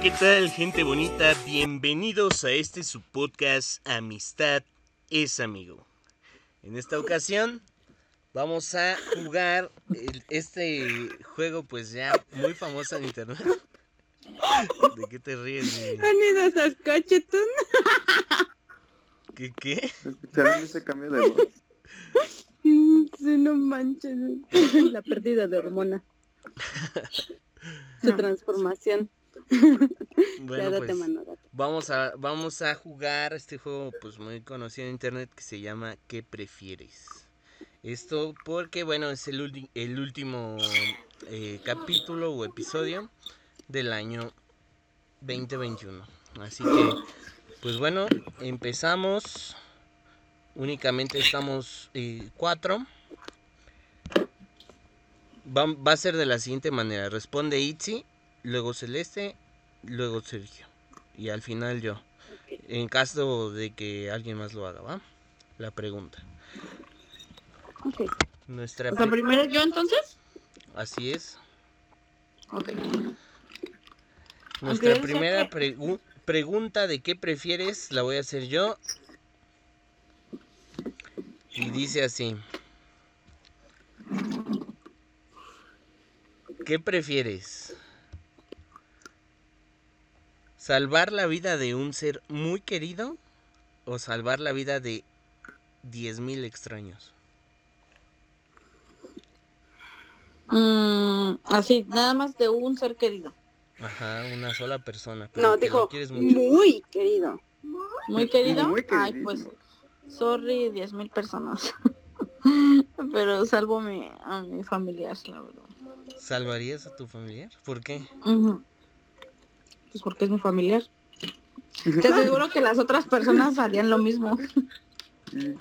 ¿qué tal, gente bonita? Bienvenidos a este su podcast Amistad es Amigo. En esta ocasión vamos a jugar el- este juego, pues ya muy famoso en internet. ¿De qué te ríes? niña? ¿Han ido a Saskatchewan? ¿Qué? ¿Qué? ¿Escucharon ese cambio de voz? Mm, Sí, no manches. La pérdida de hormona. Su transformación. Ya Bueno, date, pues mano, date. vamos a, vamos a jugar este juego, pues muy conocido en internet que se llama ¿Qué prefieres? Esto porque, bueno, es el, ulti- el último eh, capítulo o episodio del año 2021. Así que, pues bueno, empezamos. Únicamente estamos eh, cuatro. Va, va a ser de la siguiente manera. Responde Itzi, luego Celeste, luego Sergio. Y al final yo. En caso de que alguien más lo haga, ¿va? La pregunta. Ok. Nuestra O sea, pri- primero yo entonces. Así es. Ok. Nuestra Aunque yo primera saque- pregu- pregunta de qué prefieres la voy a hacer yo. Y dice así. ¿Qué prefieres? ¿Salvar la vida de un ser muy querido o salvar la vida de 10.000 extraños? Mm, así, nada más de un ser querido. Ajá, una sola persona. pero No, que lo dijo, Ah, quieres mucho. muy querido. Muy querido. Muy Ay, querido. pues, sorry, 10.000 mil personas. Pero salvo a mi, a mi familiar, la verdad. ¿Salvarías a tu familiar? ¿Por qué? Ujú. Pues porque es mi familiar. Te aseguro que las otras personas harían lo mismo. Mm,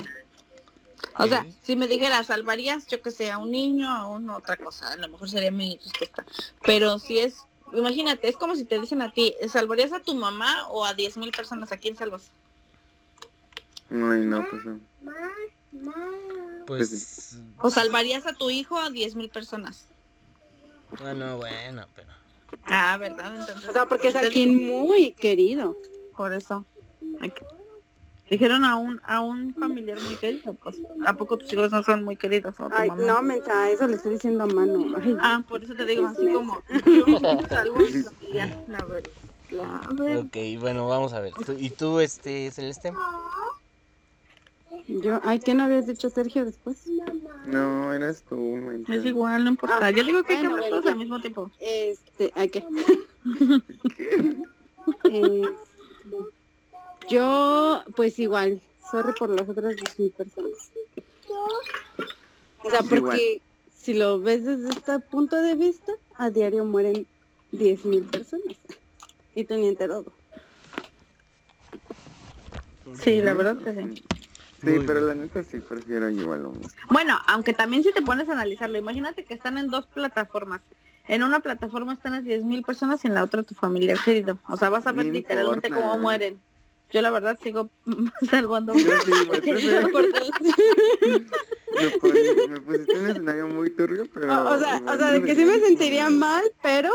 O sea, Ok. si me dijera, salvarías, yo que sé, a un niño, a una otra cosa, a lo mejor sería mi respuesta. Pero si es, imagínate, es como si te dicen a ti, ¿salvarías a tu mamá o a 10.000 mil personas? ¿A quién salvas? Ay, no, pues no. Pues ¿O salvarías a tu hijo a 10.000 mil personas? Bueno, ah, bueno, pero. Ah, ¿verdad? Entonces, O sea, porque es te alguien digo, muy querido. Por eso. Ay, que- Dijeron a un, a un familiar muy querido, pues, ¿a poco tus hijos no son muy queridos? o tu Ay, mamá? no, mensa, eso le estoy diciendo a mano. Ay, Ah, por eso te digo, así como, yo salvo a mi familiar, la verdad. La verdad. Ok, bueno, vamos a ver. Tú- ¿Y tú, este, Celeste? yo, ay, ¿qué no habías dicho Sergio después? No, eras tú, mensa. Es igual, no importa. Yo digo que hay que bueno, hablar bueno, todos ya. al mismo tiempo. Este, ¿a qué? Eh, yo, pues igual, sorry por las otras 10.000 personas. O sea, porque Igual. si lo ves desde este punto de vista, a diario mueren 10.000 personas. Y tú ni enterado. Sí, la verdad que sí. Sí, Muy pero bien. la neta sí prefiero igual lo mismo. Bueno, aunque también si te pones a analizarlo, imagínate que están en dos plataformas. En una plataforma están las 10.000 personas y en la otra tu familia querido. O sea, vas a ver No literalmente importa. cómo mueren. Yo la verdad sigo salvando. Yo sí, igual prefiero. Por- Me, pone- me pusiste en un escenario muy turbio, pero... O, o sea, o igual sea, de que sí me sentiría mal, pero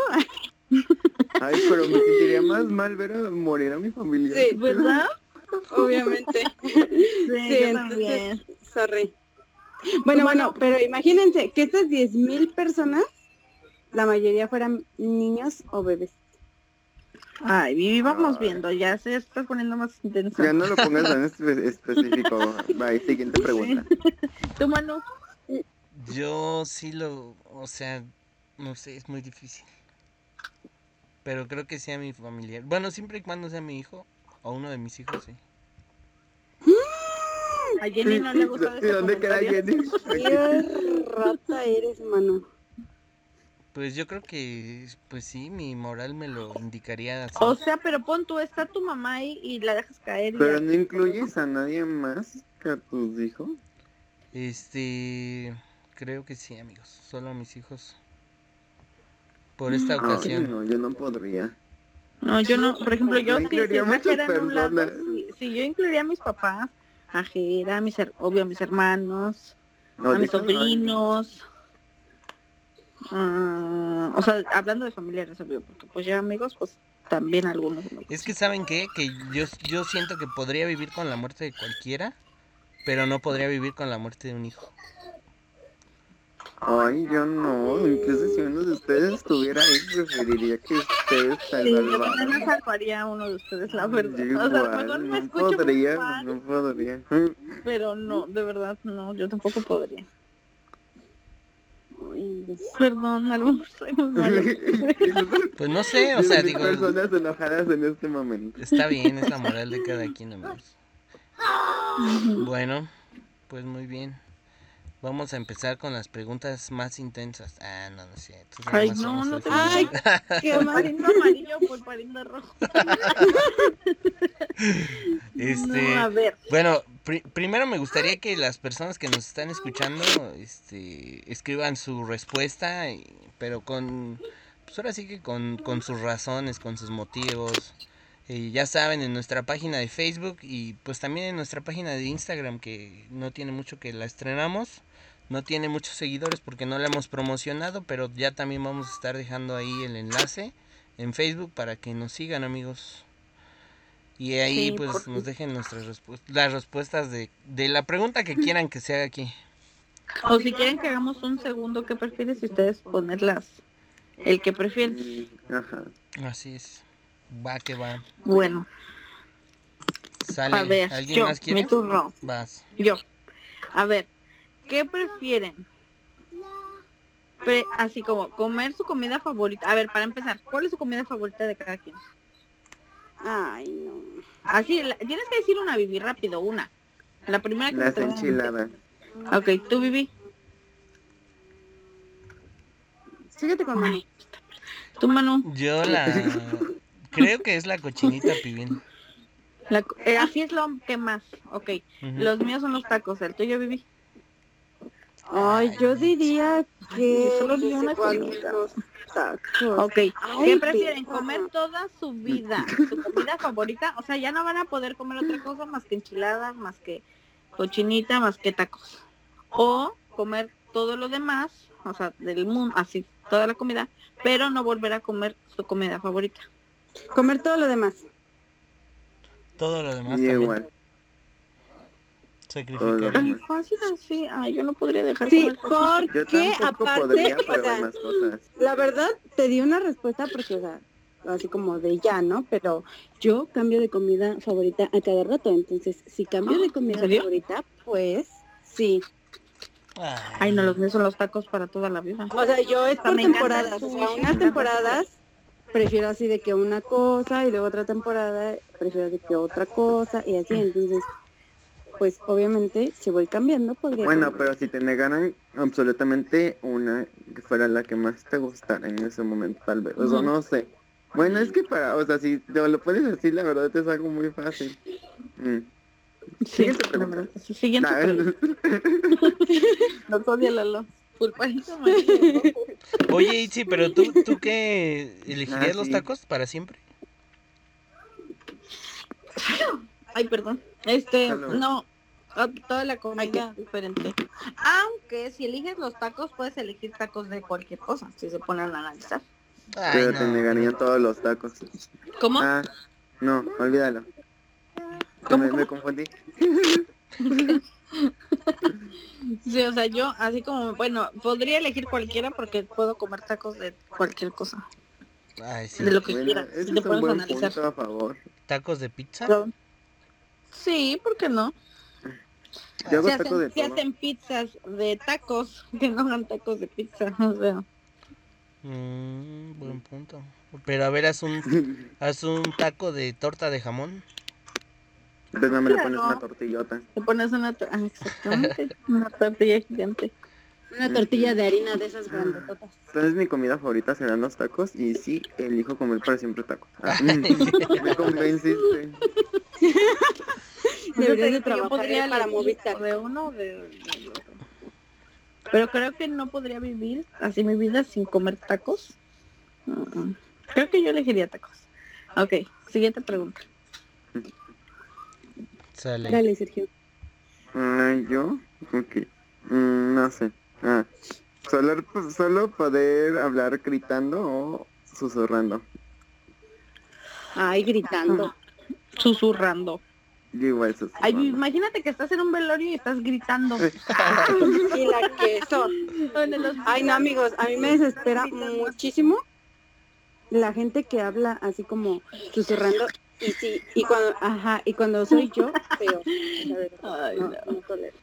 Ay, pero me sentiría más mal ver a morir a mi familia. Sí, ¿Verdad? obviamente. Sí, entonces- yo también. Sorry. Bueno, bueno, pero imagínense que estas 10.000 personas, la mayoría fueran niños o bebés. Ay, Vivi, vamos Ay. viendo. Ya se está poniendo más intenso. Ya no lo pongas tan espe- específico. Bye, siguiente pregunta. Tú, Manu, Yo sí lo. O sea, no sé, es muy difícil. Pero creo que sea mi familiar. Bueno, siempre y cuando sea mi hijo o uno de mis hijos, sí. a Jenny no le ha gustado ¿Y este dónde queda comentario. Jenny? Qué rata eres, mano. Pues yo creo que, pues sí, mi moral me lo indicaría así. O sea, pero pon tú, está tu mamá ahí y la dejas caer. y ¿Pero ya. no incluyes a nadie más que a tus hijos? Este. Creo que sí, amigos. Solo a mis hijos. Mm, Por esta Ay, ocasión. no, yo no podría. No, yo no, por ejemplo, yo No sí, si incluiría me muchas fuera en un lado, personas. si, si yo incluiría a mis papás, a Jera, a mis, her- obvio, a mis hermanos, No, a mis yo no- sobrinos. Ah, o sea, hablando de familiares, obvio, porque pues ya amigos, pues también algunos. ¿no? Es que saben qué, que yo, yo siento que podría vivir con la muerte de cualquiera, pero no podría vivir con la muerte de un hijo. Ay, yo no. Incluso si uno de ustedes estuviera ahí, preferiría que ustedes salvaran. no salvaría a uno de ustedes, la Yo verdad. O sea, a lo mejor igual, me no escucho muy podría, mal, no podría. pero Mm. no, de verdad, no, yo tampoco podría. Ay, Perdón, a lo mejor soy muy mala. Pues no sé, o sea, Diez mil digo, personas enojadas en este momento. está bien, es la moral de cada quien, amigos. Bueno, pues muy bien. Vamos a empezar con las preguntas más intensas. Ah, no, no sé. Ay, no, no te Ay, Ay, qué pariendo amarillo, pariendo rojo. este... No, a ver, Bueno, pri- primero me gustaría que las personas que nos están escuchando este, escriban su respuesta, y- pero con, pues ahora sí que con, con sus razones, con sus motivos. Eh, ya saben, en nuestra página de Facebook y pues también en nuestra página de Instagram, que no tiene mucho que la estrenamos, no tiene muchos seguidores porque no la hemos promocionado, pero ya también vamos a estar dejando ahí el enlace en Facebook para que nos sigan amigos. Y ahí Sí, pues por- nos dejen nuestras respuestas, las respuestas de, de la pregunta que quieran que se haga aquí. o si quieren que hagamos un segundo, ¿qué prefieres si ustedes ponerlas? El que prefieren. Ajá. Así es. Va que va. Bueno, Sale. a ver, ¿Alguien yo, más quiere? mi turno. Vas. Yo. A ver, ¿qué prefieren? Pre- así como comer su comida favorita. A ver, para empezar, ¿cuál es su comida favorita de cada quien? Ay, no. Así, la- tienes que decir una, Vivi, rápido, una. La primera que se Las te venga a la mente. enchiladas. Ok, tú, Vivi. Síguete con Manu. Tú, Manu. Yo la... Creo que es la cochinita pibil. La co- eh, así es lo que más. Ok, Ujú. los míos son los tacos. El tuyo, Vivi. Ay, yo diría que Yo solo vi no una sé cuál comida. los tacos. Ok, ¿qué Ay, prefieren? pero- Comer toda su vida. Su comida favorita. O sea, ya no van a poder comer otra cosa más que enchiladas, más que cochinita, más que tacos. O comer todo lo demás, o sea, del mundo, así, toda la comida, pero no volver a comer su comida favorita. Comer todo lo demás. Todo lo demás Y también. igual. Sacrificar. Todo lo demás. Fácil así. Ay, yo no podría dejar Sí, comer cosas. Yo porque tampoco aparte, podría, o pero hay sea, más cosas. la verdad te di una respuesta porque, o sea, así como de ya, ¿no? Pero yo cambio de comida favorita a cada rato, entonces si cambio de comida ¿En serio? favorita, pues sí. Ay, no, los míos son los tacos para toda la vida. O sea, yo es por Me encanta temporadas, el o sea, sushi, unas me encanta el temporadas prefiero así de que una cosa y luego otra temporada prefiero de que otra cosa y así, entonces pues obviamente si voy cambiando podría Bueno, cambiar. pero si te negaran absolutamente una que fuera la que más te gustara en ese momento, tal vez. O sea, Ujú. no sé. Bueno, es que para, o sea, si te lo puedes decir, la verdad es algo muy fácil. Mm. Ah, Siguiente la pregunta. verdad, sí. Siguiente Nah, pregunta. Nos odia Lalo. Pulparito amarillo. Oye, Itzi, pero tú, ¿tú qué? ¿Elegirías Ah, los sí. tacos para siempre? Ay, perdón. Este, Salud. no. ah, Toda la Ay, qué- comida diferente. Aunque si eliges los tacos, puedes elegir tacos de cualquier cosa, si se ponen a analizar. Ay, pero no. te negarían todos los tacos. ¿Cómo? Ah, no, olvídalo. ¿Cómo, me, cómo? me confundí. Sí, o sea, yo así como, bueno, podría elegir cualquiera porque puedo comer tacos de cualquier cosa, Ay, sí. de lo que Bueno, quiera, si ese te es un pones a buen analizar. punto a favor. ¿Tacos de pizza? Pero- Sí, ¿por qué no? Ah. Yo hago Se taco de hacen, se todo. hacen pizzas de tacos, que no hagan tacos de pizza, o sea. Mm, buen punto. Pero a ver, haz un, haz un taco de torta de jamón. Entonces no me le Claro. pones una tortillota. Te pones una tor- ah, exactamente, una tortilla gigante. una tortilla de harina de esas grandototas. Entonces mi comida favorita serán los tacos y sí, elijo comer para siempre tacos. Ah, mm, me convenciste. Deberías de Yo trabajar podría ahí para elegir Movistar. o de uno o de, del otro. Pero creo que no podría vivir así mi vida sin comer tacos. Mm, Creo que yo elegiría tacos. Ok, siguiente pregunta. Sale. Dale, Sergio. Ah, ¿Yo? Ok. Mm, no sé. Ah, solo, solo poder hablar gritando o susurrando. Ay, gritando. susurrando. Yo igual eso. Ay, imagínate que estás en un velorio y estás gritando. Y la que son. En el hospital. Ay, no, amigos, a mí me desespera muchísimo la gente que habla así como susurrando y sí, y cuando, ajá, y cuando soy yo, feo. La verdad, Ay, no, no. no tolero.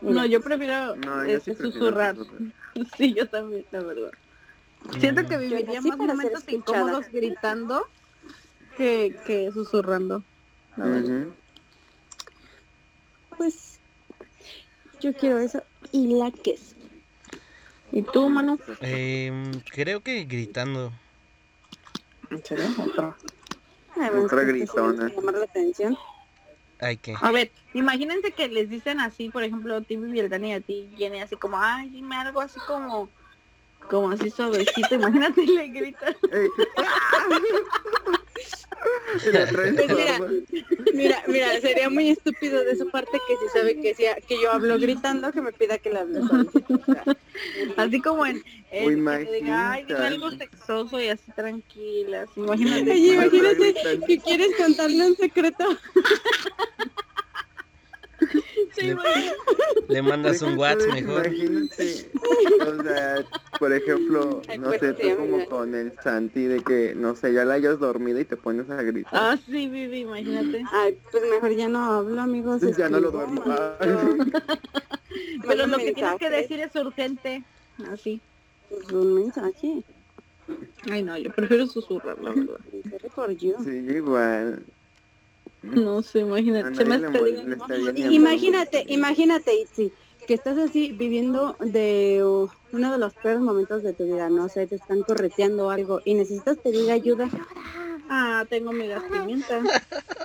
No, yo prefiero No, yo sí este, prefiero susurrar. susurrar. Sí, yo también, la verdad. Siento que Yo viviría nací más para ser momentos escuchada. incómodos gritando que, que susurrando. la verdad. Ujú. Pues yo quiero eso y la que es. ¿Y tú, Manu? Em, creo que gritando. Ay, bueno, Otra es que estoy gritona. llamar la atención. Ay, que. A ver, imagínense que les dicen así, por ejemplo, Tibi Viltani a ti, Jenny, así como, ay, dime algo así como, como así suavecito. Imagínate, le gritan. Ey. Y la traes Pues por mira, abajo. Mira, mira, sería muy estúpido de su parte que si sabe que sea, que yo hablo gritando, que me pida que le hable suavecito, o sea, Así como en, O en que te diga, ay, dime imagínate. algo sexoso y así tranquilas. Imagínate. Oye, Ay, imagínate ahorita- que quieres contarle un secreto. Le, le mandas un Déjate WhatsApp de- mejor. Imagínate, o sea, por ejemplo, Ay, no pues, sé, sí, tú como amiga. con el Santi de que, no sé, ya la hayas dormida y te pones a gritar. Ah, sí, Vivi, imagínate. Ah, Ay, pues mejor ya no hablo, amigos. Entonces ya no lo escribo, duermo. Ah, mando- Pero mando lo que tienes que mensajes, decir es urgente. Ah, Así. pues, Un mensaje. Ay, no, yo prefiero susurrar, la verdad. mensaje por you. Sí, yo igual. No sé, imagínate. A se me nadie hace le que digan, molesta "Vamos, bien I- Vivi". amor. Imagínate, imagínate, Itzi, que estás así viviendo de uh, uno de los peores momentos de tu vida, no sé, te están correteando algo y necesitas pedir ayuda. Ah, tengo mi gas pimienta.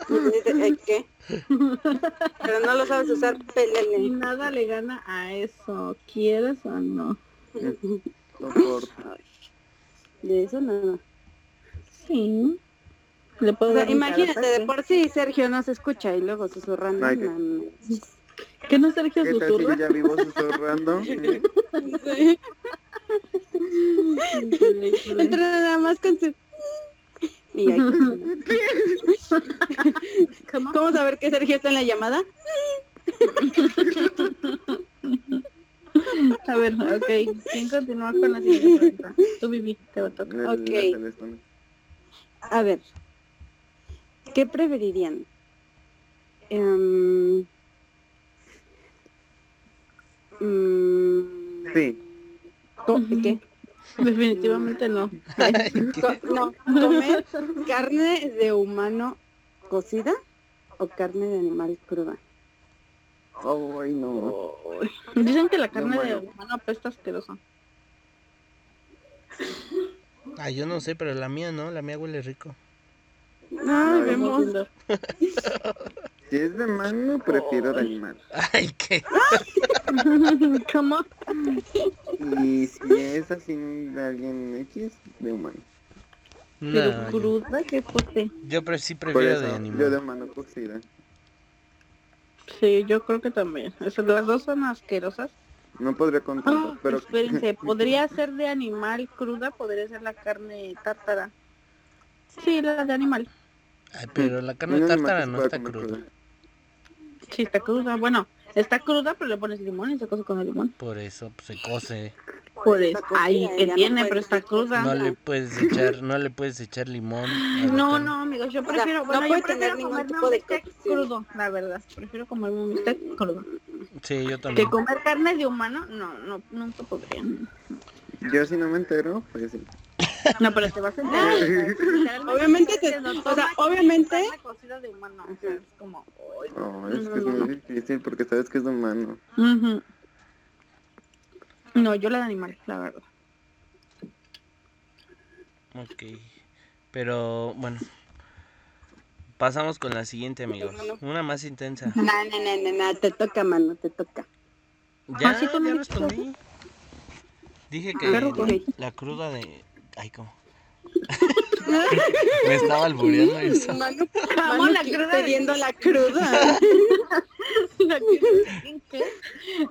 Dices, ¿eh, "Ay, ¿Qué? Pero no lo sabes usar, Y pelele. nada le gana a eso, ¿quieres o no? No importa. De eso nada. Sí. Le O puedo sea, dar un imagínate, de caratazo. por sí Sergio no se escucha y luego susurrando. Ay, qué- no, ¿Qué no Sergio ¿Qué tal si yo susurra? ya vivo susurrando? no. Sí. Entra nada más con su... Y ahí. ¿Cómo? ¿Cómo saber que Sergio está en la llamada? A ver, ok. ¿Quién continúa con la siguiente pregunta? Tú, Vivi, te va a tocar. El- Ok. el teléfono. A ver, ¿qué preferirían? Em, mm, Sí. co- ¿Qué? Definitivamente no. Co- no, ¿Comer carne de humano cocida o carne de animal cruda? Oh, ay, no. Dicen que la carne No, de bueno. humano apesta asqueroso. Ah, yo no sé, pero la mía no, la mía huele rico. Ay, vemos. Si es de mano, prefiero de animal. Ay, que. ¿Cómo? Y si es así de alguien X, de humano. Pero No, yo, cruda, qué fuerte. yo pre- sí Por prefiero de eso, yo de animal. humano cocida. Sí, yo creo que también. O sea, las dos son asquerosas. No podría contarlo, Ah, pero... Espérense, podría ser de animal cruda, podría ser la carne tártara. Sí, la de animal. Ay, pero la Un carne animal que tártara se no pueda está comer cruda. cruda. Sí, está cruda. Bueno, está cruda, pero le pones limón y se cose con el limón. Por eso pues, se cose. Por eso, Pues, cocida, ahí ya que no tiene, puede pero está ser cruda. cruda. No le No, puedes echar, no le puedes echar limón. a la no, carne. amigos, yo sea, prefiero, no bueno, yo puede tener prefiero ningún comerme tipo un de bistec cocción. crudo, la verdad. Prefiero comerme un bistec crudo. Sí, yo Que también. comer carne de humano, no, no, nunca podría. No, Yo si no me entero, pues sí. pero te vas a enterar. Literalmente, Obviamente te te- lo o sea, tomas y obviamente- carne cocida de humano, o sea, es como, ay, No, oh, es No, que es no, no. muy difícil porque sabes que es de humano. Ujú. No, yo la de animal, la verdad. Ok. Pero bueno. Pasamos con la siguiente, amigos. Una más intensa. No, no, no, no, no, te toca, mano, te toca. Ya, Ah, sí, tú no ya dijiste. respondí. Ah, Dije que claro, la, ok. la cruda de. Ay, ¿cómo? Me estaba albureando eso. Mano, Amo mano la que- cruda de- pidiendo la cruda. La que- ¿Qué?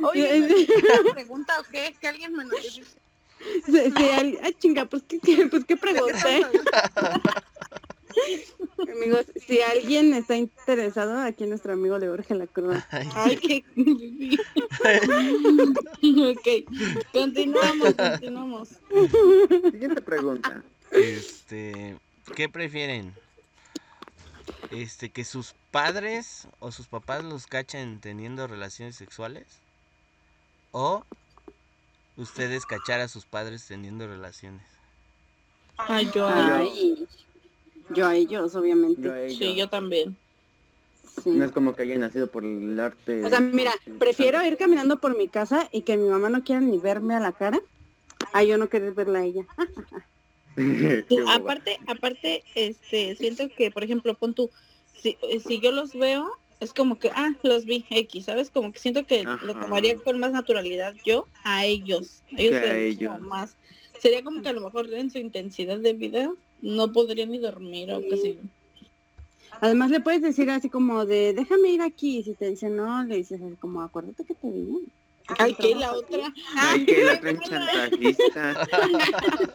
Oye, ¿no es una pregunta o qué? Que alguien me notifique. eh? Se- se al- ah, chinga, pues qué, qué- pues, qué pregunté. alguien está interesado, aquí nuestro amigo le urge la cruda. Ay, qué... ok, continuamos, continuamos. Siguiente pregunta. Este, ¿qué prefieren? Este, que sus padres o sus papás los cachen teniendo relaciones sexuales o ustedes cachar a sus padres teniendo relaciones. Ay, yo. Ay, yo a ellos, obviamente. Yo, ello. Sí, yo también. sí. No es como que haya nacido por el arte. O sea, mira, prefiero ir caminando por mi casa y que mi mamá no quiera ni verme a la cara. A yo no querer verla a ella. Qué boba. aparte, aparte, este, siento que, por ejemplo, pon tú, si, eh, si yo los veo, es como que, ah, los vi X, ¿sabes? Como que siento que lo Ajá. tomaría con más naturalidad yo a ellos. Ellos Que a serían como ellos. más. Sería como que a lo mejor en su intensidad de vida no podría ni dormir o qué sé yo. Además le puedes decir así como de, déjame ir aquí. Y si te dice no, le dices así como, acuérdate que te vi. Ay, que la otra. Ay, que la traen chantajista.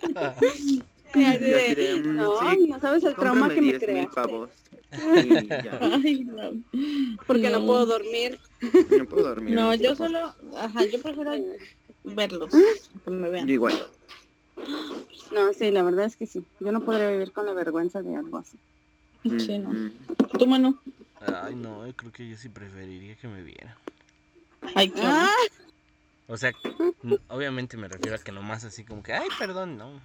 Sí, así Yo así de, de, mm, No, sí, no sabes el trauma cómprame que me 10,000 creaste. pavos. Y ya, Ay, no. Porque no puedo dormir. no puedo dormir. No, yo solo, ajá, yo prefiero verlos, que me vean. Yo igual. No, sí, la verdad es que sí. Yo no podría vivir con la vergüenza de algo así. Sí, no. Mm, mm. Tú, mano. Ay, no, yo creo que yo sí preferiría que me vieran. Ay, qué Ah, O sea, n- obviamente me refiero a que nomás así como que, ay, perdón, no.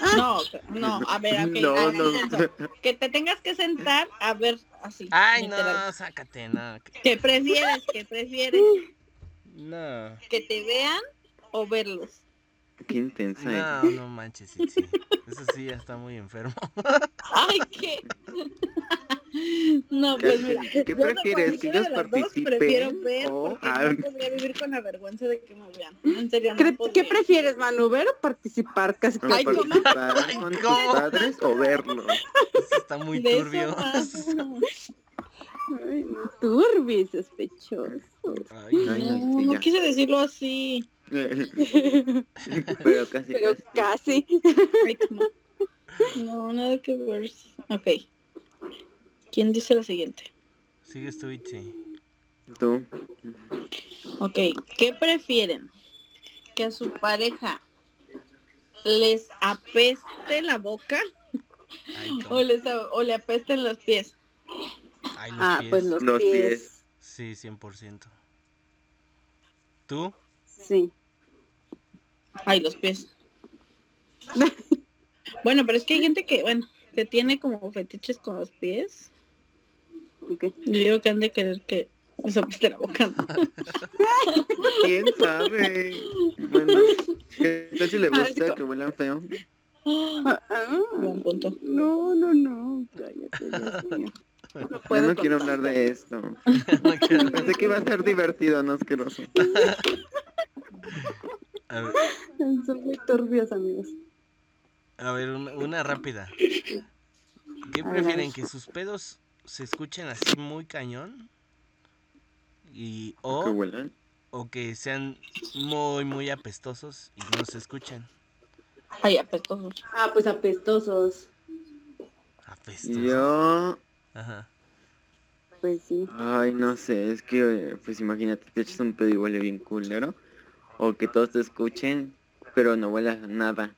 Ah. No, no, a ver, ok, No, a ver, no. eso. que te tengas que sentar a ver así. Ay, literal. no, sácate, no. que- Que prefieres, que prefieres No, que te vean o verlos. Qué intensa eh. es. no, no manches, Itzi. Eso sí ya está muy enfermo. Ay, qué. No, pues mira. ¿Qué, qué yo no prefieres? ¿Que cualquiera ellos de las dos participen? Prefiero ver o- porque ah, no podría vivir con la vergüenza de que me vean. En serio, no ¿Qué, qué podría. prefieres, Manu, ver o participar? Casi ¿no? Ay, casi. ¿cómo? ¿Participar con tus ¿cómo? padres o verlo? Eso está muy De eso turbio. más, no. Ay, no, Turbi, sospechoso. Ay, Ay, ay, No, sí, no ya. quise decirlo así. Pero casi. Pero casi. casi. Ay, no. No, nada que ver. Ok. ¿Quién dice la siguiente? sigues tú, Itzi. Tú. Ok, ¿qué prefieren? ¿Que a su pareja les apeste la boca Ay, o, cómo- les, a- o le apesten los pies? ay, los Ah, pies. pues los, Los pies. pies. Sí, 100%. ¿Tú? Sí. Ay, los pies. bueno, pero es que hay gente que, bueno, que tiene como fetiches con los pies. ok. Yo digo que han de querer que les apeste la boca. ¿no? ¿Quién sabe? Bueno, ¿qué tal si le gusta que huelan feo? Ah, ah, Buen punto. no, no, no. Cállate, Dios mío. No Yo puedo no quiero con hablar de esto. No quiero- Pensé que iba a ser divertido, no asqueroso. A ver, tanto. Son muy turbios, amigos. a ver, una, una rápida. ¿Qué A ver. prefieren? ¿Que sus pedos se escuchen así muy cañón? Y, ¿Que o, huelan? o que sean muy, muy apestosos y no se escuchen. Ay, apestoso. Ah, pues apestosos. Apestosos. Yo, Ajá. Pues sí. ay, no sé, es que, eh, pues imagínate, te echas un pedo y huele bien culero, o que todos te escuchen, pero no huelas a nada.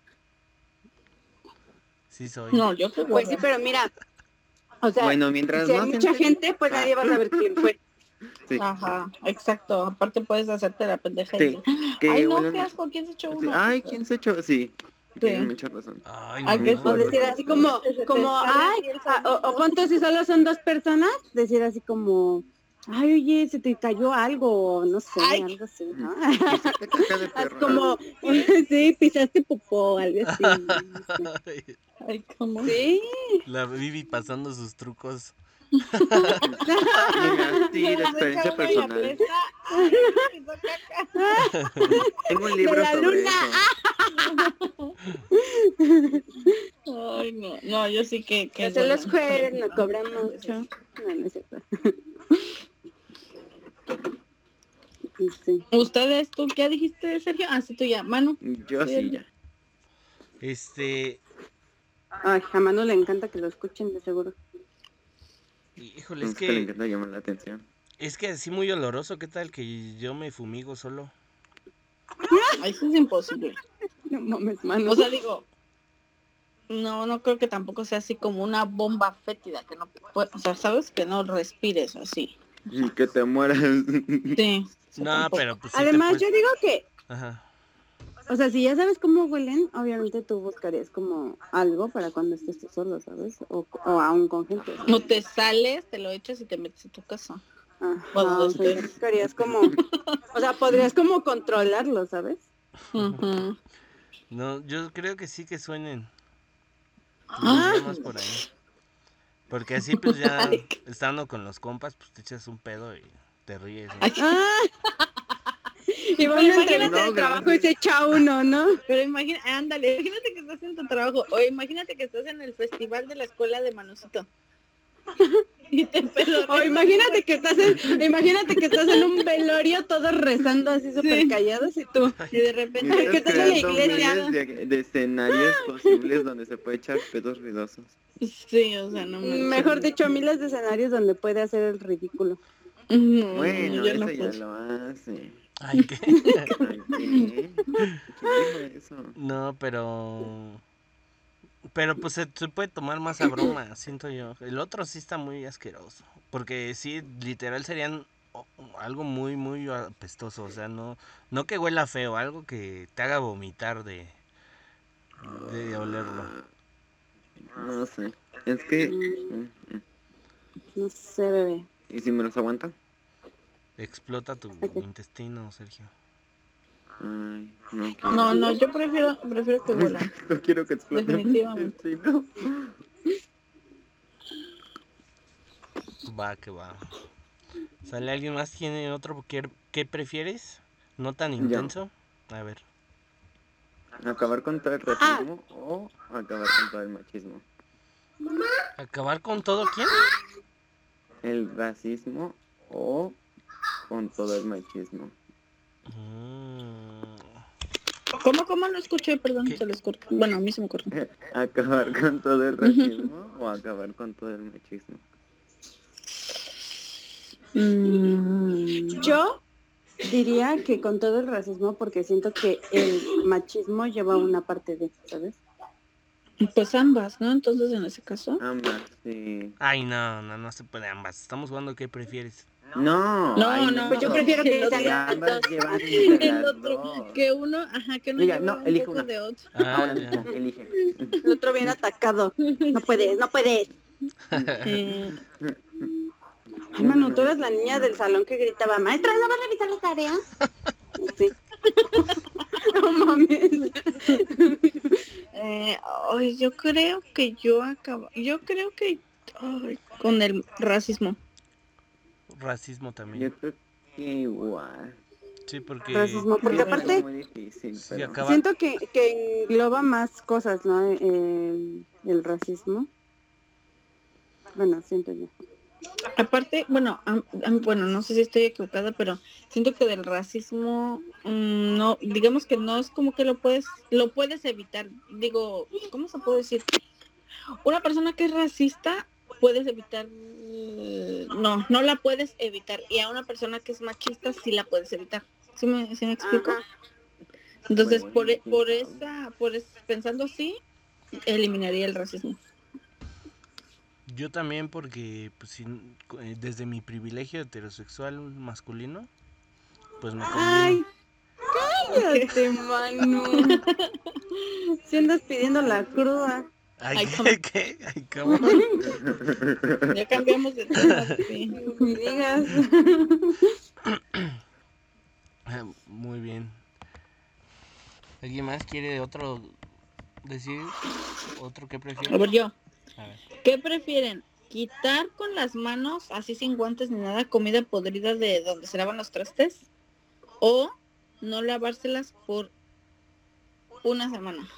Sí soy. No, yo creo que Pues sí, pero mira. O sea, bueno, mientras si no hay mucha se- gente, pues nadie va a saber quién fue. sí, Ajá, exacto. Aparte puedes hacerte la pendeja. y Sí, decir, que Ay, no, huelan- qué asco, ¿quién se echó sí, uno? ay, ¿quién se echó? Sí, tiene mucha razón. Ay, Ay, qué O no. decir así como, como, ay, ah, o, o pon tú, si solo son dos personas, decir así como, ay, oye, se te cayó algo, o no sé, Ay. algo así, ¿no? Qué caca de Haz perro. como, sí, pisaste popó, algo así. Ay, ¿cómo? Sí, La Vivi pasando sus trucos. Mira, sí, de Deja uno experiencia y personal. apesta. Ay, hizo caca. Tengo un libro la sobre luna. eso. Ay, no, no, yo sí que... que no se los bueno. jueves, no cobran mucho. No, no es cierto. Y sí. Ustedes, ¿tú qué dijiste, Sergio? Ah, sí, tú ya. Manu, Yo sí, ya. Este, Ay, a Manu le encanta que lo escuchen, de seguro. Híjole, es Es que le que, encanta llamar la atención. es que así muy oloroso, ¿qué tal que yo me fumigo solo? Ay, Eso es imposible. No mames, mano. O sea, digo, no, no creo que tampoco sea así como una bomba fétida, que no, pue- o sea, sabes que no respires así. Y que te mueras. Sí. No, pero pues sí te Además, puedes- yo digo que, Ajá. o sea, si ya sabes cómo huelen, obviamente tú buscarías como algo para cuando estés tú solo, ¿sabes? O, o aún con gente. No te sales, te lo echas y te metes a tu casa. Ajá, Bueno, o sea, sí. buscarías como, o sea, podrías como controlarlo, ¿sabes? Ujú. No, yo creo que sí que suenen. Ah. Nos vemos por ahí. Porque así pues ya Ay, qué- estando con los compas, pues te echas un pedo y te ríes. ¿no? Ay, Ah. Y van a Imagínate entrenar el el trabajo y se echa uno, ¿no? Pero imagina, ándale, imagínate que estás en tu trabajo o imagínate que estás en el festival de la escuela de Manucito. Y te O pedorreas. imagínate que estás en, imagínate que estás en un velorio todos rezando así súper callados y tú. Y de Y repente Mira. ¿Qué estás tal la creando iglesia? miles de, de escenarios posibles donde se puede echar pedos ruidosos. Sí, o sea, no manches. Mejor dicho, miles de escenarios donde puede hacer el ridículo. Ujú, Bueno, yo eso no ya puedo. lo hace. Ay, ¿qué? Ay, ¿qué? ¿Quién dijo eso? No, pero... Pero pues se, se puede tomar más a broma, siento yo. El otro sí está muy asqueroso. Porque sí, literal serían o- algo muy, muy apestoso. O sea, no, no que huela feo, algo que te haga vomitar de, de olerlo. No sé. Es que. mm, mm. No sé, bebé. ¿Y si me los aguanta? Explota tu Ok. intestino, Sergio. Ay, no. quiero. No, no, yo prefiero, prefiero que vuelan. No quiero que explote. Definitivamente. Sí, no. Va, que va. ¿Sale alguien más? ¿Tiene otro? ¿Qué, qué prefieres? ¿No tan Ya. intenso? A ver. Acabar con todo el racismo o acabar con todo el machismo. ¿Acabar con todo quién? El racismo o con todo el machismo. Mm. ¿Cómo, cómo lo escuché? Perdón, ¿Qué? se les cortó. Bueno, a mí se me cortó. Acabar con todo el racismo o acabar con todo el machismo. Mm, Yo diría que con todo el racismo, porque siento que el machismo lleva una parte de, ¿sabes? pues ambas, ¿no? Entonces, en ese caso. Ambas, sí. Ay, no, no, no se puede ambas. Estamos jugando qué prefieres. No, No, ay, no, Pues yo prefiero que el otro- salgan ambas las dos. llevan de El Ah, las otro, dos. que uno, ajá, que uno Mira, lleva no, un elige poco una. de otro. Ah, Ahora ya. mismo, elige. El otro bien atacado. No puedes, no puedes. Eh, Ay, Manu, tú eras la niña del salón que gritaba, maestra, ¿no vas a revisar la tarea? Sí. No mames. eh, ay, yo creo que yo acabo, yo creo que ay, con el racismo. Racismo Yo también. creo que igual. Sí, porque... Racismo, porque Está aparte muy difícil, Sí, pero... acaba- Siento que, que engloba más cosas, ¿no? El, el racismo. Bueno, siento yo. Aparte, bueno, am- am- bueno, no sé si estoy equivocada, pero siento que del racismo mm, no, digamos que no es como que lo puedes, lo puedes evitar. Digo, ¿cómo se puede decir? Una persona que es racista puedes evitar, eh, no, no la puedes evitar. Y a una persona que es machista sí la puedes evitar. ¿Sí me, sí me explico? Ajá. Entonces, Bueno, por, e- sí, por claro. esa, por es- pensando así, eliminaría el racismo. Yo también porque pues, sin- eh, desde mi privilegio heterosexual masculino, pues me Ay, conviene. cállate, Manu. Si andas pidiendo la cruda. Ay, ay, ¿qué? cómo- ¿Qué? Ay, ¿cómo? Ya cambiamos de tema. sí. Ni digas. Ah, Muy bien. ¿Alguien más quiere otro decir? ¿Otro que A ver, prefiere? yo. A ver. ¿Qué prefieren? ¿Quitar con las manos, así sin guantes ni nada, comida podrida de donde se lavan los trastes? ¿O no lavárselas por una semana?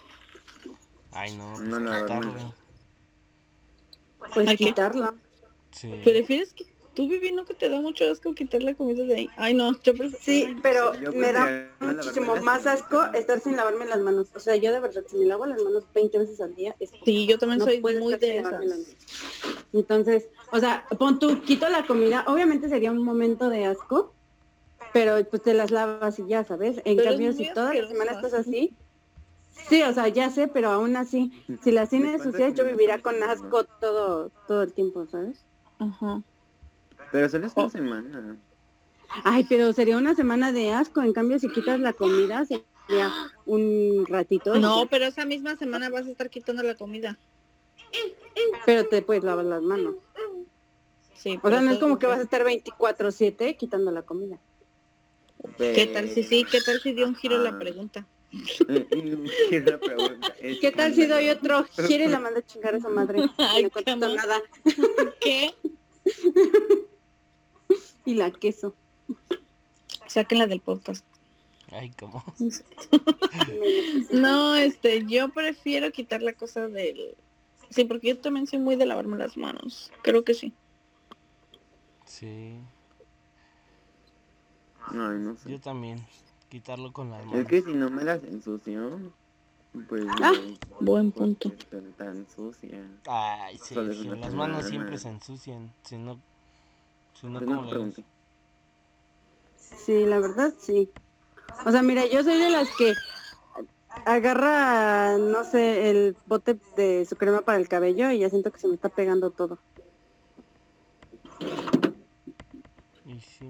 Ay, no, pues No, la verdad. quitarlo. Pues Ay, ¿qué? quitarla. Sí. ¿Prefieres que tú, Vivi, no que te da mucho asco quitar la comida de ahí? Ay, no, yo prefiero... Sí, pero Yo me da prefiero lavarme muchísimo las más manos. asco estar sin lavarme las manos. O sea, yo de verdad, si me lavo las manos 20 veces al día, es Sí, yo también No soy puedo muy estar de sin lavarme esas. las manos. Entonces, O sea, pon tú, quito la comida, obviamente sería un momento de asco, pero pues te las lavas y ya, ¿sabes? En Pero cambio, es si muy todas las asqueroso. semanas estás así, sí, o sea, ya sé, pero aún así, si las Me tienes pasa sucias, que yo me vivirá gusta con mucho, asco todo, todo el tiempo, ¿sabes? Ajá. Pero solo es Oh. una semana. Ay, pero sería una semana de asco, en cambio, si quitas la comida, sería un ratito. y No, ya. pero esa misma semana vas a estar quitando la comida. pero te puedes lavar las manos. Sí. O sea, pero no es todo- como que vas a estar 24/7 quitando la comida. ¿Qué tal si sí? ¿Qué tal si dio un giro la Ajá. pregunta? ¿Qué, es la pregunta? Es ¿Qué tal si doy escándalo. otro giro y la mando a chingar a esa madre? Y Ay, no contesto qué amor. nada. ¿Qué? Y la queso. Sáquenla del podcast. Ay, ¿cómo? No, este, yo prefiero quitar la cosa del... Sí, porque yo también soy muy de lavarme las manos. Creo que sí. Sí, Ay, no sé. yo también. Quitarlo con las manos. Es que si no me las ensució, pues no Ah, buen puedo punto. estar tan sucia. Ay, sí, Solo es una las manos semana. siempre se ensucian. Si no, si no, Pues ¿cómo no le pregunté. haces? Sí, la verdad, sí. O sea, mira, yo soy de las que agarra, no sé, el bote de su crema para el cabello y ya siento que se me está pegando todo. Y sí.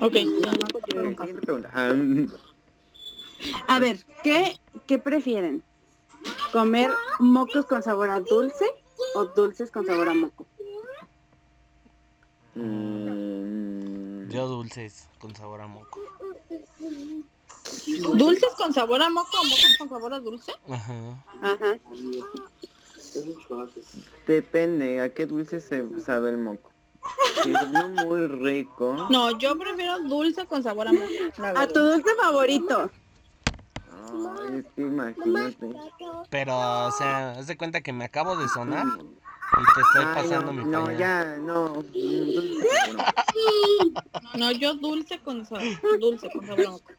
Ok, no, no Eh, continúo con- siguiente pregunta. Ah, mm, A ver, ¿qué, qué prefieren? ¿Comer mocos con sabor a dulce o dulces con sabor a moco? mm, Yo dulces con sabor a moco. ¿Dulces con sabor a moco o mocos con sabor a dulce? Ajá. Ajá. Depende a qué dulce se sabe el moco. Si es uno muy rico, No, yo prefiero dulce con sabor a moco. la A verdad. tu dulce favorito. ay, es que imagínate. Pero, o sea, haz de cuenta que me acabo de sonar y te estoy Ay, pasando no, mi no, pañal. ya, no. mm, dulce seguro. No, yo dulce con sabor, dulce con sabor a moco.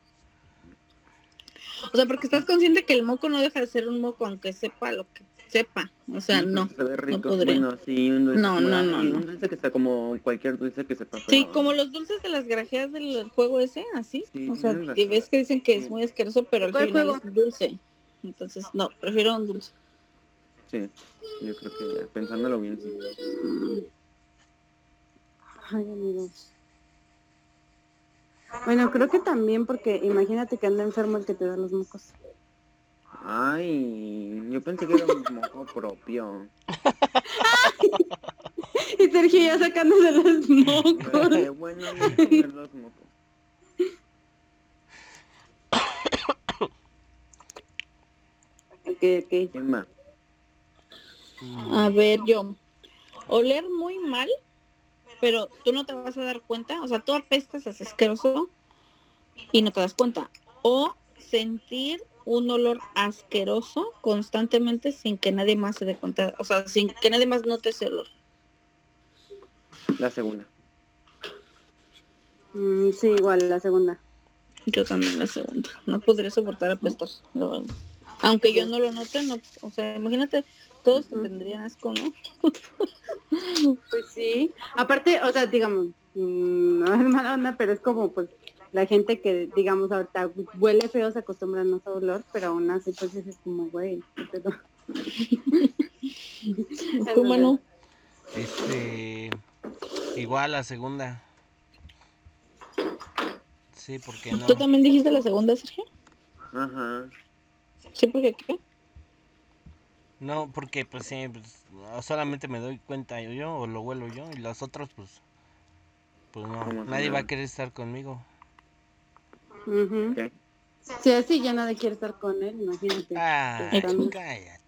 O sea, porque estás consciente que el moco no deja de ser un moco, aunque sepa lo que sepa. O sea, no. Sabe rico. podría. bueno, sí, un dulce. No, como- no, no, sí, no. Un dulce que sea como cualquier dulce que sepa. Sí, feo. como los dulces de las grajeas del juego ese, así. Sí, o sea, tienes y razón. ves que dicen que es muy asqueroso, pero al ¿Cuál final juego? es dulce. Entonces, no, prefiero un dulce. Sí, yo creo que ya, pensándolo bien, sí. Ay, amigos. Bueno, creo que también porque imagínate que anda enfermo el que te da los mocos. Ay, yo pensé que era un moco propio. Y Sergio ya sacándose los Pero mocos. qué Eh, bueno no comer los mocos. Ok, ok. ¿Quién más? Mm, A ver, yo. Oler muy mal, pero tú no te vas a dar cuenta. O sea, tú apestas, es asqueroso y no te das cuenta. O sentir un olor asqueroso constantemente sin que nadie más se dé cuenta. O sea, sin que nadie más note ese olor. La segunda. Mm, sí, igual, la segunda. Yo también la segunda. No podría soportar apestos. la verdad. Aunque yo no lo note, no. O sea, imagínate, todos te Ujú. tendrían asco, ¿no? Pues sí. Aparte, o sea, digamos, mm, no es mala onda, pero es como pues la gente que, digamos, ahorita huele feo, se acostumbra a no su olor, pero aún así pues es como, güey, qué pedo. Tú, Manu. Este. Igual la segunda. Sí, porque no. ¿Tú también dijiste la segunda, Sergio? Ajá. Sí, porque qué? No, porque pues sí, pues, solamente me doy cuenta yo, yo, o lo huelo yo y los otros pues pues no, Como que nadie va a no. querer estar conmigo. Ujú. ¿Qué? Si así ya nadie quiere estar con él, imagínate. Ah, Estamos- cállate.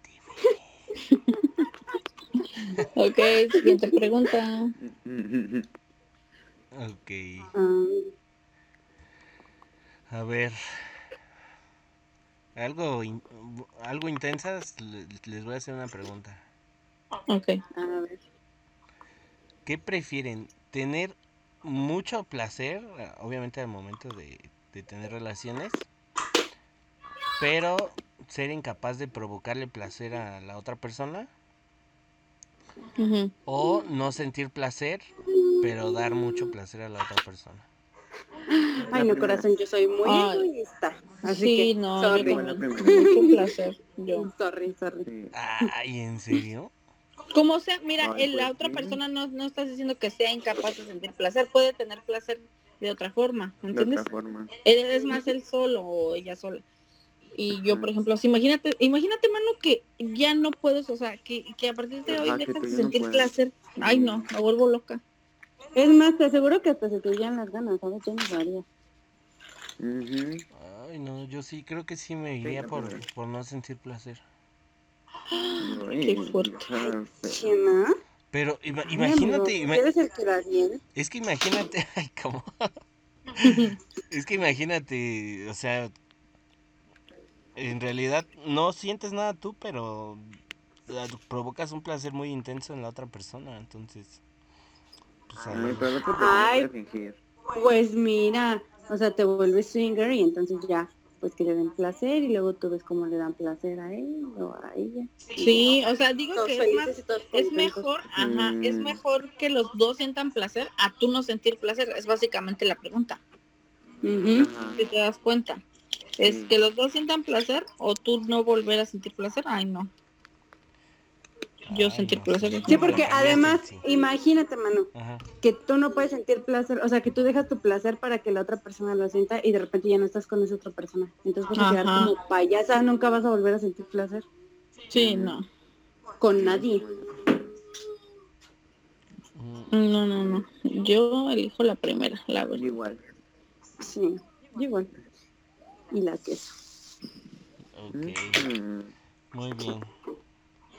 Ok, siguiente pregunta. Ok, Ah, a ver. Algo in- algo intensas le- les voy a hacer una pregunta. Ok. Ah, a ver. ¿Qué prefieren? ¿Tener mucho placer, obviamente al momento de, de tener relaciones, pero ser incapaz de provocarle placer a la otra persona? Ujú. O no sentir placer, pero dar mucho placer a la otra persona. Ay, no, corazón, yo soy muy Ay. egoísta. Así Sí, que, no, sorry. yo Igual la también. primera. Mucho placer. Yo. Sorry, sorry. Sí. Ay, ¿en serio? Como sea, mira, Ay, el- la pues, otra sí. persona no, no estás diciendo que sea incapaz de sentir placer, puede tener placer de otra forma, De ¿entiendes? otra forma. Él es más él solo o ella sola. Y yo, por ejemplo, si imagínate, imagínate, mano, que ya no puedes, o sea, que, que a partir de hoy Ajá, que dejas tú de ya no sentir puedes. placer. Ay, no, me vuelvo loca. Es más, te aseguro que hasta se te llenan las ganas, ¿sabes? Yo no lo haría. Ujú. Ay, no, yo sí, creo que sí me iría la por, primera. por no sentir placer. Ay, fuerte. está feo. Chema. Pero ima- ay, imagínate, amigo, ima- Eres el que las viene. es que imagínate, ay, ¿cómo? Es que imagínate, o sea, en realidad no sientes nada tú, pero ah, provocas un placer muy intenso en la otra persona, entonces... Pues, a Ay, lo- pero la otra Ay. persona puede fingir. Pues mira, o sea, te vuelves swinger y entonces ya, pues que le den placer y luego tú ves cómo le dan placer a él o a ella. Sí, o sea, digo Todos que es felices más, y todos es contentos. mejor, ajá, es Mm. mejor que los dos sientan placer a tú no sentir placer, es básicamente la pregunta, Ujú. Ajá. si te das cuenta. Es Sí. que los dos sientan placer o tú no volver a sentir placer, ay no. Yo Ay, sentir no, placer. sí, es Sí, no, como- porque no, además, sí. imagínate, mano, Ajá. que tú no puedes sentir placer, o sea, que tú dejas tu placer para que la otra persona lo sienta y de repente ya no estás con esa otra persona. Entonces vas a quedar Ajá. como payasa, nunca vas a volver a sentir placer Sí, no. con nadie. Mm, No, no, no. Yo elijo la primera, la Yo verdad. Igual. Sí, yo igual. Y la queso. ok. Mm. Muy bien.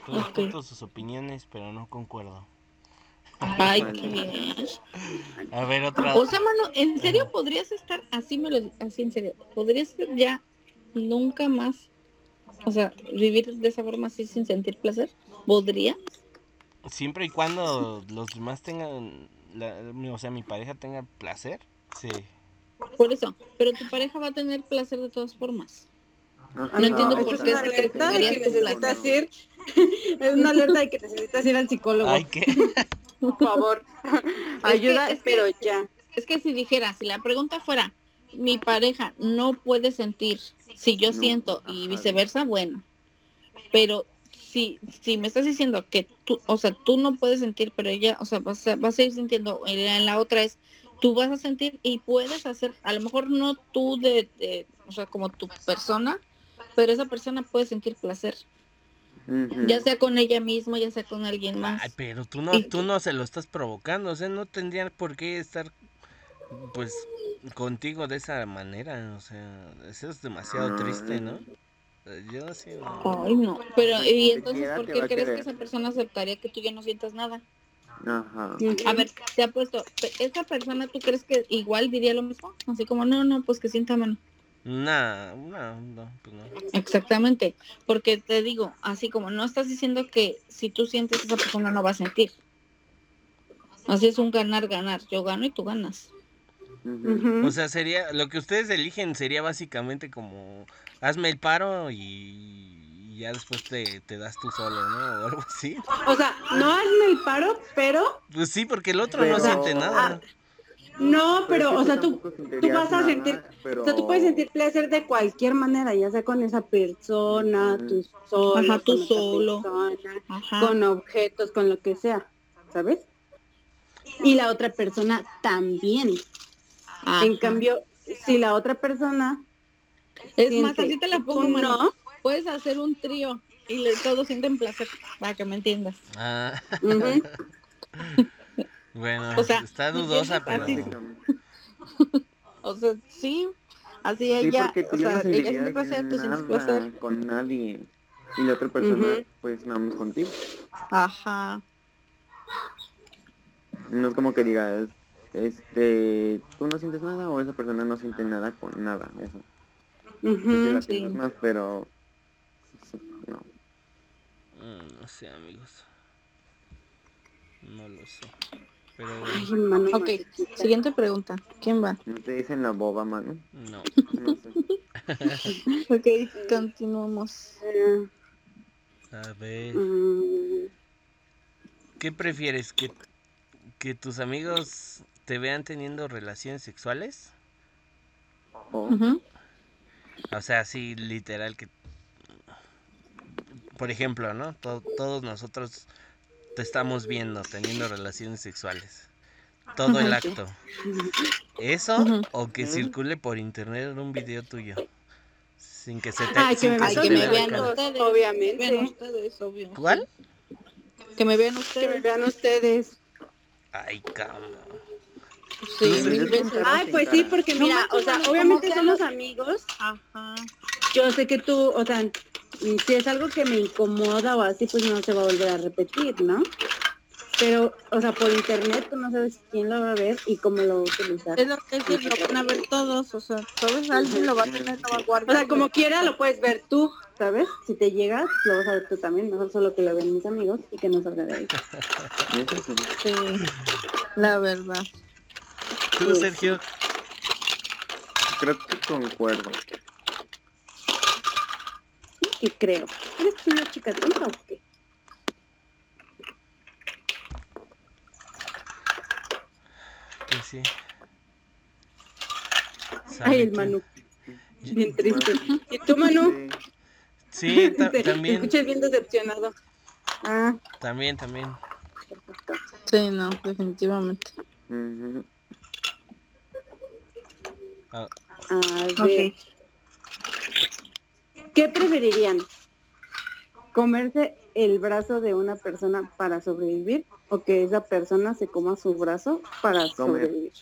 Ok. Respeto sus opiniones, pero no concuerdo. Ay, Vale. qué. A ver, otra. O sea, mano, ¿en serio podrías estar así me lo así en serio? ¿Podrías ya nunca más o sea, vivir de esa forma así sin sentir placer? ¿Podría? Siempre y cuando los demás tengan, la- o sea, mi pareja tenga placer, sí. Por eso, pero tu pareja va a tener placer de todas formas. Ajá. No entiendo por esto qué Ah, es una es lo que alerta de que deberías tú necesitas ir. es una alerta de que necesitas ir al psicólogo. Ay, ¿qué? Por favor. Ayuda, es que- pero ya. Es que si dijera, si la pregunta fuera, mi pareja no puede sentir si yo No, siento y ajá. viceversa, bueno. Pero si, si me estás diciendo que tú, o sea, tú no puedes sentir, pero ella, o sea, vas a, vas a ir sintiendo, en la, en la otra es, tú vas a sentir y puedes hacer, a lo mejor no tú de, de- o sea, como tu persona, pero esa persona puede sentir placer, Ujú. ya sea con ella misma, ya sea con alguien más. Ay, pero tú no, Y- tú no se lo estás provocando, o sea, no tendrían por qué estar, pues, contigo de esa manera, o sea, eso es demasiado triste, ¿no? Eh, Yo sí. no. Ay, no. Pero, ¿y Te entonces quiera, por te qué va a crees que querer. esa persona aceptaría que tú ya no sientas nada? Ajá. A ver, te ha puesto, ¿esa persona tú crees que igual diría lo mismo? Así como, no, no, pues que sienta menos. Nah, no, no, pues no. Exactamente, porque te digo, así como no estás diciendo que si tú sientes esa persona no va a sentir. Así es un ganar, ganar. Yo gano y tú ganas. Ujú. Mm. Ujú. O sea, sería, lo que ustedes eligen sería básicamente como, hazme el paro y, y ya después te, te das tú solo, ¿no? O algo así. O sea, no hazme el paro, pero Pues sí, porque el otro no Pero- siente nada. no, es pero, que o sea, tú, tampoco tú sentirías vas a nada, sentir, pero- o sea, tú puedes sentir placer de cualquier manera, ya sea con esa persona, Ujú. tú solo, Ajá, tú con otra solo. persona, Ajá. con objetos, con lo que sea, ¿sabes? Y la otra persona también. Ajá. En cambio, si la otra persona es siente más, así te la que tú pongo, mano. no, Puedes hacer un trío y le- todos sienten placer, para que me entiendas. Ah, ujú, bueno, O sea, está ¿me dudosa, pero... entiendes? Básicamente. O sea, sí, así Sí, ella, porque tú o ya no sea, ella siente sentirías placer, tú sientes nada placer. con nadie. Y la otra persona, Ujú. pues nada más contigo. Ajá. No es como que digas, este, tú no sientes nada o esa persona no siente nada con nada. Eso. Mm, Sí, ujú. la piensas más, pero... sí, No. Mm, No sé, amigos. No lo sé. Pero Ay, hermano, Ok, mariquita. siguiente pregunta. ¿Quién va? No te dicen la boba, mano. no. No sé. Ok, continuamos. Eh, A ver. mm, ¿Qué prefieres? ¿Que, que tus amigos te vean teniendo relaciones sexuales? O Ujú. O sea, así literal que... Por ejemplo, ¿no? To- todos nosotros te estamos viendo teniendo relaciones sexuales. Todo el Ujú. acto. ¿Eso Ujú. o que Ujú. circule por internet un video tuyo? Sin que se te... Ay, que sin me, se Ay, que te me vea la vean cara. ustedes. Que Obviamente. me vean ustedes, obvio. ¿Cuál? Que me vean Que me ustedes. vean ustedes. Ay, cama. Sí, Entonces, mil es un veces. perro Ay, pues sí, porque No mira, manches, o sea, Ana, obviamente ¿cómo que somos amigos. Ajá. Yo sé que tú, o sea, mm, si es algo que me incomoda o así, pues no se va a volver a repetir, ¿no? Pero, o sea, por internet tú no sabes quién lo va a ver y cómo lo va a utilizar. Es lo que es decir, lo van a ver todos, o sea, sabes, alguien lo va a tener, lo va a O guardar. sea, como quiera lo puedes ver tú, ¿sabes? Si te llega, lo vas a ver tú también, mejor solo que lo ven mis amigos y que no salga de ahí. Eso sí. Sí, la verdad. Tú, Sergio, Creo que concuerdo. Que creo. ¿Eres tú una chica tonta o qué? pues sí. Ay, el Sabe Manu, que- bien triste. ¿Y tú, Manu? Sí. Sí, ta- Te- Te también, escuchas bien decepcionado. Ah, también, también. perfecto. Sí, no, definitivamente. Ujú. Ah, A ver. ¿Qué preferirían? ¿Comerse el brazo de una persona para sobrevivir o que esa persona se coma su brazo para Comer. sobrevivir?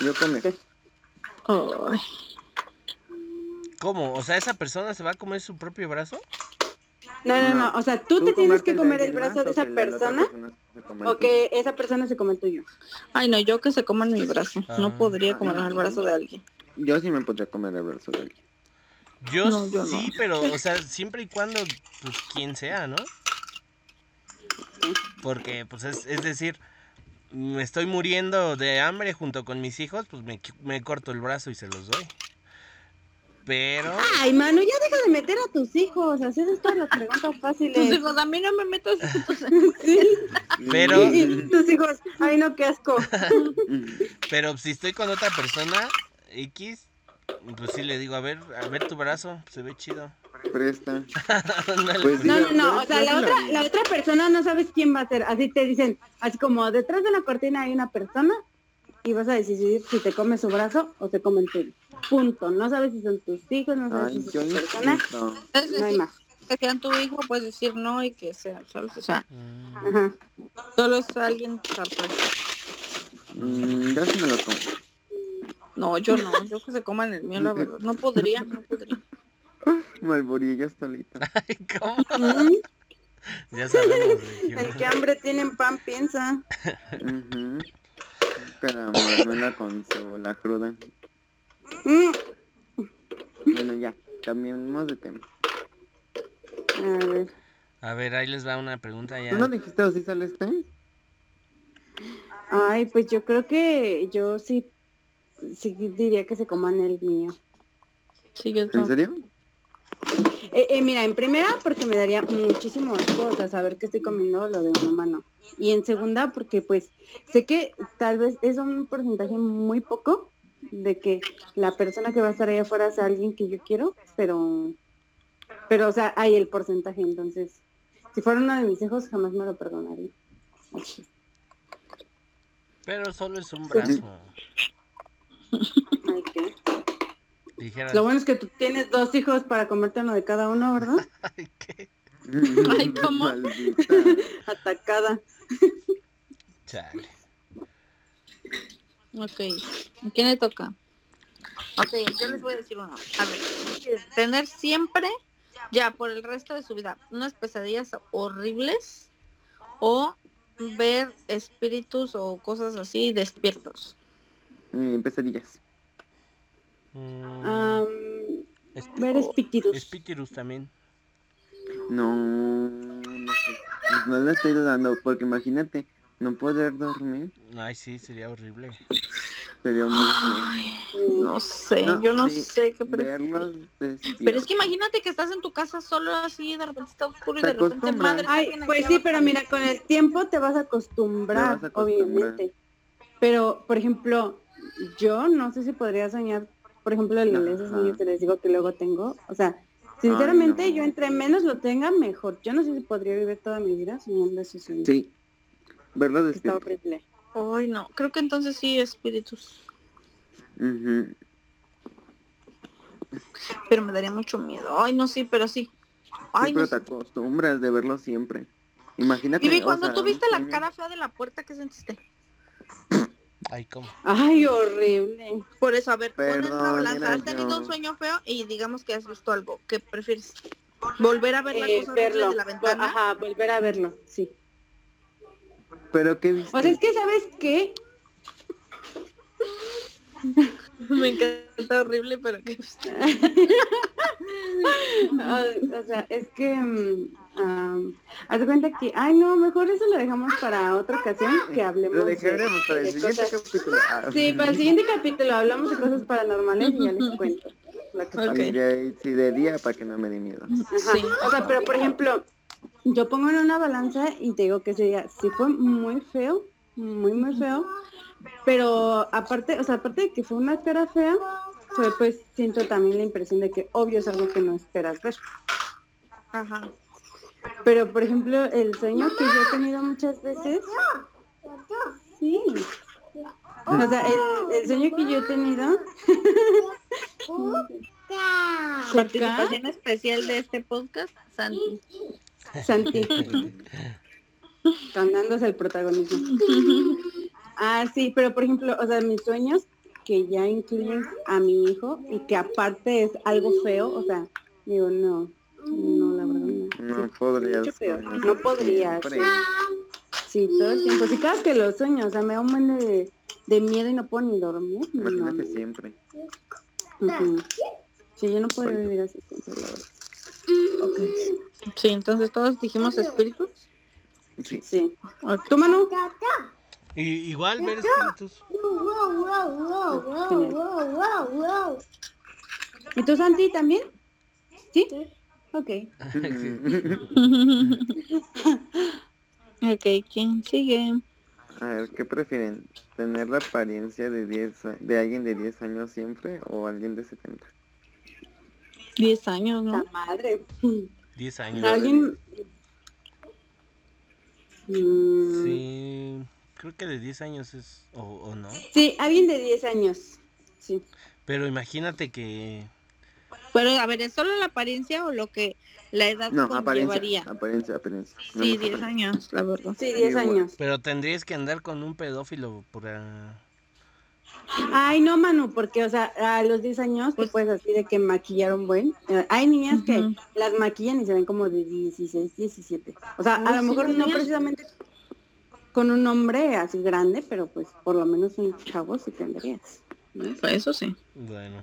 Yo come. Ay, ¿Cómo? O sea, esa persona se va a comer su propio brazo. No, no, No. no, o sea, tú, te tienes que comer el brazo de esa persona o o que que esa persona se come el tuyo. Ay, no, yo que se coman mi brazo. Ah. No podría comerme el brazo de alguien. yo sí me podría comer el brazo de alguien Yo No, yo no. sí, pero, o sea, siempre y cuando, pues, quien sea, ¿no? Porque, pues, es, es decir, me estoy muriendo de hambre junto con mis hijos, pues me, qui- me corto el brazo y se los doy. Pero, Ay, mano, ya deja de meter a tus hijos, así es todas las preguntas Tus fáciles. hijos, a mí no me metas. Sí, Pero- y- y tus hijos, ay no, qué asco. pero si estoy con otra persona, X, pues sí le digo, a ver, a ver tu brazo, se ve chido. presta Ándale, Pues pues. No, Yo- no, yo- no, o sea, yo la sí lo otra, haría. la otra persona no sabes quién va a ser. Así te dicen, así como detrás de la cortina hay una persona y vas a decidir si te come su brazo o se come el tuyo. Punto. No sabes si son tus hijos, no sabes ay si yo son tus personas. insisto Es No hay decir, más. que sean tu hijo, puedes decir no y que sea, ¿sabes? O sea, Mm, Ajá. solo es alguien sorpresa. Mm, yo sí me lo como No, yo no, yo que se coman el mío, la verdad. No podría, no podría. malborilla solita ay, ¿cómo? Mm, Ya sabemos. de El que quién. hambre tienen pan piensa. Ujú. para morderla con cebola cruda Mm, bueno ya cambiemos de tema A ver. A ver, ahí les va una pregunta ya. ¿tú no dijiste o sí sale este? Ay, pues yo creo que yo sí, sí diría que se coman el mío. Sí, yo ¿en también. serio? Eh, eh, mira, en primera porque me daría muchísimo asco, o sea, saber que estoy comiendo lo de un humano. Y en segunda porque pues sé que tal vez es un porcentaje muy poco de que la persona que va a estar ahí afuera sea alguien que yo quiero, pero, pero o sea, hay el porcentaje, entonces, si fuera uno de mis hijos jamás me lo perdonaría. Pero solo es un brazo. Ay, ¿qué? Dijera, Lo bueno es que tú tienes dos hijos para comerte uno de cada uno, ¿verdad? ay, qué Ay, ¿cómo? Maldita. Atacada. chale. Ok, ¿a quién le toca? Ok, yo les voy a decir uno. A ver, tener siempre, ya por el resto de su vida, unas pesadillas horribles o ver espíritus o cosas así despiertos. Mm, pesadillas Mm, Ah, Am, esp- ver espíritus. espíritus también. No, no sé. Pues No la estoy dudando, porque imagínate, no poder dormir. Ay, sí, sería horrible. Sería muy... No sé, No, yo no sí, sé qué prefiero. Verlos despiertos. Pero es que imagínate que estás en tu casa solo así, de repente está oscuro y Te de repente acostumbras. madre. Ay, alguien pues acaba- sí, pero mira, con el tiempo te vas a acostumbrar, Te vas a acostumbrar. obviamente. Pero, por ejemplo, yo no sé si podría soñar, por ejemplo, el, Ajá. esos sueños que les digo que luego tengo. O sea, sinceramente, Ay, no. yo entre menos lo tenga, mejor. Yo no sé si podría vivir toda mi vida soñando esos sueños. Sí. Verlos que Está despiertos. horrible. Ay, no, creo que entonces sí, espíritus. Ujú. Pero me daría mucho miedo. Ay, no, sí, pero sí. Sí, Ay, no pero te sé. acostumbras de verlo siempre. Imagínate. Vivi, o cuando sea, tú viste la un- cara fea de la puerta, ¿qué sentiste? Ay, ¿cómo? Ay, horrible. Por eso, a ver, pon en la Perdón, balanza. era Has tenido yo. un sueño feo y digamos que has visto algo. ¿Qué prefieres? ¿Volver a ver Pues la Eh, cosa horrible verlo. de la ventana? Ajá, volver a verlo, sí. Pero qué viste. O sea, Pues es que, ¿sabes qué? Me encanta horrible, pero que... Ah, O, o sea, es que mm, am, haz de cuenta que, ay no, mejor eso lo dejamos para otra ocasión que hablemos. Eh, Lo de- dejaremos para el de siguiente cosas. capítulo. Ah, Sí, para el siguiente capítulo hablamos de cosas paranormales y ya les cuento. lo que Ok. pasa. Ya, Sí, de día para que no me dé miedo. Ajá. Sí. O sea, pero por ejemplo, yo pongo en una balanza y te digo que ese día sí fue muy feo, muy muy feo, pero aparte, o sea, aparte de que fue una cara fea, fue pues siento también la impresión de que obvio es algo que no esperas ver. Ajá. Pero por ejemplo, el sueño que yo he tenido muchas veces. Sí. O sea, el, el sueño que yo he tenido. Acá, Participación especial de este podcast, Santi. Santi, ganándose el protagonismo. Ah, sí, pero por ejemplo, o sea, mis sueños que ya incluyen a mi hijo y que aparte es algo feo, o sea, digo, no, no, la verdad no. No Sí, podrías. mucho peor. con- No podrías. Ah, Siempre. Sí, todo el tiempo. Sí, cada que lo sueño, o sea, me da un buen de, de miedo y no puedo ni dormir. no, Imagínate no. siempre. Ujú. Sí, yo no puedo vivir así siempre, la verdad. Sí, entonces todos dijimos espíritus. Sí. Sí. ¿Tú, Manu? Y- igual ver espíritus. ¿Y tú, Santi, también? ¿Sí? Ok. Ujú. ok, ¿quién sigue? A ver, ¿qué prefieren? ¿Tener la apariencia de 10 a- de alguien de 10 años siempre o alguien de 70? 10 años, La ¿no? madre. 10 años. ¿Alguien? Mm, Sí. Sí, creo que de 10 años es, o, o no. alguien de 10 años. Sí. Pero imagínate que... Pero a ver, ¿es solo la apariencia o lo que la edad No, conllevaría? apariencia. Apariencia, apariencia. No Sí, más 10 apariencia. años, la verdad. Sí, 10 Igual. años. Pero tendrías que andar con un pedófilo ah, para... Ay, no, Manu, porque, o sea, a los 10 años, pues, puedes así de que maquillaron buen. Eh, Hay niñas Ujú. que las maquillan y se ven como de 16, 17. O sea, a Ay, lo sí, mejor las no niñas. precisamente con un hombre así grande, pero pues por lo menos un chavo sí tendrías. Pues eso sí. Bueno,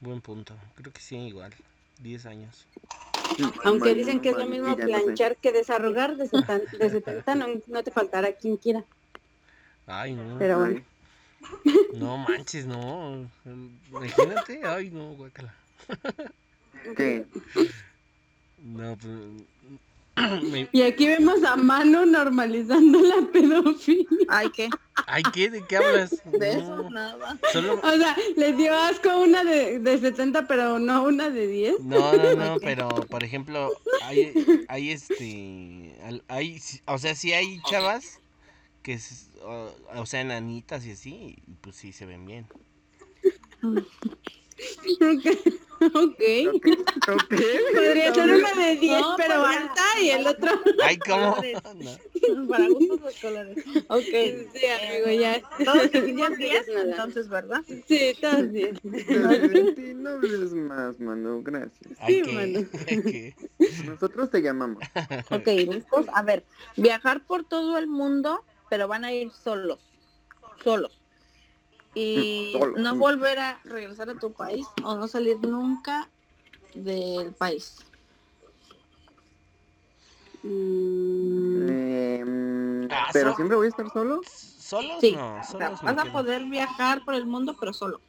buen punto. Creo que sí, igual. 10 años. Aunque Mario, dicen que es lo Mario, mismo ya no sé. planchar que desarrugar de 70, de 70, no, no te faltará quien quiera. Ay, no. Pero bueno, No manches, no. Imagínate. Ay, no, guácala. Ay, ¿Qué? No, pues... me- y aquí vemos a Manu normalizando la pedofilia. Ay, ¿qué? Ay, ¿qué? ¿De qué hablas? De eso No, nada. Solo... O sea, les dio asco una de, de 70, pero no una de 10. No, no, no, pero por ejemplo, hay, hay este, al- hay, o sea, sí hay chavas que, es, o, o sea, enanitas y así, y pues sí se ven bien. Ok. ok. Ok. Podría ser una de 10, No, pero podría- alta y el otro. Ay, ¿cómo? No. Para gustos los colores. Ok. Sí, amigo, ya. Todos dijimos 10, Nada. entonces, ¿verdad? Sí, todos 10. De ti No hables más, Manu, gracias. Hay Sí, que, mano. hay que- Nosotros te llamamos. Ok, listos. A ver, viajar por todo el mundo, pero van a ir solos. Solos. Y Mm, solos, no mm. volver a regresar a tu país o no salir nunca del país. Mm, Eh, mm, Ah, pero so- Em, Mm, siempre voy a estar solo. ¿Solos? Sí. No, O sea, solos vas no a quedan. poder viajar por el mundo, pero solo.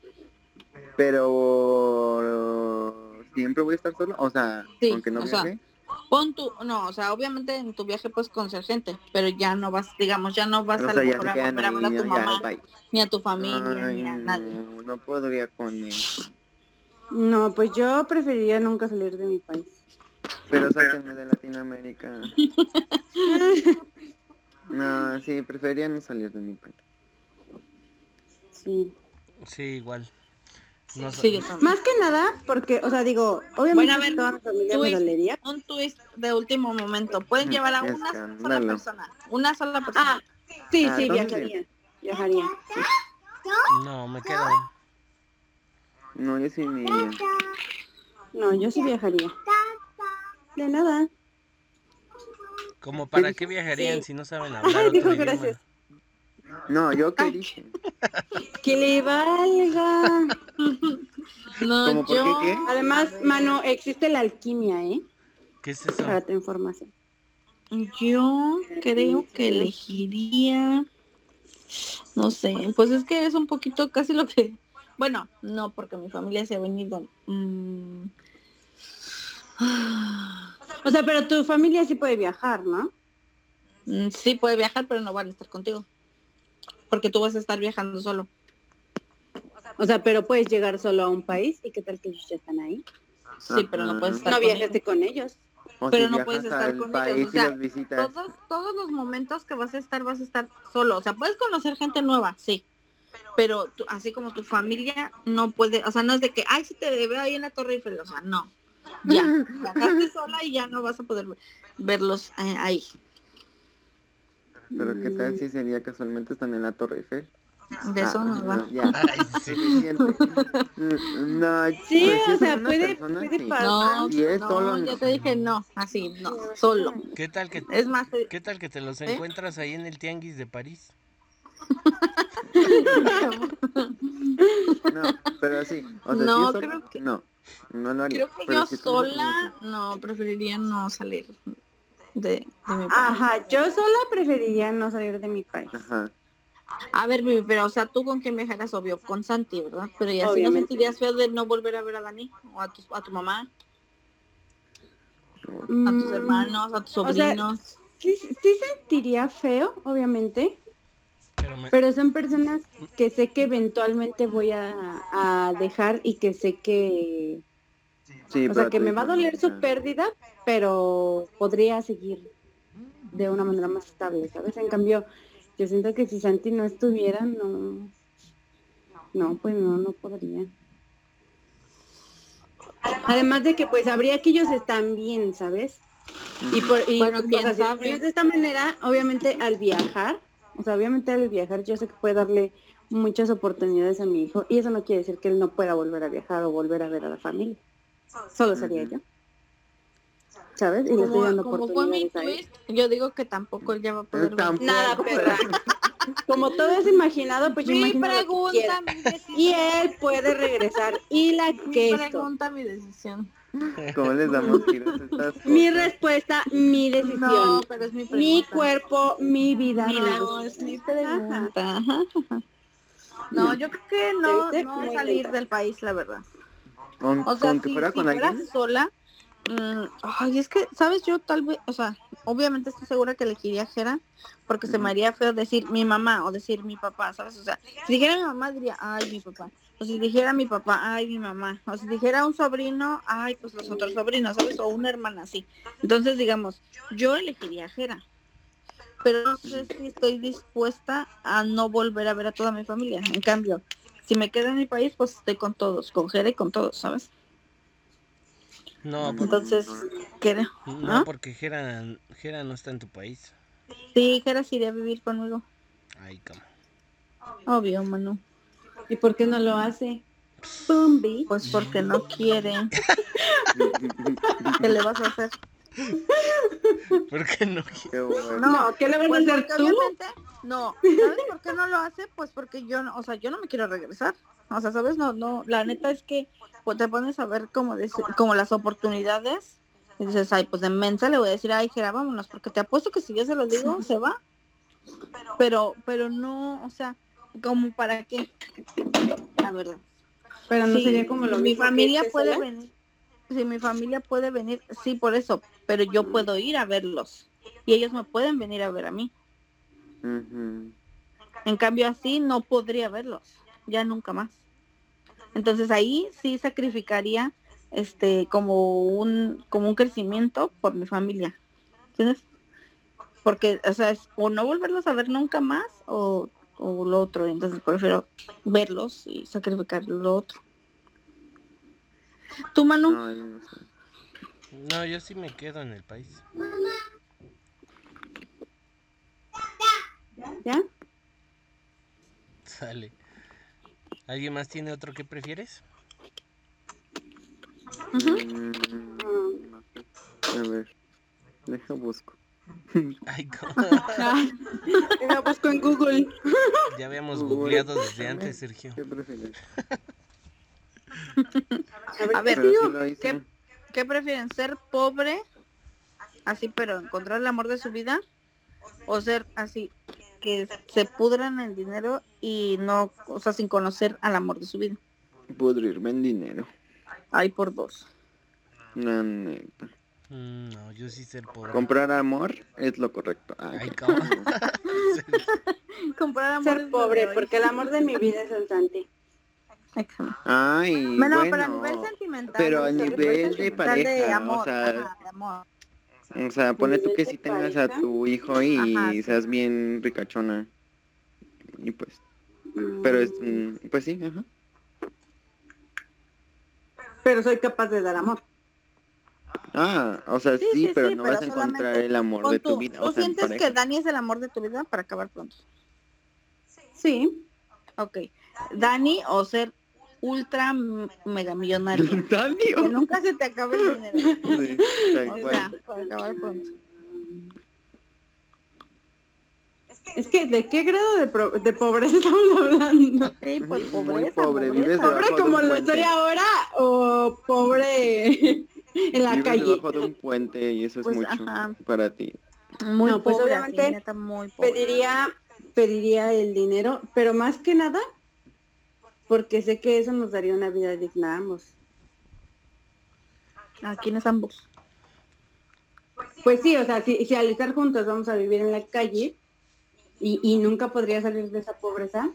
Pero siempre voy a estar solo, o sea, Sí, aunque no o sea, viaje. Pon tu, no, o sea, obviamente en tu viaje puedes conocer gente, pero ya no vas, digamos, ya no vas o a, lo sea, ya se mejor a quedan volver a ahí, ver a tu ¿no? ya, mamá, bye. ni a tu familia, Ay, ni a nadie. no, no podría con él. No, pues yo preferiría nunca salir de mi país. Pero sáquenme de Latinoamérica. No, sí, preferiría no salir de mi país. Sí. Sí, igual. No so- Sigue con- Más que nada, porque, o sea, digo, Bueno, obviamente a ver, toda mi familia tú me y- dolería. un twist de último momento. Pueden llevar a una sola Escándalo. persona. Una sola persona. Sí, Ah, sí, entonces viajaría. Viajaría. No, me quedo. No, yo sí me... No, yo sí viajaría. De nada. Como para qué viajarían Sí. si no saben hablar otro dijo idioma? gracias. No, yo qué dije. Que le valga. No, ¿Cómo por yo. qué qué? Además, Mano, existe la alquimia, ¿eh? ¿Qué es eso? Ah. Para tu información. Yo creo que elegiría. No sé. Pues es que es un poquito casi lo que. Bueno, no, porque mi familia se ha venido. mm. ah, O sea, pero tu familia sí puede viajar, ¿no? Mm, Sí puede viajar, pero no van a estar contigo. Porque tú vas a estar viajando solo. O sea, pero puedes llegar solo a un país y qué tal que ellos ya están ahí. Sí, pero no puedes estar No conmigo. viajaste con ellos. O Pero si no puedes viajas estar al con ellos, país o y sea, los visitas. todos, todos los momentos que vas a estar, vas a estar solo. O sea, puedes conocer gente nueva, sí. Pero tú- así como tu familia no puede, o sea, no es de que, ay, si te veo ahí en la Torre Eiffel, o sea, no. Ya, viajaste sola y ya no vas a poder ver- verlos eh, ahí. Pero qué tal si sería casualmente están en la Torre Eiffel. Mm. Ah, De eso no va. Ya. Ay, sí. Suficiente. No, Sí, pues, si o es sea, una puede, persona, puede sí. pasar. No, Ah, Y es solo, no, no. ya te dije no, así, no, solo. ¿Qué tal que Es más, eh, qué tal que te los ¿Eh? encuentras ahí en el tianguis de París? No, pero sí. O sea, No, si es solo, creo que- no. No lo haría. creo que pero yo si es solo, sola, no, preferiría no salir de, de Ah, mi país. Ajá, yo sola preferiría no salir de mi país. Ajá. A ver, Vivi, pero o sea, tú con quién viajaras, obvio, con Santi, ¿verdad? Pero ya si no Obviamente. sentirías feo de no volver a ver a Dani, o a tu, a tu mamá, a tus Mm, hermanos, a tus o sea, sobrinos. Sí, sí sentiría feo, obviamente, Pero me- pero son personas que sé que eventualmente voy a, a dejar y que sé que, Sí, o pero sea, que tú me va a dices, doler ajá. su pérdida, pero podría seguir de una manera más estable, ¿sabes? En cambio, yo siento que si Santi no estuviera, no, no, pues no, no podría. Además de que pues habría que ellos están bien, ¿sabes? Y por y, Bueno, o sea, quién si lo sabe. piensas de esta manera, obviamente al viajar, o sea, obviamente al viajar yo sé que puede darle muchas oportunidades a mi hijo y eso no quiere decir que él no pueda volver a viajar o volver a ver a la familia. Solo sería Ujú. yo. ¿Sabes? Y le estoy dando Como, como fue mi oportunidades a él. twist, yo digo que tampoco él ya va a poder Él ver. tampoco. Nada, perra. Como todo es imaginado, pues yo Mi imagino lo que pregunta, quiera. mi decisión. Y él puede regresar y la Mi queso. pregunta, mi decisión. ¿Cómo les damos tiros a estas cosas? Mi respuesta, mi decisión. No, pero es mi pregunta. mi cuerpo, mi vida. mi No, es decisión. mi Ajá. pregunta. Ajá, ajá. No, yo creo que no, ¿Te viste? no Muy salir lenta. del país, la verdad. Con, O sea, con que si, fuera si con fuera alguien. sola, mm, ay, es que, ¿sabes? Yo tal vez, o sea, obviamente estoy segura que elegiría a Jera, porque se me Ujú. haría feo decir mi mamá o decir mi papá, ¿sabes? O sea, si dijera mi mamá, diría, ay, mi papá. O si dijera mi papá, ay, mi mamá. O si dijera un sobrino, ay, pues los otros sobrinos, ¿sabes? O una hermana, así. Entonces, digamos, yo elegiría a Jera. Pero no sé si estoy dispuesta a no volver a ver a toda mi familia. En cambio, si me quedo en mi país, pues estoy con todos, con Jera y con todos, ¿sabes? no, por- Entonces, ¿qué? no ¿Ah? porque Jera, Jera no está en tu país. Sí, Jera se iría a vivir conmigo. Ay, cama. Obvio, Manu. ¿Y por qué no lo hace? Bumbi. Pues porque no quiere. ¿Qué le vas a hacer? ¿Por qué no? Qué bueno. No, ¿qué le van Pues a hacer porque tú? obviamente, no. ¿Sabes por qué no lo hace? Pues porque yo, no- o sea, yo no me quiero regresar. O sea, ¿sabes? No, no. La neta es que pues, te pones a ver como, dice- como las oportunidades. Y dices, ay, pues de mensa le voy a decir, ay, Jera, vámonos, porque te apuesto que si yo se lo digo, se va. Pero, pero no, o sea, como para qué, la verdad. Pero Ah, no Sí, sería como lo mi mismo que ¿eh? familia irte puede sola. venir si mi familia puede venir sí por eso pero yo puedo ir a verlos y ellos me pueden venir a ver a mí Ujú. en cambio así no podría verlos ya nunca más entonces ahí sí sacrificaría este como un como un crecimiento por mi familia ¿entiendes? porque o sea es o no volverlos a ver nunca más o, o lo otro entonces prefiero verlos y sacrificar lo otro tú Manu No, yo no sé. No, yo sí me quedo en el país. ¿Ya? Sale. ¿Alguien más tiene otro que prefieres? Mm, Mm, A ver, deja busco. Ay, co- La busco en Google. ya habíamos Google. googleado desde antes, Sergio. ¿Qué prefieres? a ver Pero sí lo hice. ¿qué- ¿Qué prefieren? ¿Ser pobre? Así, pero encontrar el amor de su vida. O ser así, que se pudran el dinero y no, o sea, sin conocer al amor de su vida. Pudrirme en dinero. Hay por dos. La neta. Mm, no, yo sí ser pobre. Comprar amor es lo correcto. Ay, Ay, qué- ¿cómo? Comprar amor Ser pobre, porque el amor de mi vida es el Santi. Ay, Bueno, bueno. pero a nivel sentimental. pero a o sea, nivel de sentimental pareja, o amor, sea, ajá, de amor. O sea, pone tú nivel que de si tengas a pareja. tu hijo y Ajá, sí. seas bien ricachona. Y pues, Mm, pero es, mm, pues sí, ajá. pero soy capaz de dar amor. Ah, o sea, sí, Sí, sí, pero sí, no pero vas a encontrar solamente el amor Pon de tú, tu vida. ¿Tú O sea, en sientes que pareja. Dani es el amor de tu vida para acabar pronto? Sí. Ok. Dani o ser ultra m- mega millonario. que Dani, nunca se te acabe el dinero. o- sí, tal O sea, cual. para acabar pronto. Es que, ¿de qué grado de, pro- de pobreza estamos hablando? Sí, pues Muy pobreza, pobre, pobreza. vives ¿Pobre Debajo de como un lo puente. estoy ahora o pobre en la Vives calle? debajo de un puente y eso es Pues, mucho ajá. para ti. Muy No, pues, pobre, obviamente, pues, así, neta, muy pobre. Pediría, pediría el dinero, pero más que nada, porque sé que eso nos daría una vida digna a ambos. Aquí en ambos. Pues sí, o sea, si, si al estar juntos vamos a vivir en la calle y, y nunca podría salir de esa pobreza,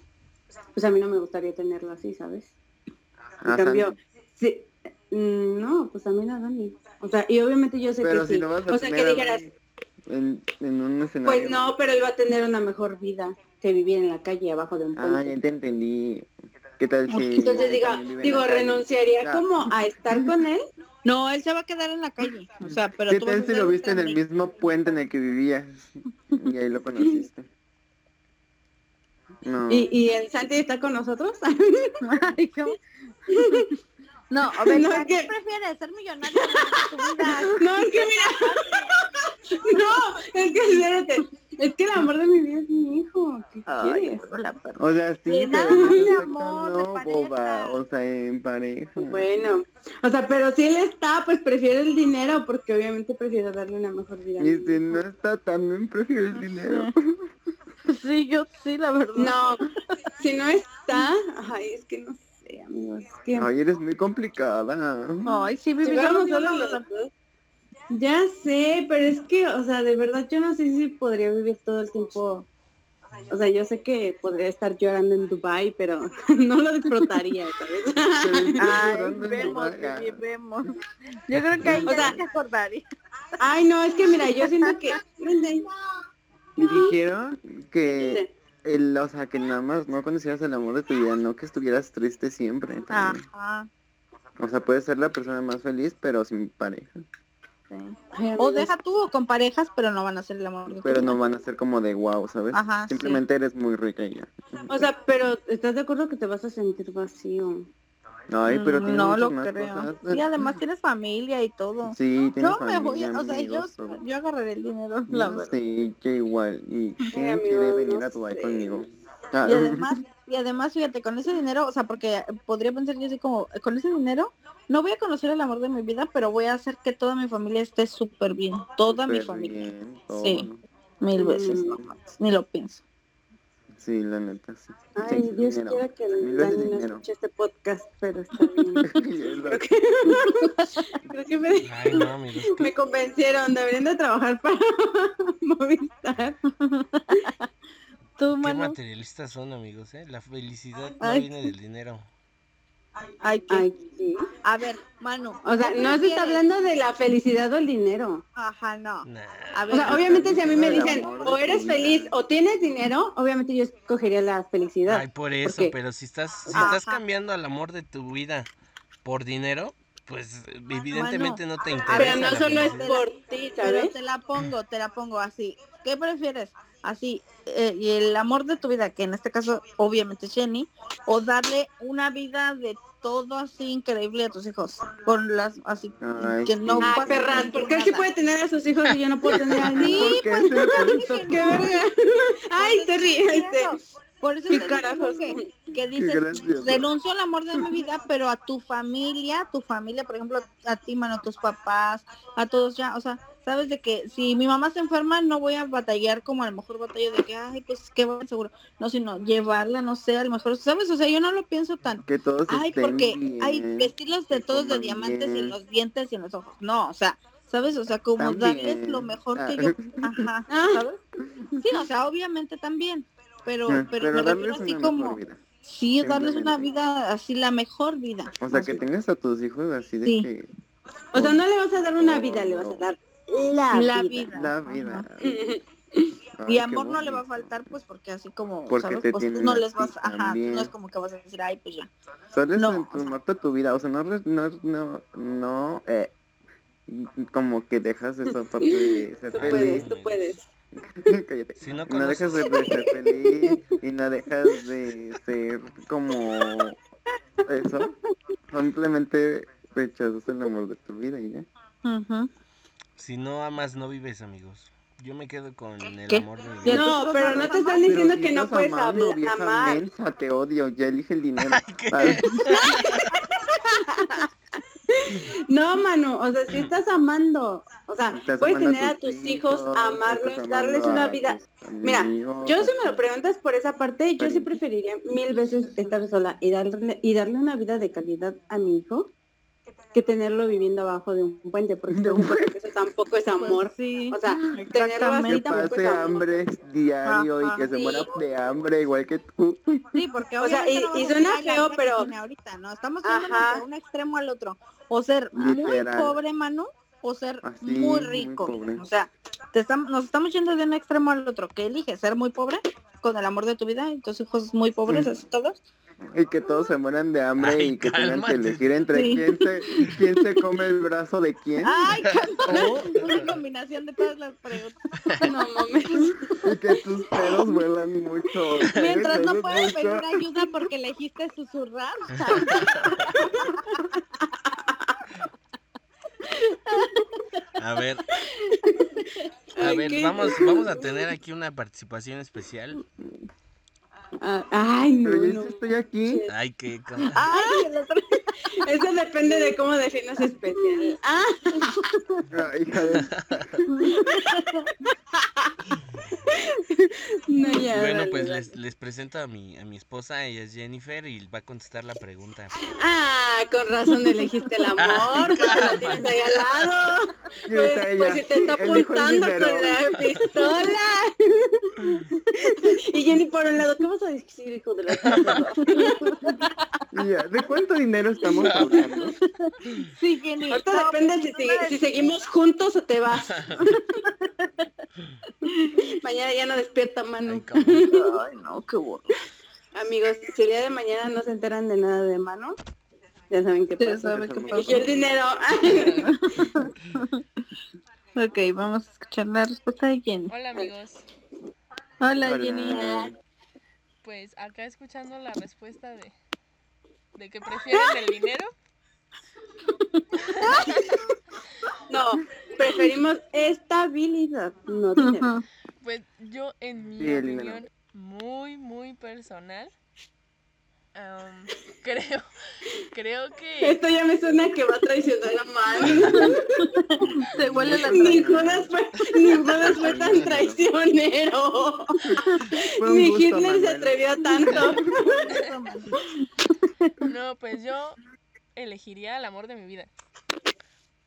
pues a mí no me gustaría tenerlo así, ¿sabes? En Ajá. cambio, sí, mm, no, pues a mí no, Dani. O sea, y obviamente yo sé Pero que si sí. lo vas a o sea, que tener a dijeras, Dani en, en un escenario. pues no, pero él va a tener una mejor vida que vivir en la calle abajo de un puente. Ah, ya te entendí. ¿Qué tal si Entonces diga, también vive en digo, la calle? renunciaría Ya. como a estar con él. No, él se va a quedar en la calle. O sea, pero ¿Qué tú vas tal a si ser lo viste en el feliz. mismo puente en el que vivías? Y ahí lo conociste. No. Y, y el Santi está con nosotros. Ay, ¿cómo? No, a ver, No, ¿a que- ¿qué prefieres? ¿Ser millonario o vivir tu vida? no, es que mira. no, es que espérate. Es que el amor de mi vida es mi hijo. ¿Qué Ay, quieres? hola, perro. O sea, sí, De pero nada, no de está amor, de tan no, pareja. boba, o sea, en pareja. Bueno, o sea, pero si él está, pues prefiero el dinero, porque obviamente prefiero darle una mejor vida. a mi Y si hijo. no está también prefiero el dinero. Sí, yo sí, la verdad. No, si no está, ay, es que no sé, amigos. es que- Ay, eres muy complicada. Ay, sí, vivíamos Llegamos solos solos los los dos. Ya sé, pero es que, o sea, de verdad yo no sé si podría vivir todo el tiempo. O sea, yo sé que podría estar llorando en Dubai, pero no lo disfrutaría, ¿sabes? Pero estoy Ay, llorando en mi vemos, vaca. sí, vemos. Yo creo que ahí O ya sea- no se acordaría. Ay, no, es que mira, yo siento que... Y dijeron que, el, o sea, que nada más no conocieras el amor de tu vida, no que estuvieras triste siempre. Ah. también. Ajá, O sea, puedes ser la persona más feliz, pero sin pareja. sí. Ay, O amigos, deja tú o con parejas, pero no van a ser el amor. de tu Pero vida. no van a ser como de wow, ¿sabes? Ajá, Ah, sí. Simplemente eres muy rica y ya. O sea, pero ¿estás de acuerdo que te vas a sentir vacío? Ay, pero tienes Mm, no muchas lo más creo. cosas. Y además tienes familia y todo. Sí, tienes yo me voy, familia, o sea, yo, amigos, todo. yo agarraré el dinero, la Yo verdad. Sí, yo igual. ¿Y quién amigo, quiere venir no a Dubai sé. conmigo? Ah. Y además, y además, fíjate, con ese dinero, o sea, porque podría pensar yo así como, con ese dinero, no voy a conocer el amor de mi vida, pero voy a hacer que toda mi familia esté súper bien. Toda mi familia. Sí. Mil Mm. veces, no más. Ni lo pienso. Sí, la neta, sí. Ay, Sí, Dios dinero. quiera que Mil veces Dani no dinero. escuche este podcast, pero está bien. Creo que, creo que me, Ay, no, mi Dios. me convencieron, deberían de trabajar para Movistar. Qué Tú, mano. materialistas son, amigos, ¿eh? La felicidad no Ay. viene del dinero. Ay, qué- Ay, sí. A ver, mano. O sea, ¿qué no se prefieres? está hablando de la felicidad o el dinero. Ajá, no. Nah. A O ver, sea, obviamente si a mí me El dicen amor o de tu eres vida. feliz o tienes dinero, obviamente yo escogería la felicidad. Ay, por eso, qué? pero si estás, si Ajá. estás cambiando al amor de tu vida por dinero, pues evidentemente no te interesa. a ver, pero no la solo es felicidad. por ti, pero ¿sabes? te la pongo, te la pongo así. ¿Qué prefieres? Así, eh, y el amor de tu vida, que en este caso obviamente es Jenny, o darle una vida de todo así increíble a tus hijos, con las así Ay, que no sí. Ay, pasen Ferran, ¿por qué él sí nada. puede tener a sus hijos y yo no puedo tener a mí? Sí, qué pues se yo lo dije tanto? que ¡Qué no. verga! ¡Ay, te ríes! Por eso Sí, te digo carajos. que, que Qué dices, gracioso. renuncio al amor de mi vida, pero a tu familia, tu familia, por ejemplo, a ti, mano, a tus papás, a todos ya, o sea, sabes de que si mi mamá se enferma, no voy a batallar como a lo mejor batallo de que, ay, pues qué bueno, seguro. No, sino llevarla, no sé, a lo mejor, ¿sabes? O sea, yo no lo pienso tan. Que todos Ay, estén porque hay bien. vestirlos que de todos de coman diamantes y bien. en los dientes y en los ojos. No, o sea, ¿sabes? O sea, como darles También. lo mejor que Ah. yo. Ajá, Ah, ¿sabes? Sí, o sea, obviamente también. Pero, Ah, pero, me refiero darles así una como, mejor vida. sí, darles una simplemente. vida, así la mejor vida. O sea, Así. que tengas a tus hijos así de Sí. que O sea, no le vas a dar una vida, le vas a dar la, la vida. vida. la ajá. Ah, vida. Ay, Y qué amor no le va a bonito. faltar, pues, porque así como, Porque ¿sabes? te Pues, tú tienen no a les ti vas, ajá, tú también. no es como que vas a decir, ay, pues ya. Solo es No, en o sea. tu mapa tu vida, o sea, no, re- no, no, no, eh, como que dejas esa parte de ser Tú feliz. puedes, tú puedes. Cállate. Si no No conoces- dejas de de ser feliz y no dejas de ser como eso. Simplemente rechazas el amor de tu vida y ya. Ujú. Si no amas, no vives, amigos. Yo me quedo con el ¿Qué? amor de mi Ya vida. No, pero no te están Pero diciendo si que no estás puedes amando, hablar, vieja amar. mensa, te odio, ya elige el dinero. Ay, No, Manu, o sea, si estás amando, o sea, estás puedes amando tener a tus hijos, estás amarlos, darles amando una a vida. tus Mira, amigos. Yo si me lo preguntas por esa parte, yo sí Pero- preferiría mil veces estar sola y darle, y darle una vida de calidad a mi hijo que tenerlo viviendo abajo de un puente, porque De un yo creo que eso tampoco es amor. Pues, sí. O sea, tenerlo Exactamente. así que tampoco pase es amor. hambre diario Ajá. y que se Sí. muera de hambre igual que tú. pues, Sí, porque O sea, obviamente y- no y vamos a suena llegar a la feo, vida que pero- tiene ahorita, no estamos yendo Ajá. de un extremo al otro, o ser Literal. muy pobre, mano, o ser Así, muy muy rico. pobre. o sea, te estamos, nos estamos yendo de un extremo al otro, que elige ser muy pobre con el amor de tu vida, y tus hijos muy pobres, Sí. así todos. Y que todos se mueran de hambre Ay, y que tengan cálmate. que elegir entre Sí. quién, se, quién se come el brazo de quién Ah. Ay, O- una combinación de todas las preguntas. No mames. y que tus pelos vuelan mucho. Mientras no Vuelan puedes mucho. pedir ayuda porque elegiste susurrar. A ver. A Ay, ver, qué- vamos, vamos a tener aquí una participación especial. Ah, Ay, no, Pero yo no. sí estoy aquí. Ay, qué... co- Ay, el otro- Eso depende de cómo definas especial. Ah, Ay, Ah, hija de- no, ya. Bueno, dale, pues dale. les, les presento a mi, a mi esposa, ella es Jennifer y va a contestar la pregunta. Ah, con razón elegiste Ah, el amor, Ay, porque calma. lo tienes ahí al lado. ¿Quién Pues, está pues ella? si te está Elijo el apuntando con dinero. la pistola. y Jenny por un lado, ¿qué vas a decir, hijo de la chingada? Y ya, ¿De cuánto dinero estamos hablando? Sí, Jenny. Ahorita No, pues, depende si, no si- me si seguimos juntos o te vas. mañana ya no despierta Ay, Manu. cómo- Ay, no, qué bueno. Amigos, si el día de mañana no se enteran de nada de Manu, ya saben qué Ya pasa. saben qué Eligió el dinero. Ok, vamos a escuchar la respuesta de Jenny. Hola amigos, Hola, Hola. Jenny. pues acá escuchando la respuesta de, de que prefieren el dinero. no, preferimos estabilidad, no dinero. Ujú. Pues yo en mi Sí, el dinero. opinión muy muy personal am, creo Creo que Esto ya me suena que va a traicionar a Manny. Se huele la Ninguna fue, ninguna fue tan traicionero. Fue un Ni gusto, Hitler se Manuel. atrevió a tanto. traición. no, pues yo elegiría al amor de mi vida.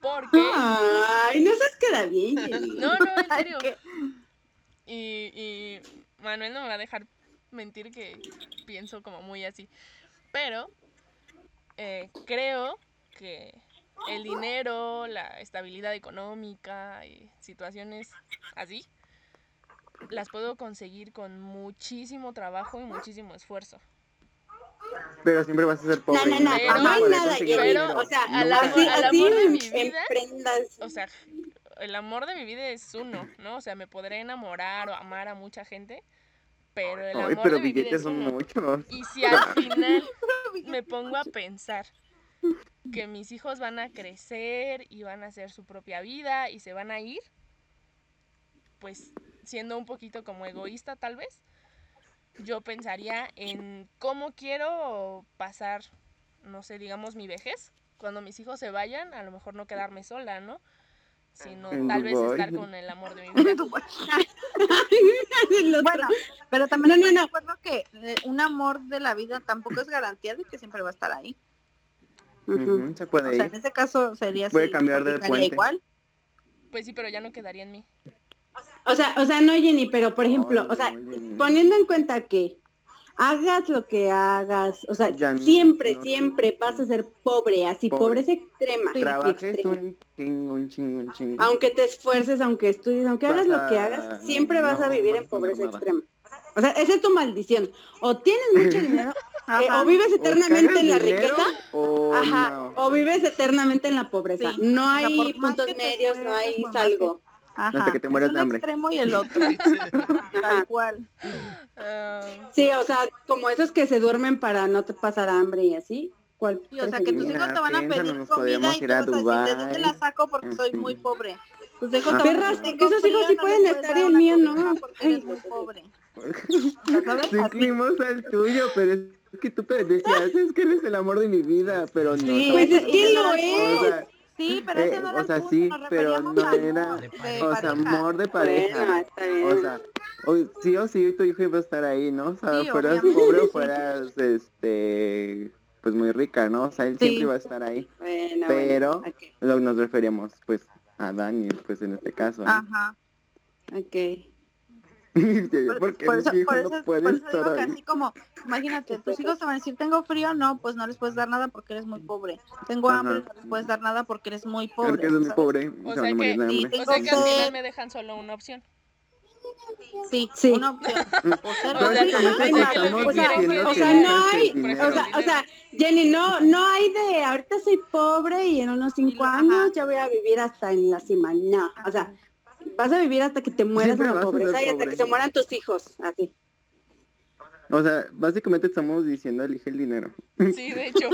Porque Ay, no seas queda bien. Jenny. no, no, en serio. ¿qué? Y, y Manuel no me va a dejar mentir que pienso como muy así. Pero eh, creo que el dinero, la estabilidad económica y situaciones así, las puedo conseguir con muchísimo trabajo y muchísimo esfuerzo. Pero siempre vas a ser No, pobre. no, no, Pero- no hay pero- nada, Jenny. pero- O sea, al amor- así, al así amor de mi vida. emprendas. o sea, el amor de mi vida es uno, ¿no? O sea, me podré enamorar o amar a mucha gente, pero el amor Ay, pero de mi vida billetes es son uno. muchos. Y si al final me pongo a pensar que mis hijos van a crecer y van a hacer su propia vida y se van a ir, pues siendo un poquito como egoísta tal vez, yo pensaría en cómo quiero pasar, no sé, digamos mi vejez. Cuando mis hijos se vayan, a lo mejor no quedarme sola, ¿no? Sino En tal vez estar Dubái. con el amor de mi vida. El otro. Bueno, pero también No, no, no, no. recuerdo que eh, un amor de la vida tampoco es garantía de que siempre va a estar ahí. Ujú. Ujú, Se puede O sea, en ir. ese caso sería Puede así, cambiar de aplicaría puente. igual. Pues sí, pero ya no quedaría en mí. O sea, o sea, no, Jenny, pero por ejemplo, Ay, o sea, no, Jenny. poniendo en cuenta que hagas lo que hagas, o sea, Ya no- siempre, no- siempre vas a ser pobre, así Pobre. pobreza extrema. Trabajes extrema. un chingo, un chingo, un chingo. Aunque te esfuerces, aunque estudies, aunque Vas hagas lo que a- hagas, siempre vas a no, vivir vas en a pobreza nada. extrema. O sea, esa es tu maldición. O tienes mucho dinero, eh, Ajá. o vives eternamente cagas en la dinero, riqueza, O ajá, Oh, no. o vives eternamente en la pobreza. Sí. No O sea, hay por más puntos que te medios, no esfuerces, hay por más que- salvo. Ajá. Hasta que te mueras es de un hambre. extremo y el otro, Ajá. tal cual. Ah, Sí, o sea, como esos que se duermen para no te pasar hambre y así. ¿Cuál Y, o sea, que tus preferirías? Mira, hijos te van a piénsalo, pedir nos comida podríamos y tú ir a vas a decir, ¿de Dubái". dónde la saco? Porque soy muy Ujú. pobre. Tus hijos te van Ajá. a Ah, Perras, decir, que esos "Con hijos frío sí no pueden les puedes estar dar y el una mío no". comida Porque Ay, eres muy Dios. pobre. ¿Ya sabes? Sí, Así. Climos el tuyo, pero es que tú te decías, es que eres el amor de mi vida, pero no. Sí, ¿sabes? pues es que lo O es. sea, Sí, pero Eh, ese no era o el sea, punto, sí, nos pero referíamos no al era- amor De de pareja. O sea, pareja. amor de Bueno, pareja. está bien. O sea, hoy, sí o sí tu hijo iba a estar ahí, ¿no? O sea, Sí, fueras obviamente. pobre o fueras, este, pues muy rica, ¿no? O sea, él Sí. siempre iba a estar ahí. bueno, Pero- bueno, ok, Lo- Nos referíamos, pues, a Dani, pues en este caso. ¿no? Ajá. ok. Porque por, eso, mi hijo por no eso- puede por eso estar digo que ahí. así como, imagínate, tus hijos te van a decir, tengo frío, no, pues no les puedes dar nada porque eres muy pobre. Tengo Ajá. hambre, no les puedes dar nada porque eres muy Porque pobre. es muy ¿sabes? pobre. O se sea van a morir que- de y hambre. o sea que al Entonces- final me dejan solo una opción. Sí, Sí. una opción. O ser O sea, rico, o ser como que le pobre. estamos o sea, diciendo o que sea, no no hay, por o ejemplo, sea, o dinero. sea, Jenny, no, no hay de ahorita soy pobre y en unos cinco Ajá. años ya voy a vivir hasta en la cima. No, o sea, vas a vivir hasta que te mueras de Siempre la vas a ser pobreza y hasta pobre. que se mueran tus hijos, así. O sea, básicamente estamos diciendo elige el dinero. Sí, de hecho.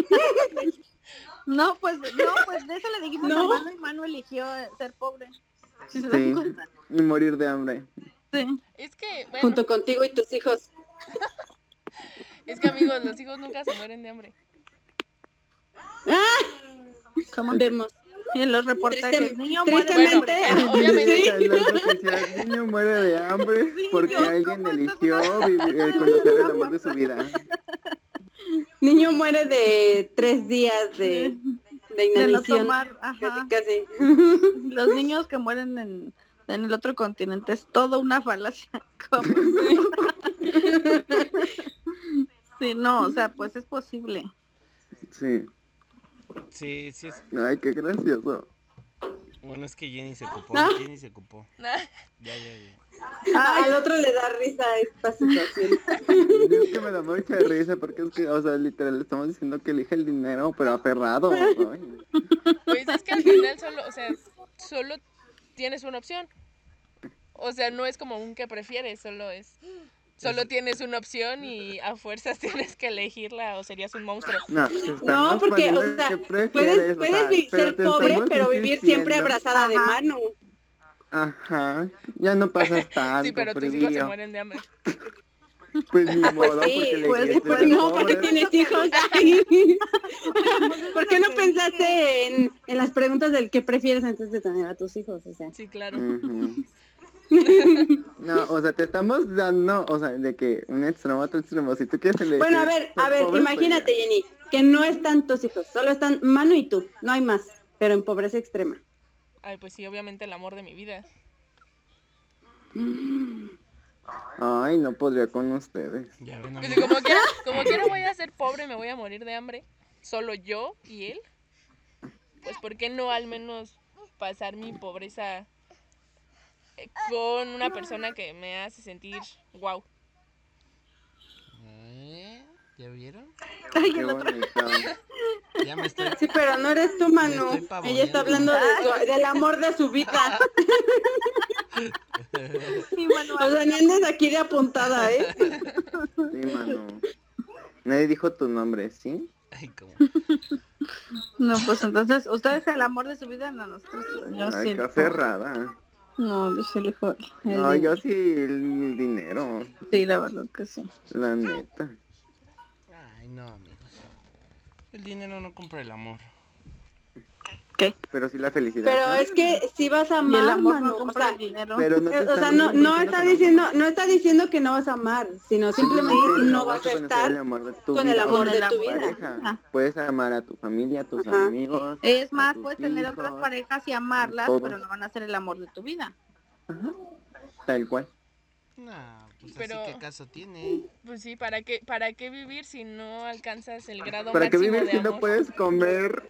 No, pues, no, pues de eso le dijimos No. a Manu y Manu eligió eh, ser pobre. Si se Sí. dan cuenta. Y morir de hambre. Sí. Es que, bueno, Junto contigo y tus hijos. es que amigos, los hijos nunca se mueren de hambre. Como Vemos. y en los reportajes. Triste- niño muere de Tristemente, hambre. obviamente. sí. En las noticias, El niño muere de hambre Sí, porque Dios, alguien ¿cómo estás eligió vivir, eh, conocer el amor de su vida. Niño muere de tres días de, este, de De no inanición. tomar, ajá. Casi, casi. Los niños que mueren en, en el otro continente es toda una falacia. como si- Sí, no, o sea, pues es posible. Sí. Sí, sí es. Ay, qué gracioso. Bueno, es que Jenny se ocupó. Ah. Jenny se ocupó. Ya, ya, ya. Ay, Al otro le da risa esta situación. Es que me da mucha risa porque es que, o sea, literal, estamos diciendo que elige el dinero, pero aferrado. Ay. Pues es que al final solo, o sea, solo tienes una opción. O sea, no es como un que prefieres, solo es. Solo tienes una opción y a fuerzas tienes que elegirla o serías un monstruo. No, No, estamos porque, o poniendo sea, que Puedes, prefieres, o puedes sea, vi- pero ser te pobre, estamos pero vivir siempre insistiendo. abrazada de Ajá. mano. Ajá, ya no pasas tanto Sí, pero tus hijos se frío. mueren de hambre. Pues ni modo, sí, porque la pues, iglesia pues es no, pobre. porque tienes hijos. Ay. ¿Por qué este, no pensaste en, en las preguntas del qué prefieres antes de tener a tus hijos? O sea, Sí, claro. Mm. Ujú. No, o sea, te estamos dando, o sea, de que un extremo a otro extremo, si tú quieres elegir... bueno, a ver, a ser ver, pobre, pues imagínate, Jenny, que no están tus hijos, solo están Manu y tú, no hay más, pero en pobreza extrema. Ay, pues sí, obviamente el amor de mi vida. pues, ya. Ay, no podría con ustedes. Ya ven, Pues, amor. como quiera, como quiera voy a ser pobre, me voy a morir de hambre. Solo yo y él. Pues ¿por qué no al menos pasar mi pobreza eh, con una persona que me hace sentir wow? Ay, ¿Eh? ¿Ya vieron? Ay, Qué el otro- bonito. Ya me estoy... Sí, pero no eres tú, Manu. Me estoy pavoneando. Ella está hablando de su- del amor de su vida. Sí, bueno, O sea, ni andes aquí de apuntada, ¿eh? Sí, mano. Nadie dijo tu nombre, ¿sí? Ay, como... no, pues entonces, ustedes el amor de su vida, no, nosotros, yo sí. Ay, el qué pobre. cerrada. No, yo sí elijo el No, yo dinero. sí el dinero, Sí, la verdad que sí. la neta. Ay, no, amigos. El dinero no compra el amor. Pero sí la felicidad. Pero ¿no? es que si vas a Y amar, el amor Manu, no o compra sea, el dinero. Pero no te Eh, O sea, están no, no está que no. diciendo, no está diciendo que no vas a amar, sino simplemente Sí, no vas a conocer el estar. amor de tu con vida, el amor o de sea, tu vida. pareja. Ajá. Puedes amar a tu familia, a tus Ajá. amigos. Es a más, tus puedes tener hijos, otras parejas y amarlas, todo. pero no van a ser el amor de tu vida. Tal cual. No, pues Pero- así que acaso tiene. Pues sí, ¿para qué, para qué vivir si no alcanzas el grado ¿Para qué máximo vivir de si amor? no puedes comer?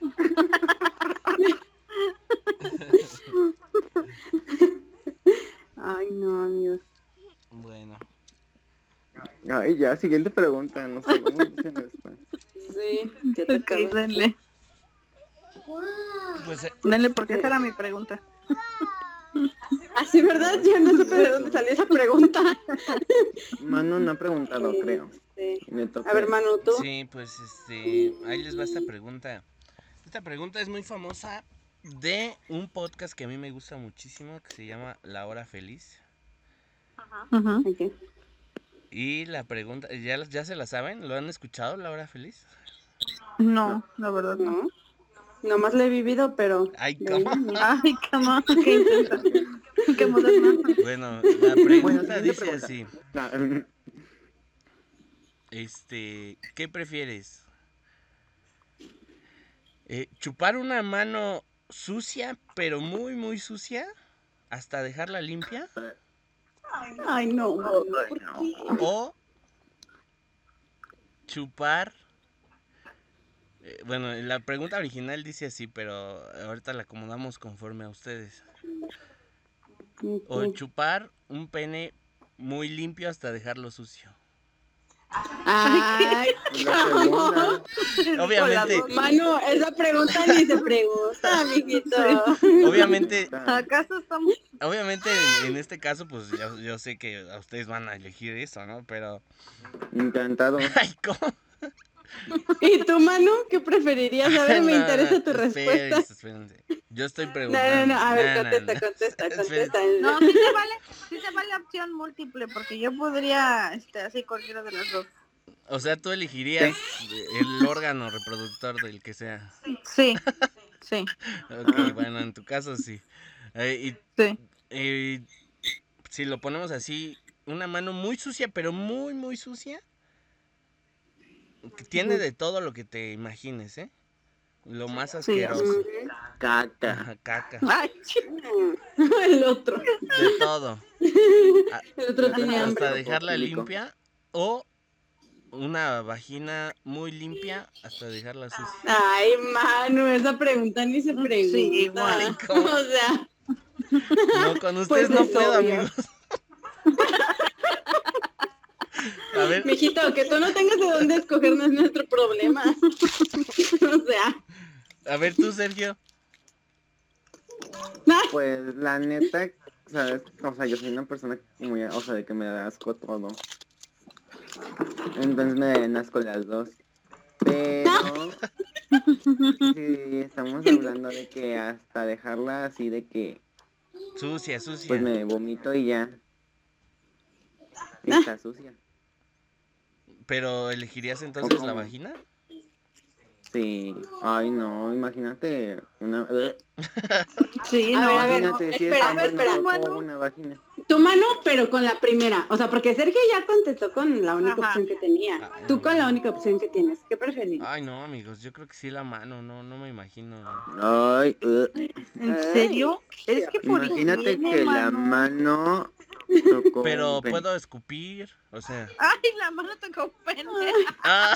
Ay, no, amigos. Bueno, a Ay, ya, siguiente pregunta. No sé cómo dicen esto. Sí, ya te Ok, acabé. denle. pues, eh, Denle, porque esa era mi pregunta. Ah, sí, ¿verdad? Yo no supe de dónde salió esa pregunta. Manu no ha preguntado, creo. Este, Me toca. A ver, Manu, tú. sí, pues este, ahí les va esta pregunta. Esta pregunta es muy famosa de un podcast que a mí me gusta muchísimo que se llama La Hora Feliz. Ujú. Ok. Y la pregunta, ¿ya, las- ya se la saben? ¿Lo han escuchado, La Hora Feliz? No, la verdad no. No. Nomás le he vivido, pero. Ay, de ¿cómo? ahí no. Ay, cama, qué intensa. Qué moderna. Bueno, la pregunta siguiente dice pregunta. así. No, Este, ¿qué prefieres? Eh, ¿Chupar una mano sucia, pero muy, muy sucia? ¿Hasta dejarla limpia? Ay, no. Manu, ¿por no. qué? ¿O chupar... eh, bueno, la pregunta original dice así, pero ahorita la acomodamos conforme a ustedes. ¿O Ok. chupar un pene muy limpio hasta dejarlo sucio? Ay, La segunda. Obviamente, Manu, esa pregunta ni se pregunta, amiguito. obviamente ¿Acaso estamos? Obviamente, en, en este caso, pues yo, yo sé que a ustedes van a elegir eso, ¿no? Pero. Encantado. Ay, ¿cómo? ¿Y tú, Manu, qué preferirías? A ver, me No, interesa no, tu respuesta. espérense, espérense. Yo estoy No, preguntando. no, no, a ver, no, contesta, no. contesta, Espérense. contesta. No, sí se vale, sí se vale opción múltiple, porque yo podría, este, así cualquiera de las dos. O sea, tú elegirías el órgano reproductor del que sea. Sí, sí, Ok, bueno, en tu caso sí. Eh, sí. y, eh, si lo ponemos así, una mano muy sucia, pero muy, muy sucia. que Tiene de todo lo que te imagines, ¿eh? Lo más Sí. Ah. asqueroso. Caca. Ajá, Caca. Ay, sí. Ujú. El otro, De todo. A- el otro Ajá. tiene hambre. Hasta hambre. dejarla Público. limpia o una vagina muy limpia hasta dejarla sucia. Ay, Manu, esa pregunta ni se pregunta. igual. O sea, No, con Pues ustedes no es puedo, obvio. amigos. A ver, mijito, que tú no tengas de dónde escoger no es nuestro problema. O sea, a ver tú, Sergio. Pues la neta, ¿sabes? O sea, yo soy una persona muy, o sea, de que me da asco todo. Entonces me dan asco las dos. Pero si estamos hablando de que hasta dejarla así de que Sucia, sucia. pues me vomito y ya. Y está sucia. ¿Pero elegirías entonces la cómo? vagina? Sí. Ay, no, imagínate una... uh, Sí, A no, ver, a ver, Imagínate si es espera, tan a ver, bueno espera, como Manu. una vagina. Tu mano, pero con la primera. O sea, porque Sergio ya contestó con la única Ajá. opción que tenía. Ay. Tú con la única opción que tienes. ¿Qué preferirías? Ay, no, amigos, yo creo que sí la mano, no, no me imagino. Ay, eh. ¿En serio? ah, Es que por Imagínate higiene, que la mano. mano tocó un Pero pene. puedo escupir, o sea. Ay, la mano tocó pene. Ah,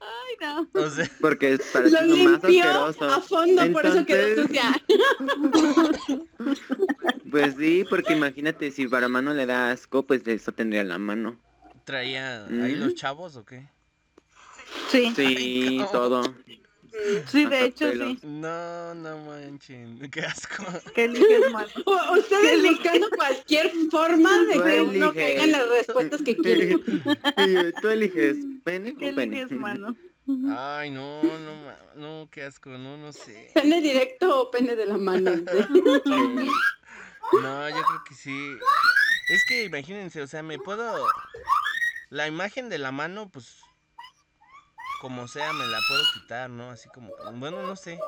Ay, no. o sea, Porque es para Lo ti lo más limpió asqueroso. a fondo, por eso quedó Entonces- sucia. Pues sí, porque imagínate si para mano le da asco, pues de eso tendría la mano. traía ahí Mm. los chavos o qué? Sí, Sí, no. todo. sí, de hasta hecho, pelo. sí. No, no manchen, qué asco. Que eliges, mano. O- Ustedes buscando cualquier forma de Tú que uno eliges. caiga en las respuestas que quieren. Sí, Tú eliges pene ¿Qué o pene. eliges, mano? Ay, no, no, ma- no, qué asco, no, no sé. Pene directo o pene de la mano. Sí. No, yo creo que sí. Es que imagínense, o sea, me puedo... La imagen de la mano, pues... Como sea, me la puedo quitar, ¿no? Así como... Bueno, no sé.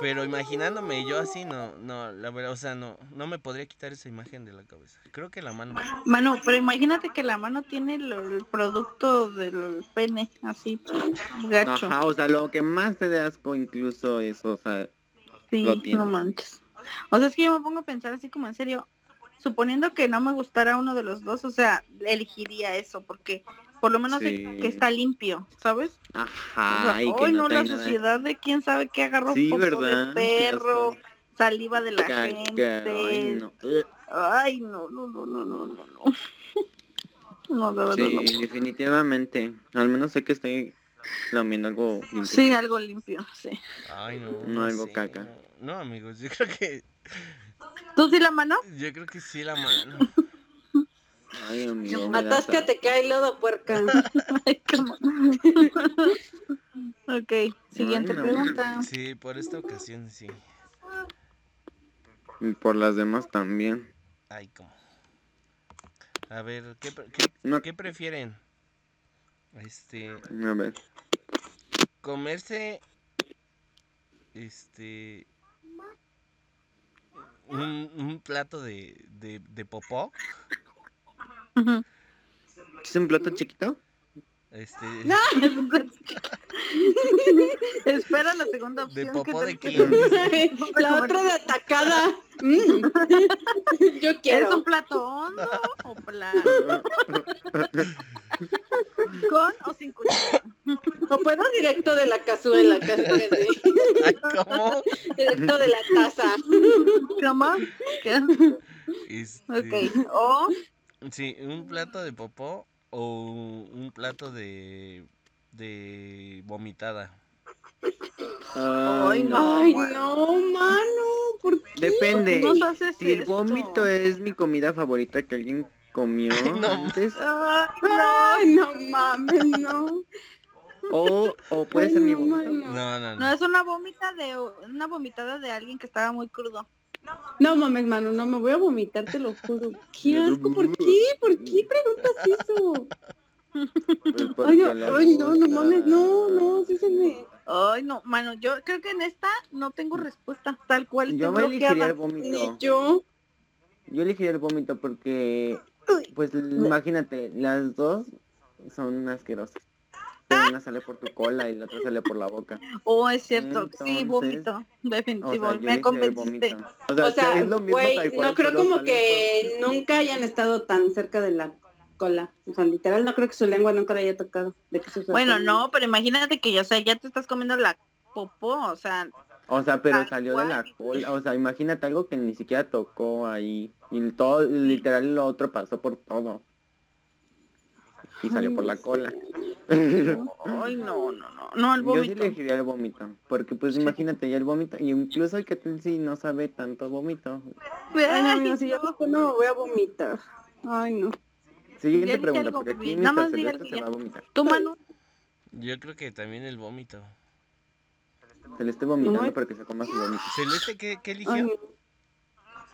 Pero imaginándome yo así, no, no, la verdad, o sea, no, no me podría quitar esa imagen de la cabeza. Creo que la mano... Mano, pero imagínate que la mano tiene el, el producto del pene, así, gacho. Ajá, o sea, lo que más te dé asco incluso es, o sea, Sí, Lo tiene. no manches. O sea, es que yo me pongo a pensar así como en serio, suponiendo que no me gustara uno de los dos, o sea, elegiría eso, porque por lo menos sé Sí. que está limpio, ¿sabes? O sea, ajá, y que hoy no, no, la trae nada. sociedad de quién sabe qué agarró Sí, popo ¿verdad? de perro, Qué saliva de la Caca, gente. ay, no. Ay, no, no, no, no, no, no, no. No, la verdad, no. Sí, definitivamente. Al menos sé que estoy lamiendo algo. limpio. Sí, algo limpio, sí. Ay, no. No, algo sé, caca. No, no, amigos, yo creo que... ¿Tú sí la mano? Yo creo que sí la mano. Ay, amigo, me da asco. Atáscate, cae lodo, puerca. Ay, cómo. ok, siguiente Ay, no. pregunta. Sí, por esta ocasión sí. Y por las demás también. Ay, como... A ver, ¿qué, pre- qué- No, ¿Qué prefieren? Este, a ver. comerse este un, un plato de, de, de popó, Ujú. ¿Es un plato chiquito? este Es un plato. Espera la segunda de opción. ¿qué popó tal de que- quién? La otra de atacada. Mm. Yo ¿Es un quiero. plato hondo o plato? ¿Con o sin cuchara? O puedo directo de la cazuela, casi que sí. Ay, ¿cómo? directo de la taza. ¿Cómo? ¿Qué? Este, Ok. O Sí, un plato de popó o un plato de de vomitada. Ay, no. Ay, no, mano, ¿por qué? Depende. nos pues, haces Si el esto? vómito es mi comida favorita que alguien comió no. antes, Ay, Ay, no mames, no. o, o puede Ay, ser mi no, vómito. mano. No, no, No no. es una vomita de una vomitada de alguien que estaba muy crudo. No mames, mano, no me voy a vomitar, te lo juro. Qué Pero- asco, ¿por qué? ¿Por qué preguntas eso? pues, porque Ay, no, la ay, no, no gusta. mames, no, no, sí se me. Ay, no, mano, yo creo que en esta no tengo respuesta tal cual. Yo me estoy elegiría el bloqueada. Ni vómito. yo. Yo elegiría el vómito porque, pues imagínate, las dos son asquerosas. Pero una sale por tu cola y la otra sale por la boca. Oh, es cierto, sí, Entonces, vómito, O sea, definitivo, yo elegiría me el convenciste. vómito. O sea, O sea, es lo mismo güey, tal cual, no creo solo como sale que nunca hayan estado tan cerca de la cola. O sea, literal, no creo que su lengua nunca la haya tocado. De que sus- Bueno, no, pero imagínate que, o sea, ya te estás comiendo la popó, o sea, O sea, pero Tal salió de la cual. cola. O sea, imagínate algo que ni siquiera tocó ahí. Y todo, literal, lo otro pasó por todo. Y salió por la cola. ay, no, no, no, no, el Yo sí vómito. elegiría el vómito. Porque, pues, imagínate ya el vómito. Y incluso el que tal si no sabe tanto vómito. Pues, Ay, no, amigo, Ay, si yo no. después no me voy a vomitar. Ay, no. Siguiente dije pregunta, algo, porque aquí Piolín. Mr. Nada más diga Celeste el se día. va a vomitar. Tú, Manu, Yo creo que también el vómito. Se le esté vomitando No. porque se coma su vómito. Celeste, ¿qué, qué Ay, eligió?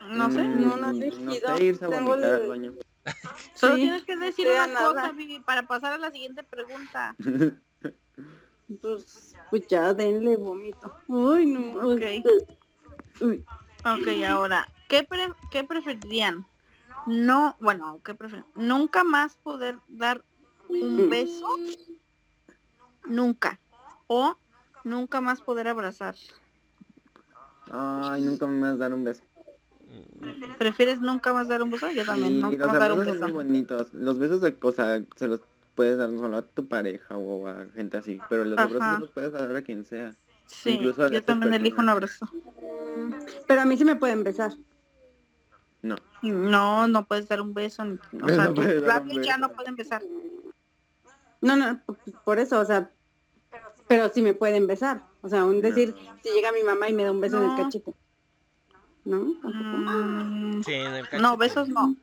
no. no sé. no, no Mm, he No elegido. sé, irse a Tengo vomitar al el- baño. Solo Sí. tienes que decir Sí, una nada. cosa, Vivi, para pasar a la siguiente pregunta. Pues, pues ya denle vómito. Uy, no. Ok. Uy. Ok, ahora, ¿qué, pre- qué preferirían? No, bueno, ¿qué prefieren? ¿Nunca más poder dar un Mm. beso? Nunca. ¿O nunca más poder abrazar? Ay, nunca me vas a dar un beso. ¿Prefieres nunca más dar un beso? Yo también, Y nunca los más dar un abrazos son beso. muy bonitos. Los besos, de- o sea, se los puedes dar solo a tu pareja o a gente así, pero los Ajá. abrazos los puedes dar a quien sea. Sí, incluso a yo estas también elijo un personas. abrazo. Pero a mí sí me pueden besar. No. No, no puedes dar un beso. ni- O No sea, puedes tus dar un labios ya beso. no pueden besar. No, no, p- por eso, o sea, pero sí me pueden besar. O sea, un decir, si llega mi mamá y me da un beso en No. el cachete. ¿No? ¿Tampoco? Mm, Sí, en el no, cachete. besos no.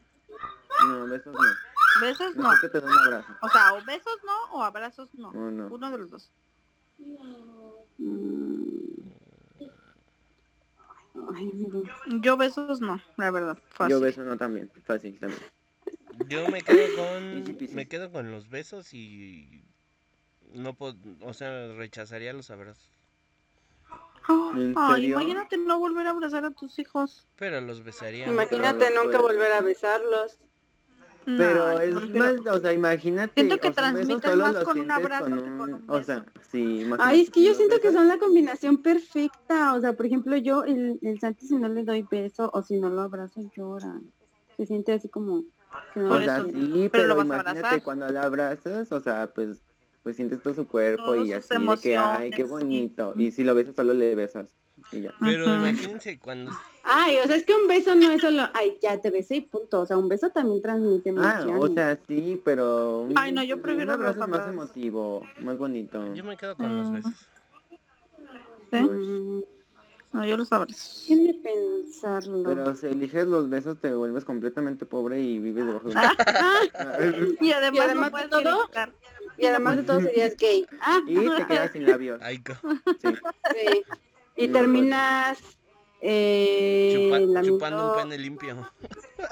No, besos no. Besos no. No, que te den un abrazo. O sea, o besos no o abrazos no. No, no. Uno de los dos. Mm. Ay, no. Yo besos no, la verdad. Fácil. Yo beso no también, fácil también. Yo me quedo Easy con peasy. me quedo con los besos y no pod- o sea, rechazaría los abrazos, ¿En Ah, Ay, serio? imagínate no volver a abrazar a tus hijos. pero los besaría. Imagínate Pero nunca pues- volver a besarlos. Pero No, es prefiero- más, o sea, imagínate. Siento que o sea, un beso transmites solo más lo con un sientes abrazo con que un- con un O sea, sí, imagínate. Ay, es que yo los siento que besas. son la combinación perfecta. O sea, por ejemplo, yo el, el Santi si no le doy beso o si no lo abrazo llora. Se siente así como... que no Por O lo sea, eso. quiere. sí, Pero lo pero, vas a imagínate abrazar. cuando la abrazas, o sea, pues pues sientes todo su cuerpo Todas y sus así de que ay, emociones, qué sí. bonito. Y si lo besas solo le besas y ya. Pero Ujú. imagínense cuando Ay, o sea, es que un beso no es solo... Ay, ya te besé y punto. O sea, un beso también transmite Ah, emociones. o sea, sí, pero un- Ay, no, yo prefiero un abrazo los es más abrazos. emotivo, más bonito. yo me quedo con los Mm. besos. ¿Sí? Mm, No, yo los abrazo. déjenme pensarlo. Pero si eliges los besos te vuelves completamente pobre y vives debajo de un... Y además, Y además no puedes de todo, gritar. Ah, Y además de todo serías gay. Ah, y te quedas sin labios. Ay, co- Sí. sí. Y No, terminas... Eh, chupa- lamiendo- chupando un pene limpio.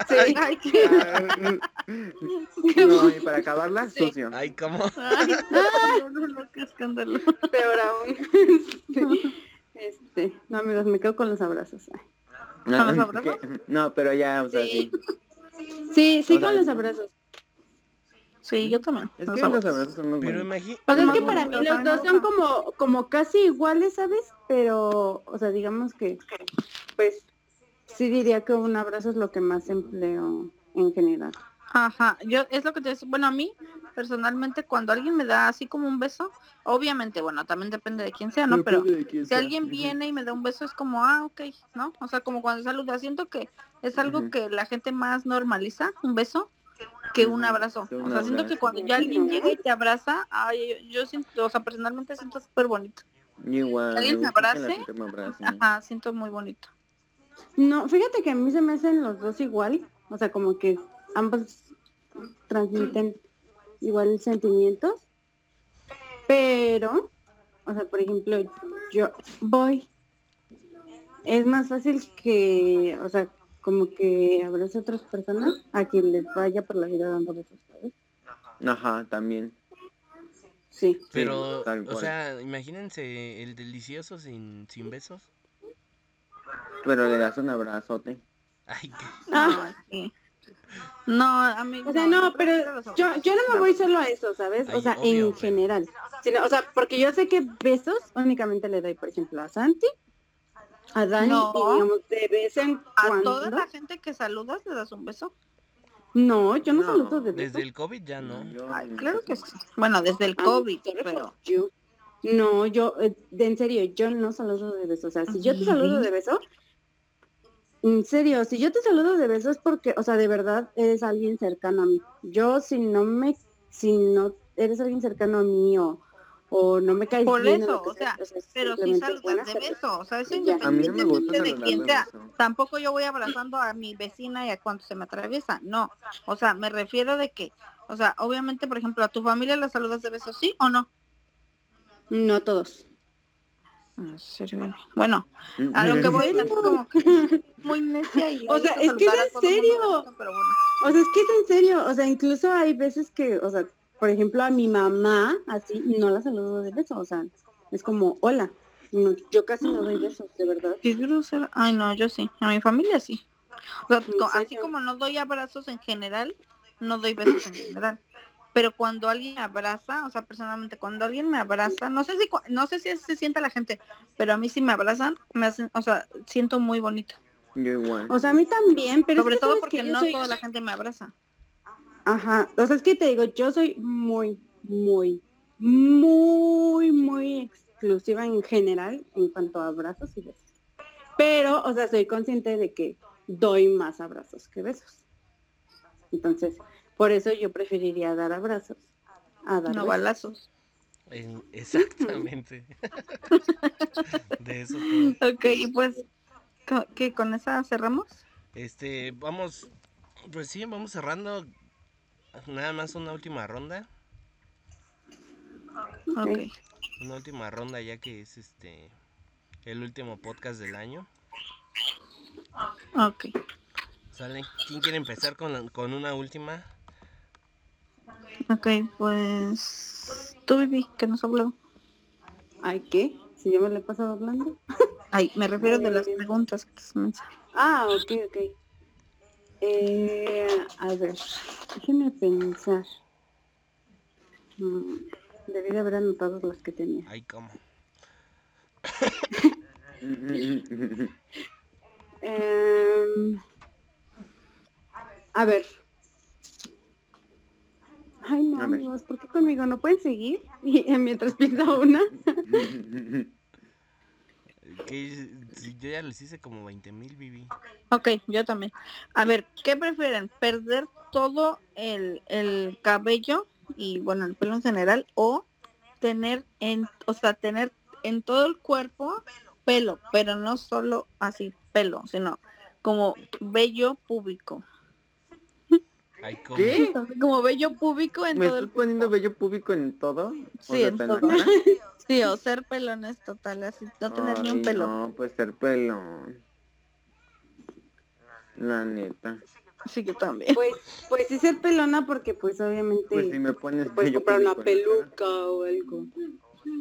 Sí. Ay, qué- qué No, y para acabarla, Sí. sucio. Ay, cómo Ay, no, no, no, qué escándalo. peor aún. Sí. Este, no, amigos, me quedo con los abrazos. Ay. No, ¿Con los ¿qué? abrazos? No, pero ya, o sea, Sí. sí. Sí, sí, O sea, con los abrazos. Sí, yo también. Es los que los abrazo. abrazos son muy Pero buenos. imagi- O sea, Pues es Más que para mí bonito, los ¿no? dos son como, como casi iguales, ¿sabes? Pero, o sea, digamos que, pues, sí diría que un abrazo es lo que más empleo en general. Ajá, yo es lo que te decía, bueno, a mí personalmente cuando alguien me da así como un beso, obviamente, bueno, también depende de quién sea, ¿no? Pero si alguien viene y me da un beso es como, ah, ok, ¿no? O sea, como cuando saluda, siento que es algo Ujú. que la gente más normaliza, un beso, que un Ujú, abrazo. que O un sea, siento que abrazo. cuando ya alguien llega y te abraza, ay, yo, yo siento, o sea, personalmente siento súper bonito. Igual. ¿Alguien me me gusta que la abrace? gente me abrace. Ajá, siento muy bonito. No, fíjate que a mí se me hacen los dos igual, o sea, como que ambos transmiten igual sentimientos, pero, o sea, por ejemplo, yo voy, es más fácil que, o sea, como que abrace a otras personas a quien les vaya por la vida dando besos, ¿sabes? Ajá, también. Sí. Sí, Pero, tal o cual. sea, imagínense el delicioso sin, sin besos. Pero le das un abrazote. Ay, qué- No, sí. No, a mí Ah. O sea, no, no, pero prefiero los yo, abrazos. yo no me voy solo a eso, ¿sabes? Ay, O sea, obvio, en pero- general. Sino, o sea, porque yo sé que besos únicamente le doy, por ejemplo, a Santi, a Dani, No. y digamos, de vez en A cuando. toda la gente que saludas le das un beso. No, yo no, No, saludo de besos. desde el COVID ya Ah, no. Yo- Ay, claro que sí. Bueno, desde el Ah, COVID, sorry for pero you. No, yo, eh, de- en serio, yo no saludo de besos. O sea, si yo te saludo de besos, en serio, si yo te saludo de besos porque, o sea, de verdad eres alguien cercano a mí. Yo si no me, si no eres alguien cercano a mí o, o no me caes Por bien o eso, lo que o sea, es pero sí simplemente saludas buenas de personas. beso, o sea, eso Y ya. A mí no me gusta independientemente de saludar quién de sea. beso. Tampoco yo voy abrazando a mi vecina y a cuanto se me atraviesa, no. O sea, me refiero de que, o sea, obviamente, por ejemplo, a tu familia la saludas de beso, sí o no. No todos. No sé, bueno. Bueno, a lo Pero que voy es como que muy necia y O ahí sea, se es que es saludar a en todo mundo, serio. pero bueno. O sea, es que es en serio, o sea, incluso hay veces que, o sea, por ejemplo, a mi mamá, así, no la saludo de beso, o sea, es como, hola. No, yo casi no doy besos, de verdad. Sí, es grosera. Ay, no, yo sí. A mi familia sí. O sea, ¿En co- así serio? como no doy abrazos en general, no doy besos en general. Pero cuando alguien abraza, o sea, personalmente, cuando alguien me abraza, no sé si cua- no sé si así se sienta la gente, pero a mí si me abrazan, me hacen, o sea, siento muy bonito. Yo igual. O sea, a mí también, pero es Sobre que todo sabes porque que yo no soy- toda la gente me abraza. Ajá, o sea, es que te digo, yo soy muy, muy, muy, muy exclusiva en general en cuanto a abrazos y besos. Pero, o sea, soy consciente de que doy más abrazos que besos. Entonces, por eso yo preferiría dar abrazos a dar No besos. balazos. En- Eh, Exactamente. De eso. todo. Ok, y pues, co- ¿qué? ¿Con esa cerramos? Este, vamos, pues sí, vamos cerrando. Nada más una última ronda. Ok. Una última ronda ya que es este el último podcast del año. Ok. ¿Sale? ¿Quién quiere empezar con, la- con una última? Ok, pues tú, Vivi, que nos habló. Ay, ¿qué? Si yo me lo he pasado hablando. Ay, me refiero de las preguntas que se me hicieron. Ah, ok, ok. Eh, a ver, déjenme pensar. Mm, debí de haber anotado las que tenía. Ay, ¿cómo? Em, a ver. Ay, no, A ver. amigos, ¿por qué conmigo no pueden seguir? Y, eh, mientras pienso una. Que si yo ya les hice como 20 mil, Vivi. Ok, yo también. A ver, ¿qué prefieren? ¿Perder todo el, el cabello y bueno, el pelo en general o tener en, o sea, tener en todo el cuerpo pelo, pero no solo así pelo, sino como vello público. Ay, ¿cómo? ¿Qué? Como vello público en ¿Me todo estás el poniendo bello público en todo? O Sí, sea, en ¿tan todo. acá? Sí, o ser pelones total, así, no tener ni un Ay, pelo. No, pues ser pelón. La neta. Sí, yo también. Pues, pues sí ser pelona porque pues obviamente Pues si me pones te puedes bello comprar una público en la cara. peluca o algo.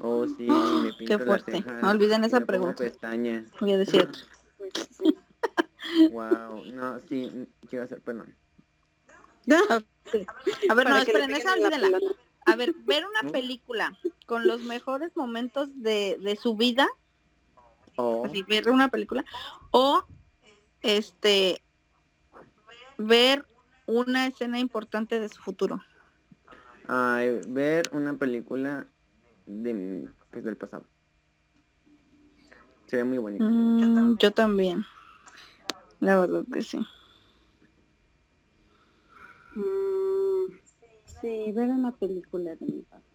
Oh, sí, Ah, me qué pinto las fuerte. cejas No olviden y esa me pongo pues. pregunta. pestañas. Voy a decir otro. Pues, sí. Wow, no, sí, mm, quiero ser pelón. A ver, Para no, que le esperen, peguen esa en la olvídenla. pelona. A ver, ver una ¿No? película con los mejores momentos de, de su vida, Oh, así, ver una película, o este ver una escena importante de su futuro. ay, ver una película de, mi- pues, del pasado. Se ve muy bonito. Mm, yo también. La verdad que sí. Mm, sí, ver una película de mi papá.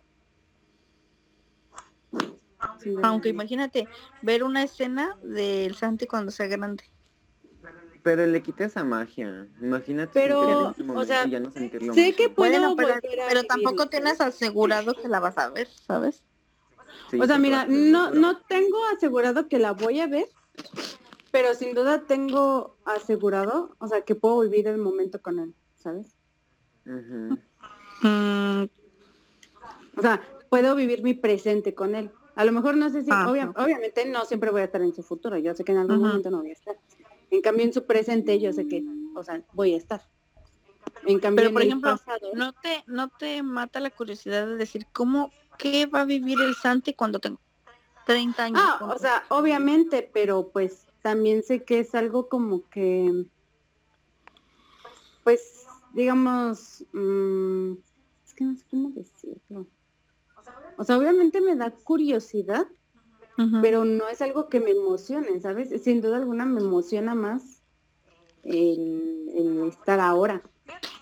Sí, ver Aunque una- imagínate, ver una escena del Santi cuando sea grande. Pero le quita esa magia. Imagínate Pero, sentir en ese o momento sea, y ya no sentirlo sé mucho. que puedo Bueno, pues, pero, volver a pero vivir tampoco eso. tienes asegurado que la vas a ver, ¿sabes? Sí, O sea, sí, mira, claro, no, seguro. no tengo asegurado que la voy a ver, pero sin duda tengo asegurado, o sea, que puedo vivir el momento con él, ¿sabes? Ujú. Mm, O sea, puedo vivir mi presente con él. A lo mejor no sé si, Ah, obvia- ok. obviamente no siempre voy a estar en su futuro, yo sé que en algún Ajá. momento no voy a estar. En cambio, en su presente yo sé que, o sea, voy a estar. En cambio, Pero, por en el ejemplo, pasado- ¿No te, ¿No te mata la curiosidad de decir cómo, qué va a vivir el Santi cuando tenga 30 años? Ah, o sea, obviamente, pero pues también sé que es algo como que, pues, digamos, mm, es que no sé cómo decirlo. O sea, obviamente me da curiosidad, Ujú. pero no es algo que me emocione, ¿sabes? Sin duda alguna me emociona más el, el estar ahora.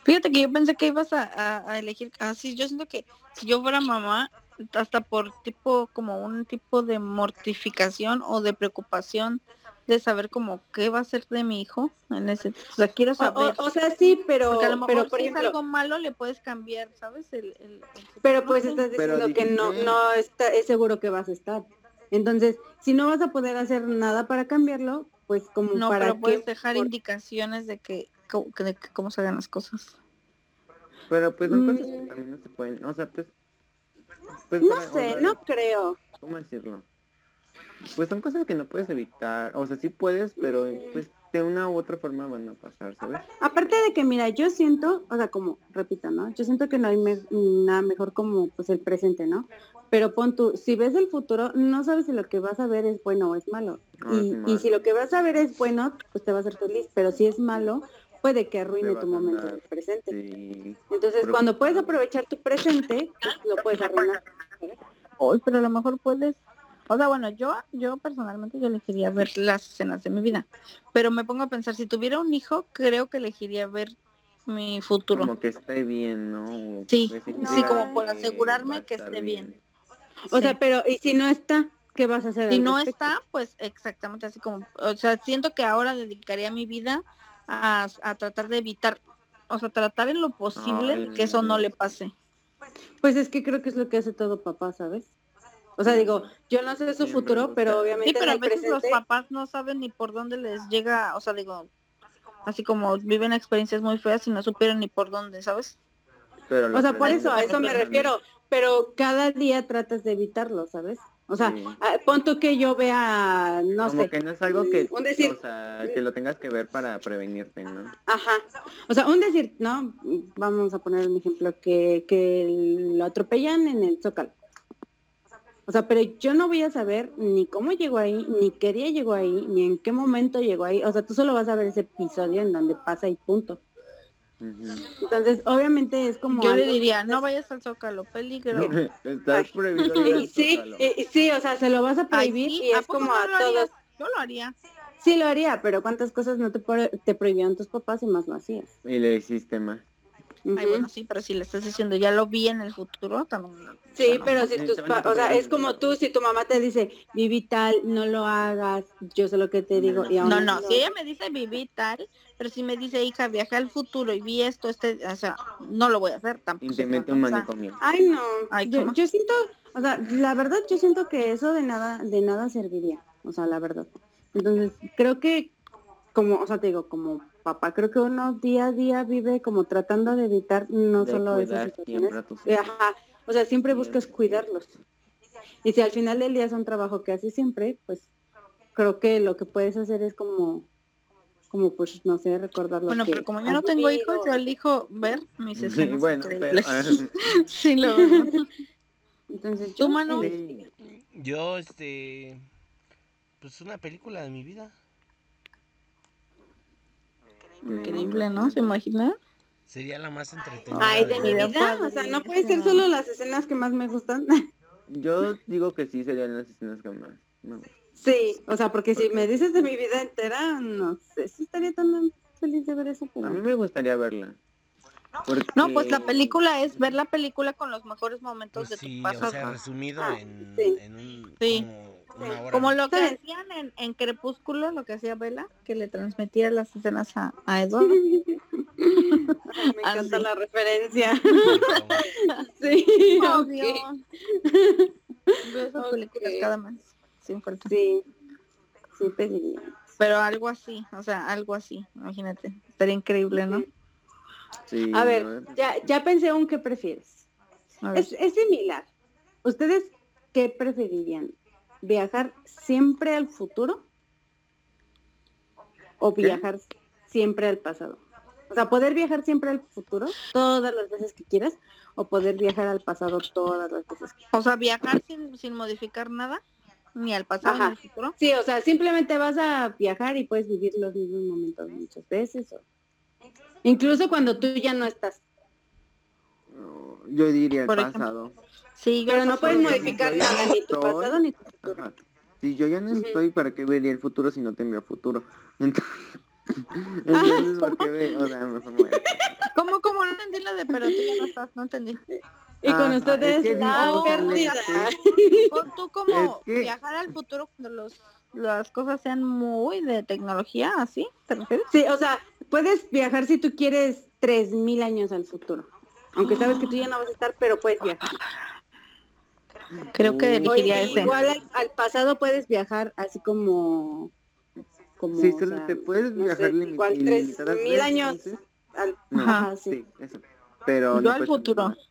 Fíjate que yo pensé que ibas a, a- a elegir, así yo siento que si yo fuera mamá, hasta por tipo, como un tipo de mortificación o de preocupación de saber como qué va a ser de mi hijo en ese, o sea, quiero O, saber. o- o sea, sí, pero, porque a lo mejor pero por si es ejemplo, algo malo le puedes cambiar, ¿sabes? El, el- el- pero pues no sé. estás Pero diciendo que no, dijiste- no está, es seguro que vas a estar. Entonces, si no vas a poder hacer nada para cambiarlo, pues como No, para pero puedes qué? dejar Por- indicaciones de que, co- que- de que cómo se hagan las cosas. Pero pues Mm. entonces también no se pueden, o sea, pues... pues, No para- o sé, sea, no creo. ¿Cómo decirlo? Pues son cosas que no puedes evitar, o sea, sí puedes, pero pues de una u otra forma van a pasar, ¿sabes? Aparte de que, mira, yo siento, o sea, como, repito, ¿no? Yo siento que no hay me- nada mejor como, pues, el presente, ¿no? Pero pon tú, si ves el futuro, no sabes si lo que vas a ver es bueno o es malo. Ah, Y, sí, y mal. si lo que vas a ver es bueno, pues te va a hacer feliz. Pero si es malo, puede que arruine vas tu a momento andar, del presente. Sí. Entonces, Pero- cuando puedes aprovechar tu presente, pues, lo puedes arruinar. Hoy, pero a lo mejor puedes... O sea, bueno, yo, yo personalmente yo elegiría ver las escenas de mi vida. Pero me pongo a pensar, si tuviera un hijo, creo que elegiría ver mi futuro. Como que esté bien, ¿no? Sí, Pues, sí, ya como por que asegurarme va a que estar esté bien. O Sí. sea, pero, ¿y si no está? ¿Qué vas a hacer? Si al no respecto? está, pues exactamente así como, o sea, siento que ahora dedicaría mi vida a, a tratar de evitar, o sea, tratar en lo posible Ay, que eso no no. le pase. Pues es que creo que es lo que hace todo papá, ¿sabes? O sea, digo, yo no sé su Siempre futuro, busca- pero Sí, obviamente pero a en el veces los presente- papás no saben ni por dónde les llega, o sea, digo, así como viven experiencias muy feas y no supieron ni por dónde, ¿sabes? Pero lo O sea, por aprenden eso, a eso me rápidamente. refiero. Pero cada día tratas de evitarlo, ¿sabes? O sea, Sí. ah, pon tú que yo vea, no como sé, que no es algo que, un decir- o sea, que lo tengas que ver para prevenirte, ¿no? ajá. O sea, un decir, ¿no? Vamos a poner un ejemplo, que, que lo atropellan en el Zócalo. O sea, pero yo no voy a saber ni cómo llegó ahí, ni qué día llegó ahí, ni en qué momento llegó ahí. O sea, tú solo vas a ver ese episodio en donde pasa y punto. Ujú. Entonces, obviamente es como... Yo le algo- diría, no vayas al zócalo, peligro. Estás prohibido ir Y al sí, Zócalo. y- y sí, o sea, se lo vas a Ay, prohibir sí, y ¿a es poco como no a lo todos. harías? Yo lo haría. Sí lo haría, pero cuántas cosas no te, pro- te prohibieron tus papás y más lo hacías. Y le hiciste más. Ay, Ujú. bueno, sí, pero si le estás diciendo, ya lo vi en el futuro, también. o sea, Sí, no. pero si Sí, tus se van a pa- o sea, prohibir. es como tú, si tu mamá te dice, viví tal, no lo hagas, yo sé lo que te No, digo. no. Y aún No, así no, lo- si ella me dice viví tal, pero si me dice hija, viaja al futuro y vi esto, este, o sea, no lo voy a hacer tampoco. Y te o sea, mete no, un o sea, manicomio. Ay, no. Ay, yo, ¿cómo? yo siento, o sea, la verdad yo siento que eso de nada, de nada serviría, o sea, la verdad. Entonces, creo que como, o sea, te digo, como papá, creo que uno día a día vive como tratando de evitar no De solo esas cuidar situaciones. siempre a tus hijos. Eh, Ajá. O sea, siempre buscas Siempre. cuidarlos. Y si al final del día es un trabajo que haces siempre, pues creo que lo que puedes hacer es como, como pues, no sé, recordar lo Bueno, que pero como yo has no tengo vivido. hijos, yo elijo ver mis Sí, escenas bueno, pero, increíbles. ah, sí, lo veo. Entonces, ¿Tú, yo- Manu? sí. Yo, este. Pues una película de mi vida. Increíble, ¿no? ¿Se imagina? Sería la más entretenida. Ay, de del mi mundo. vida, o sea, no puede ser solo las escenas que más me gustan. Yo digo que sí serían las escenas que más. me gustan. Sí, o sea, porque si me dices de mi vida entera, no sé si estaría tan feliz de ver eso, A mí pero... me gustaría verla. Porque- No, pues la película es ver la película con los mejores momentos Pues de sí, tu o pasado. sea, resumido Ah, en, sí. en un, Sí. como una hora. Como lo que ¿Sabes? hacían en, en Crepúsculo, lo que hacía Vela, que le transmitía las escenas a, a Eduardo. Me encanta Así. la referencia. ¿no? Sí, Obvio. ok. Veo esas Ok. películas cada mes, sin falta. Sí, sí pediría. Pero algo así, o sea, algo así, imagínate. Estaría increíble, ¿no? Sí, A ver, ya, ya pensé un qué prefieres. A ver. Es, es similar. ¿Ustedes qué preferirían? ¿Viajar siempre al futuro? ¿O viajar siempre al pasado? O sea, poder viajar siempre al futuro todas las veces que quieras o poder viajar al pasado todas las veces que O sea, viajar sin, sin modificar nada, ni al pasado Ajá. ni al futuro. Sí, o sea, simplemente vas a viajar y puedes vivir los mismos momentos muchas veces. o- Incluso cuando tú ya no estás. Yo diría el Por ejemplo. pasado. Sí, yo Pero no eso puedes sí. modificar nada, ni tu pasado ni tu futuro. Ajá. Si yo ya no Ujú. estoy, ¿para qué vería el futuro si no tengo futuro? Entonces, entonces ¿por qué ve? O sea, mejor me voy a- ¿Cómo, cómo? No entendí lo de pero tú ya no estás, no entendí. Y con Ajá, ustedes Ah, es que la digo, pérdida. O tú como Es que- viajar al futuro cuando los, las cosas sean muy de tecnología, así, ¿te refieres? Sí, o sea, puedes viajar si tú quieres 3.000 años al futuro. Aunque sabes que tú ya no vas a estar, pero puedes viajar. Creo que Uy. elegiría Oye, ese. Igual al, al pasado puedes viajar así como... como Sí, o solo sea, te puedes no sé, viajar limi- igual ilimitada tres vez, mil años. entonces. al- No, Ajá, sí. sí, eso. Pero Yo no al puedes futuro. continuar.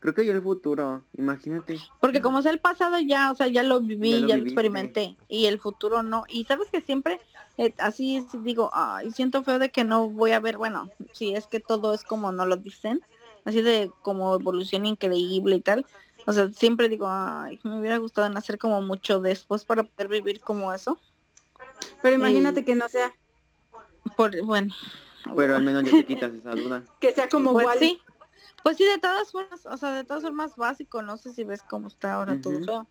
Creo que yo al futuro, imagínate. Ah, Porque como sea el pasado ya, o sea, ya lo viví, Ya ya lo lo, viviste. experimenté. Y el futuro no. Y sabes que siempre eh, así es, digo, ay, siento feo de que no voy a ver, bueno, si es que todo es como no lo dicen, así de como evolución increíble y tal. O sea, siempre digo, ay, me hubiera gustado nacer como mucho después para poder vivir como eso. Pero imagínate que no sea, Por, bueno, Pero al menos ya te quitas esa duda. que sea como pues Wall-E. sí. Pues sí, de todas formas, o sea, de todas formas básico, no sé si ves cómo está ahora todo Ujú. feo.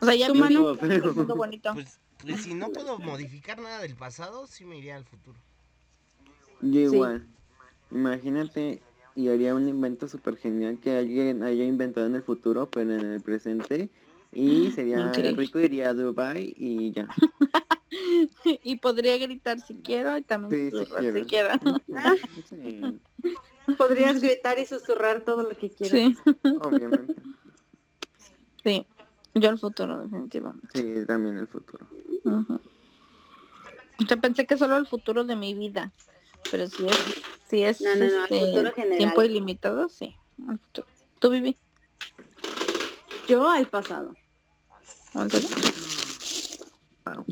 O sea, ya Yo vi todo un feo. mundo bonito. Pues, pues si no puedo modificar nada del pasado, sí me iría al futuro. Yo igual. Imagínate y haría un invento súper genial que alguien haya inventado en el futuro, pero en el presente. Y Mm, sería Increíble. rico, iría a Dubai y ya. y podría gritar si quiero y Sí, también si susurrar quiero. si quiero. Sí, Podrías gritar y susurrar todo lo que quieras. Sí, obviamente. sí. Yo al futuro, definitivamente. Sí, también el futuro. Ujú. Yo pensé que solo el futuro de mi vida, pero si es, si es No, no, no, al este, futuro general. tiempo ilimitado, sí. al futuro. ¿Tú viví? Yo al pasado. Wow.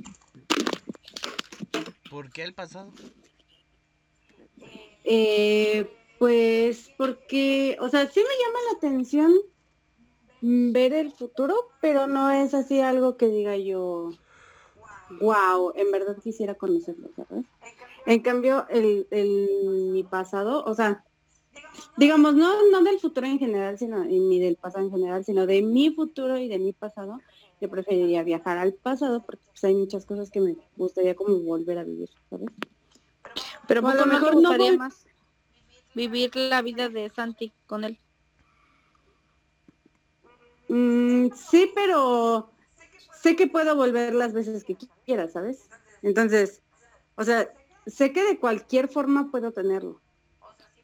¿Por qué al pasado? Eh, pues porque, o sea, sí me llama la atención mm, ver el futuro, pero no es así algo que diga yo, wow, en verdad quisiera conocerlo, ¿sabes? En cambio, el, el- mi pasado, o sea, digamos, no, no del futuro en general, sino, y ni del pasado en general, sino de mi futuro y de mi pasado, yo preferiría viajar al pasado porque pues, hay muchas cosas que me gustaría como volver a vivir, ¿sabes? Pero O a poco lo no te mejor no gustaría voy- más vivir la vida de Santi con él. Mm, sí, pero sé que puedo volver las veces que quiera, ¿sabes? Entonces, o sea, sé que de cualquier forma puedo tenerlo.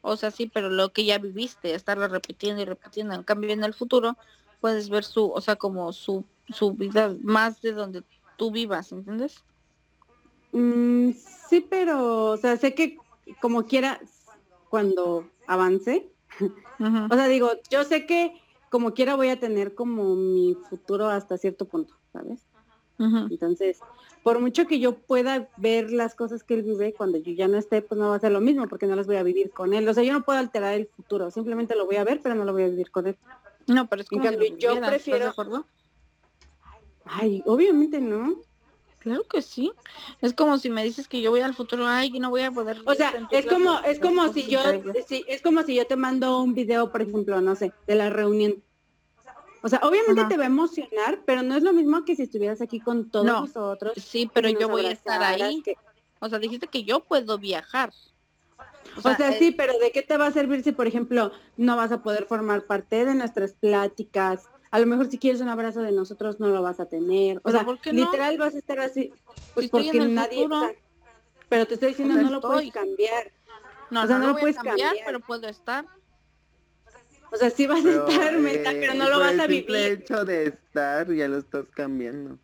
O sea, sí, pero lo que ya viviste, estarlo repitiendo y repitiendo. En cambio, en el futuro puedes ver su, o sea, como su, su vida más de donde tú vivas, ¿entiendes? Mm, sí, pero, o sea, sé que como quiera, cuando avance, o sea, digo, yo sé que como quiera voy a tener como mi futuro hasta cierto punto, ¿sabes? Ujú. Entonces, por mucho que yo pueda ver las cosas que él vive, cuando yo ya no esté, pues no va a ser lo mismo, porque no las voy a vivir con él. O sea, yo no puedo alterar el futuro, simplemente lo voy a ver, pero no lo voy a vivir con él. No, pero es En como si cambio, lo yo vivieras, ¿estás prefiero- de acuerdo? Ay, obviamente no. Claro que sí. Es como si me dices que yo voy al futuro, ay, que no voy a poder. O sea, sentir es las como, cosas es como si yo, increíbles. sí, es como si yo te mando un video, por ejemplo, no sé, de la reunión. O sea, obviamente Ajá. te va a emocionar, pero no es lo mismo que si estuvieras aquí con todos No. nosotros. Sí, pero que nos yo voy a estar abrazaras, ahí. que- O sea, dijiste que yo puedo viajar. O sea, eh, sí, pero ¿de qué te va a servir si, por ejemplo, no vas a poder formar parte de nuestras pláticas? A lo mejor si quieres un abrazo de nosotros no lo vas a tener. O ¿Pero sea, por qué no? literal vas a estar así. Pues Si estoy porque en el nadie... futuro. o sea, pero te estoy diciendo, O sea, no lo puedes estoy. cambiar. No, o sea, no, no lo lo voy puedes a cambiar, cambiar. pero puedo estar. O sea, sí vas a estar, mental, eh, pero no lo por vas el a simple vivir. hecho de estar ya lo estás cambiando.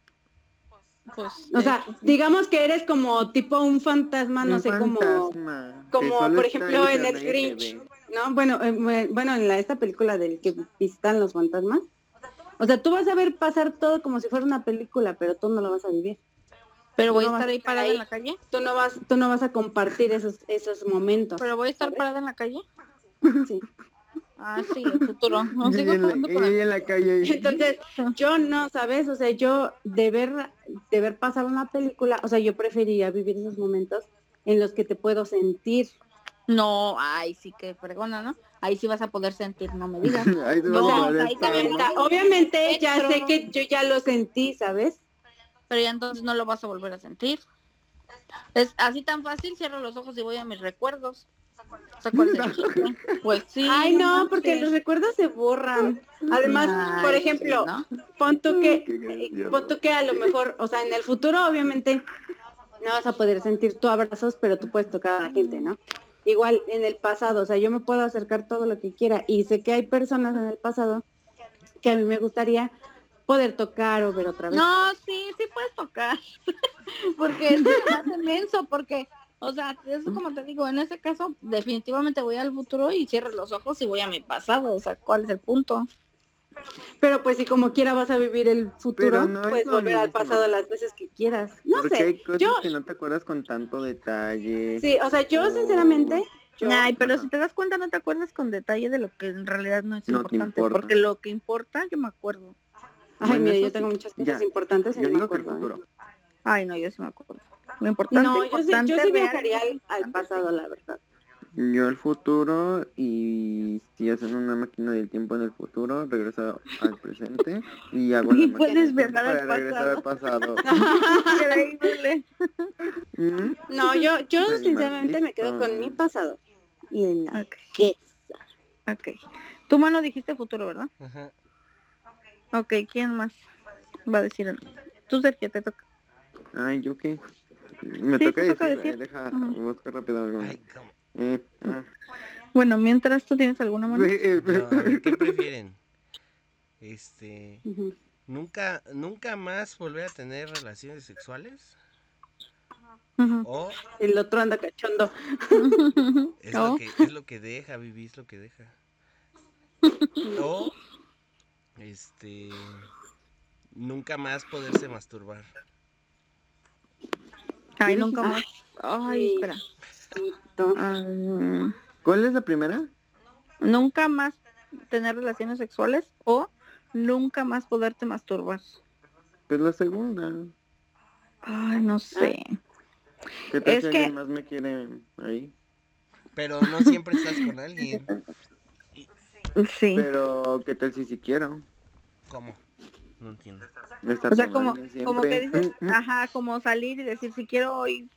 Pues, O eh, sea, digamos que eres como tipo un fantasma, Ah, no Un sé, como... fantasma que como, solo por está ejemplo, ahí, pero en el nadie te Grinch. ve. No, bueno, eh, bue- bueno, en la, esta película del que visitan los fantasmas. O sea, tú vas a ver pasar todo como si fuera una película, pero tú no lo vas a vivir. pero voy no a estar vas a ahí estar parada ahí. en la calle. Tú no vas, tú no vas a compartir esos esos momentos. Pero voy a estar parada en la calle. sí. Ah, sí, el futuro. No Yo sigo en la- jugando con yo el- en la calle. Entonces, yo no, ¿sabes? O sea, yo de ver, de ver pasar una película, o sea, yo preferiría vivir esos momentos en los que te puedo sentir. No, ay, sí que fregona, ¿no? Ahí sí vas a poder sentir, no me digas. Ahí te vas No, a o sea, poner ahí O también todo. sea, obviamente ya sé que yo ya lo sentí, ¿sabes? Pero ya entonces no lo vas a volver a sentir. Es así tan fácil, cierro los ojos y voy a mis recuerdos. O sea, ¿cuál es el chiste? Pues sí. Ay, no, porque manches. los recuerdos se borran. Además, Ay, por sí, ejemplo, ¿no? pon tú que, eh, Qué gracioso. pon tú que a lo mejor, o sea, en el futuro obviamente no vas a poder sentir tu abrazos, pero tú puedes tocar a la gente, ¿no? Igual en el pasado, o sea, yo me puedo acercar todo lo que quiera y sé que hay personas en el pasado que a mí me gustaría poder tocar o ver otra vez. No, sí, sí puedes tocar. porque es lo más inmenso, porque, o sea, es como te digo, en ese caso definitivamente voy al futuro y cierro los ojos y voy a mi pasado. O sea, ¿cuál es el punto? Pero pues si como quiera vas a vivir el futuro, Pero no es puedes lo volver al mismo. pasado las veces que quieras. No Porque sé, hay cosas yo, que no te acuerdas con tanto detalle. sí, o sea, yo sinceramente, yo- Ay, pero si te das cuenta no te acuerdas con detalle de lo que en realidad no es No te importante, importa. porque lo que importa yo me acuerdo. ay, Bueno, mira, eso yo tengo sí. muchas cosas Ya. importantes y Yo no me digo que el acuerdo. ¿eh? futuro. Ay, no, yo sí me acuerdo. Lo importante, No, yo sí, importante, yo real, sí viajaría al, al importante. pasado, la verdad. Yo el futuro y si hacen una máquina del tiempo en el futuro, regreso al presente y hago la Y máquina puedes del tiempo viajar al para regresar al pasado. Increíble. Mm, No, yo, yo Soy sinceramente me quedo con mi maldito. pasado. Y en la Ok, que ok. Tú, mano, dijiste futuro, ¿verdad? Ajá. Ok, ¿quién más va a decir algo? Tú, Sergio, te toca. Ay, ¿yo qué? Me Sí, te toca decir, toca eh, decir. deja, Ajá. Mm, busco rápido algo. Ay, cómo. Eh, ah. Bueno, mientras tú tienes alguna mano. Sí, eh, No, a ver, ¿qué prefieren? Este, Ujú. nunca, nunca más volver a tener relaciones sexuales Ujú. o el otro anda cachondo. es, No. lo que, es lo que deja, Vivi, es lo que deja. O, este, nunca más poderse masturbar. Ay, nunca más. Sí. Ay, espera. Exacto. Ah, ¿Cuál es la primera? nunca más tener relaciones sexuales o nunca más poderte masturbar. Pues la segunda. Ay, no sé. ¿Qué tal Es si que- alguien más me quiere ahí? Pero no siempre estás con alguien. Sí. Pero ¿qué tal si si quiero? ¿Cómo? No entiendo. Estar O sea, con como, alguien como que siempre. dices, ah, ajá, como salir y decir, si quiero hoy,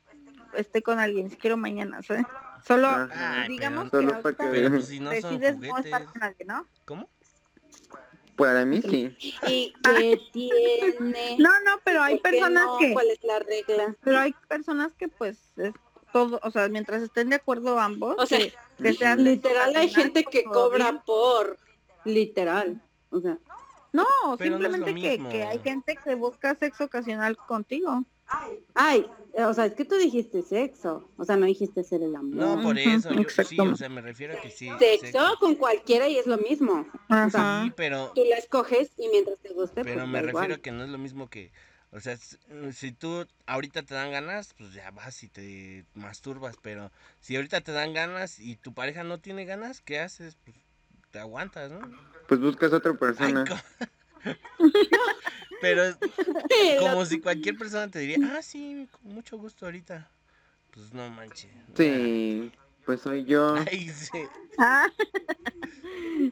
esté con alguien, si quiero mañana, ¿sí? Solo, Ajá. Ay, digamos pero- que Ah. Solo ahorita para que- Pero pues si no son decides no juguetes. estar con alguien, ¿no? ¿Cómo? Para mí sí. ¿Y qué tiene? Ah. No, no, pero hay ¿Por qué personas no? pues. que, ¿Cuál es la regla? pero hay personas que pues, es todo, o sea, mientras estén de acuerdo ambos, O sea, que, que sean Literal hay despasionados, gente que todo bien. cobra por literal. O sea, No, Pero no es lo simplemente que, mismo. que hay gente que busca sexo ocasional contigo. ay, eh, o sea, es que tú dijiste sexo, o sea, no dijiste ser el amor. No, por Ujú, eso, yo, sí, o exactamente. sea, me refiero a que sí. Sexo con cualquiera y es lo mismo. Pues Sí, pero Tú la escoges y mientras te guste, Pero pues, me da igual. refiero a que no es lo mismo que, o sea, s- si tú ahorita te dan ganas, pues ya vas y te masturbas, pero si ahorita te dan ganas y tu pareja no tiene ganas, ¿qué haces? Pues te aguantas, ¿no? Pues buscas otra Ay, persona. co- pero es como si cualquier persona te diría, ah, sí, con mucho gusto ahorita. Pues no manches. o sea, Sí, pues soy yo. Ay, sí. Ah,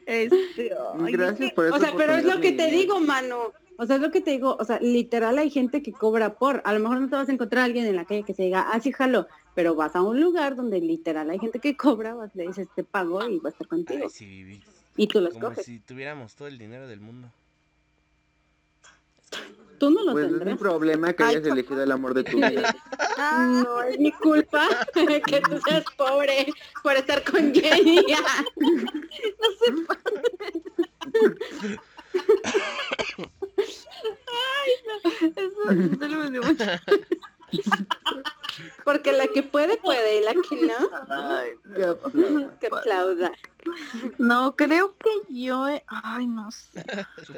este, ay, Gracias es que- por esa O sea, pero es lo que oportunidad, te niña. digo, mano. O sea, es lo que te digo. O sea, literal hay gente que cobra por. A lo mejor no te vas a encontrar a alguien en la calle que se diga, ah, sí, jalo. Pero vas a un lugar donde literal hay gente que cobra, vas, le dices, te pago y va a estar contigo. Ay, sí, Vivi, Y tú lo Como escoges. si tuviéramos todo el dinero del mundo. Tú no lo Pues es un tendrás. problema que Ay, hayas elegido el amor de tu vida. ah, No, es mi culpa que tú seas pobre por estar con Jenny. eso- eso lo me dio mucho. Porque la que puede, puede. Y la que no, Ay, qué aplauso. que aplauda. No, creo que yo, he- ay, no sé.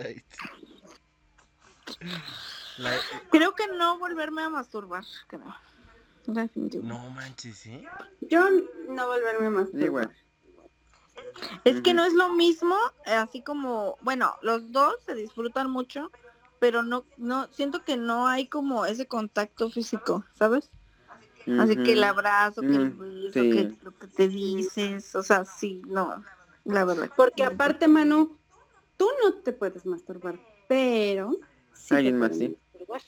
Ay, sí. La- eh, Creo que no volverme a masturbar, creo. Definitivo. no manches, ¿eh? Yo no volverme más. Sí, güey. Es que Ujú. no es lo mismo, eh, así como, bueno, los dos se disfrutan mucho, pero no, no, siento que no hay como ese contacto físico, ¿sabes? Así que el abrazo, que el Ujú, Mm, beso, sí. que lo que te dices, o sea, sí, no, la verdad. Porque aparte, Manu, tú no te puedes masturbar, pero sí te Alguien más, pueden sí. masturbar.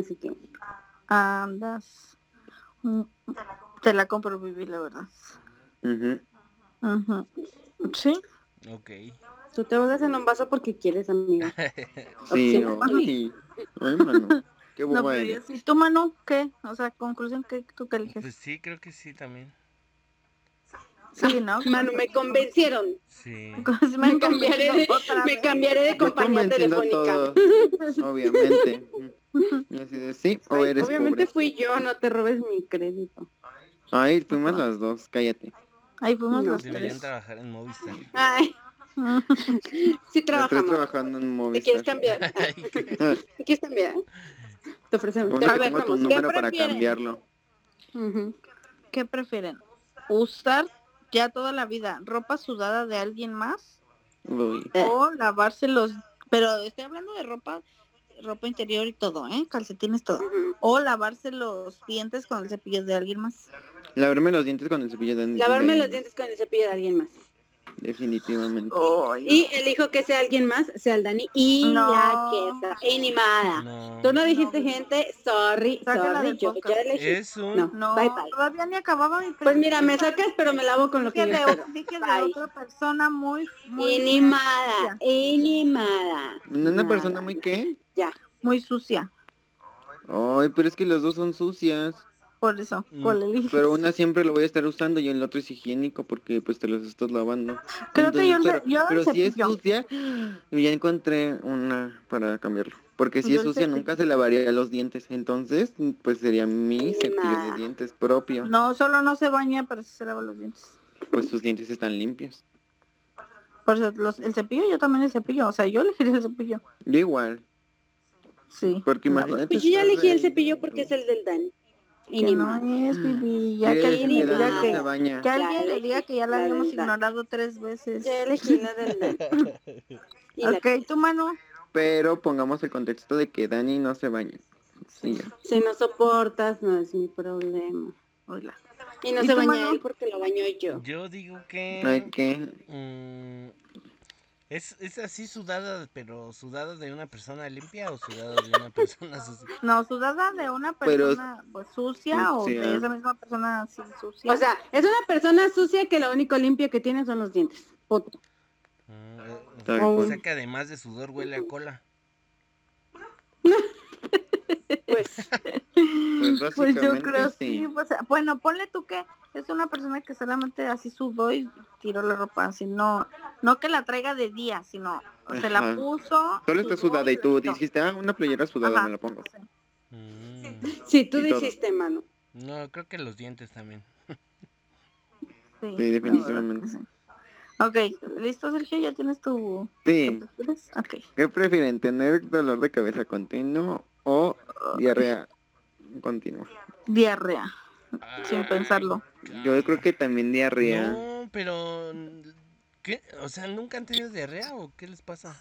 Así que andas, mm, te la compro vivir, la verdad. Ujú. Ujú. Sí, Ok. tú te ahogas en un vaso porque quieres, amiga. Sí, Opción. ay, ay, mano, Qué no, boba pero yo eres. sí. ¿Tú, Manu, qué? O sea, conclusión, ¿qué tú qué eliges? Pues sí, creo que sí también. Sí, ¿no? Manu, me convencieron. Sí. Me cambiaré de, me cambiaré de Yo compañía convenciendo a telefónica. todos, obviamente. Y así de, sí, o Ay, eres pobre. obviamente fui yo, no te robes mi crédito. Ay, fuimos las dos, cállate. Ahí fuimos No. los Deberían tres. trabajar en Movistar. Ay, sí Las tres trabajamos. trabajando en ¿Te Movistar. quieres cambiar? ¿Te quieres cambiar? Te ofrecemos. Bueno, A que ver, tengo tu vamos. número para prefieres? cambiarlo. Ujú. ¿Qué prefieren? ¿Usar ya toda la vida ropa sudada de alguien más? Uy. Eh. ¿O lavarse los... Pero estoy hablando de ropa, ropa interior y todo, ¿eh? Calcetines, todo. Ujú. ¿O lavarse los dientes con el cepillo de alguien más? Lavarme los dientes con el cepillo de Lavarme de- los dientes con el cepillo de alguien más. Definitivamente. Y elijo que sea alguien más, sea el Dani. Y No. ya que está animada. No. Tú no dijiste gente, sorry, Sácala sorry, del yo podcast. ya elegí. Es un... No. No, Bye, bye. todavía ni acababa mi Pues mira, me sacas, pero me lavo con lo que Dije yo de, quiero. dije de Bye. otra persona muy... muy Inimada, inimada. ¿Una Nada, persona muy qué? Ya. muy sucia. Ay, pero es que las dos son sucias. Por eso, Mm. por el hijo. Pero una siempre lo voy a estar usando y el otro es higiénico porque pues te los estás lavando. Creo que yo el pero, de- yo el pero si es cepillo. sucia, ya encontré una para cambiarlo. Porque si Yo es el sucia cepillo. nunca se lavaría los dientes. Entonces, pues sería mi cepillo Ma. de dientes propio. No, solo no se baña, pero sí se lava los dientes. Pues sus dientes están limpios. Por eso, los- el cepillo, yo también el cepillo. O sea, yo elegiría el cepillo. Yo igual. Sí. Porque imagínate. Pues yo ya estar elegí el ahí, cepillo porque es el del Dani. Que no Inimada. es, Bibi. Ya ¿Quieres que alguien que le la diga niña Inimada. se que... baña? Que Ya alguien le elegí diga que ya la la habíamos verdad. ignorado tres veces. Ya elegí la del Dani. Y la- Ok, tú, Manu. Pero pongamos el contexto de que Dani no se baña. Sí, ya. Si no soportas, no es mi problema. Hola. Y no ¿Y se tú, baña Manuel? él porque lo baño yo. Yo digo que... Ay, ¿qué? mm, es, es así sudada, pero sudada de una persona limpia o sudada de una persona sucia. No, sudada de una Pero- persona pues, sucia o Sucia. de esa misma persona así sucia. O sea, es una persona sucia que lo único limpio que tiene son los dientes. Punto. Mm, eh, Tal o cual. sea que además de sudor huele a cola. Pues, Pues, Pues yo básicamente, creo sí. sí. pues, bueno, ponle tú que es una persona que solamente así sudó y tiró la ropa, así no, no que la traiga de día, sino se la Ajá. puso. Solo está sudó sudada y la tú quitó. dijiste, ah, una playera sudada Ajá. me la pongo. Mm, si tú Y todo. dijiste, mano. No, creo que los dientes también. Sí, Sí, definitivamente. la verdad que sí. Ok, listo Sergio, ya tienes tu... Sí. Ok. ¿Qué prefieren, tener dolor de cabeza continuo o diarrea continua? Diarrea, sin Ay, pensarlo. Yo creo que también diarrea. No, pero... ¿qué? O sea, ¿nunca han tenido diarrea o qué les pasa?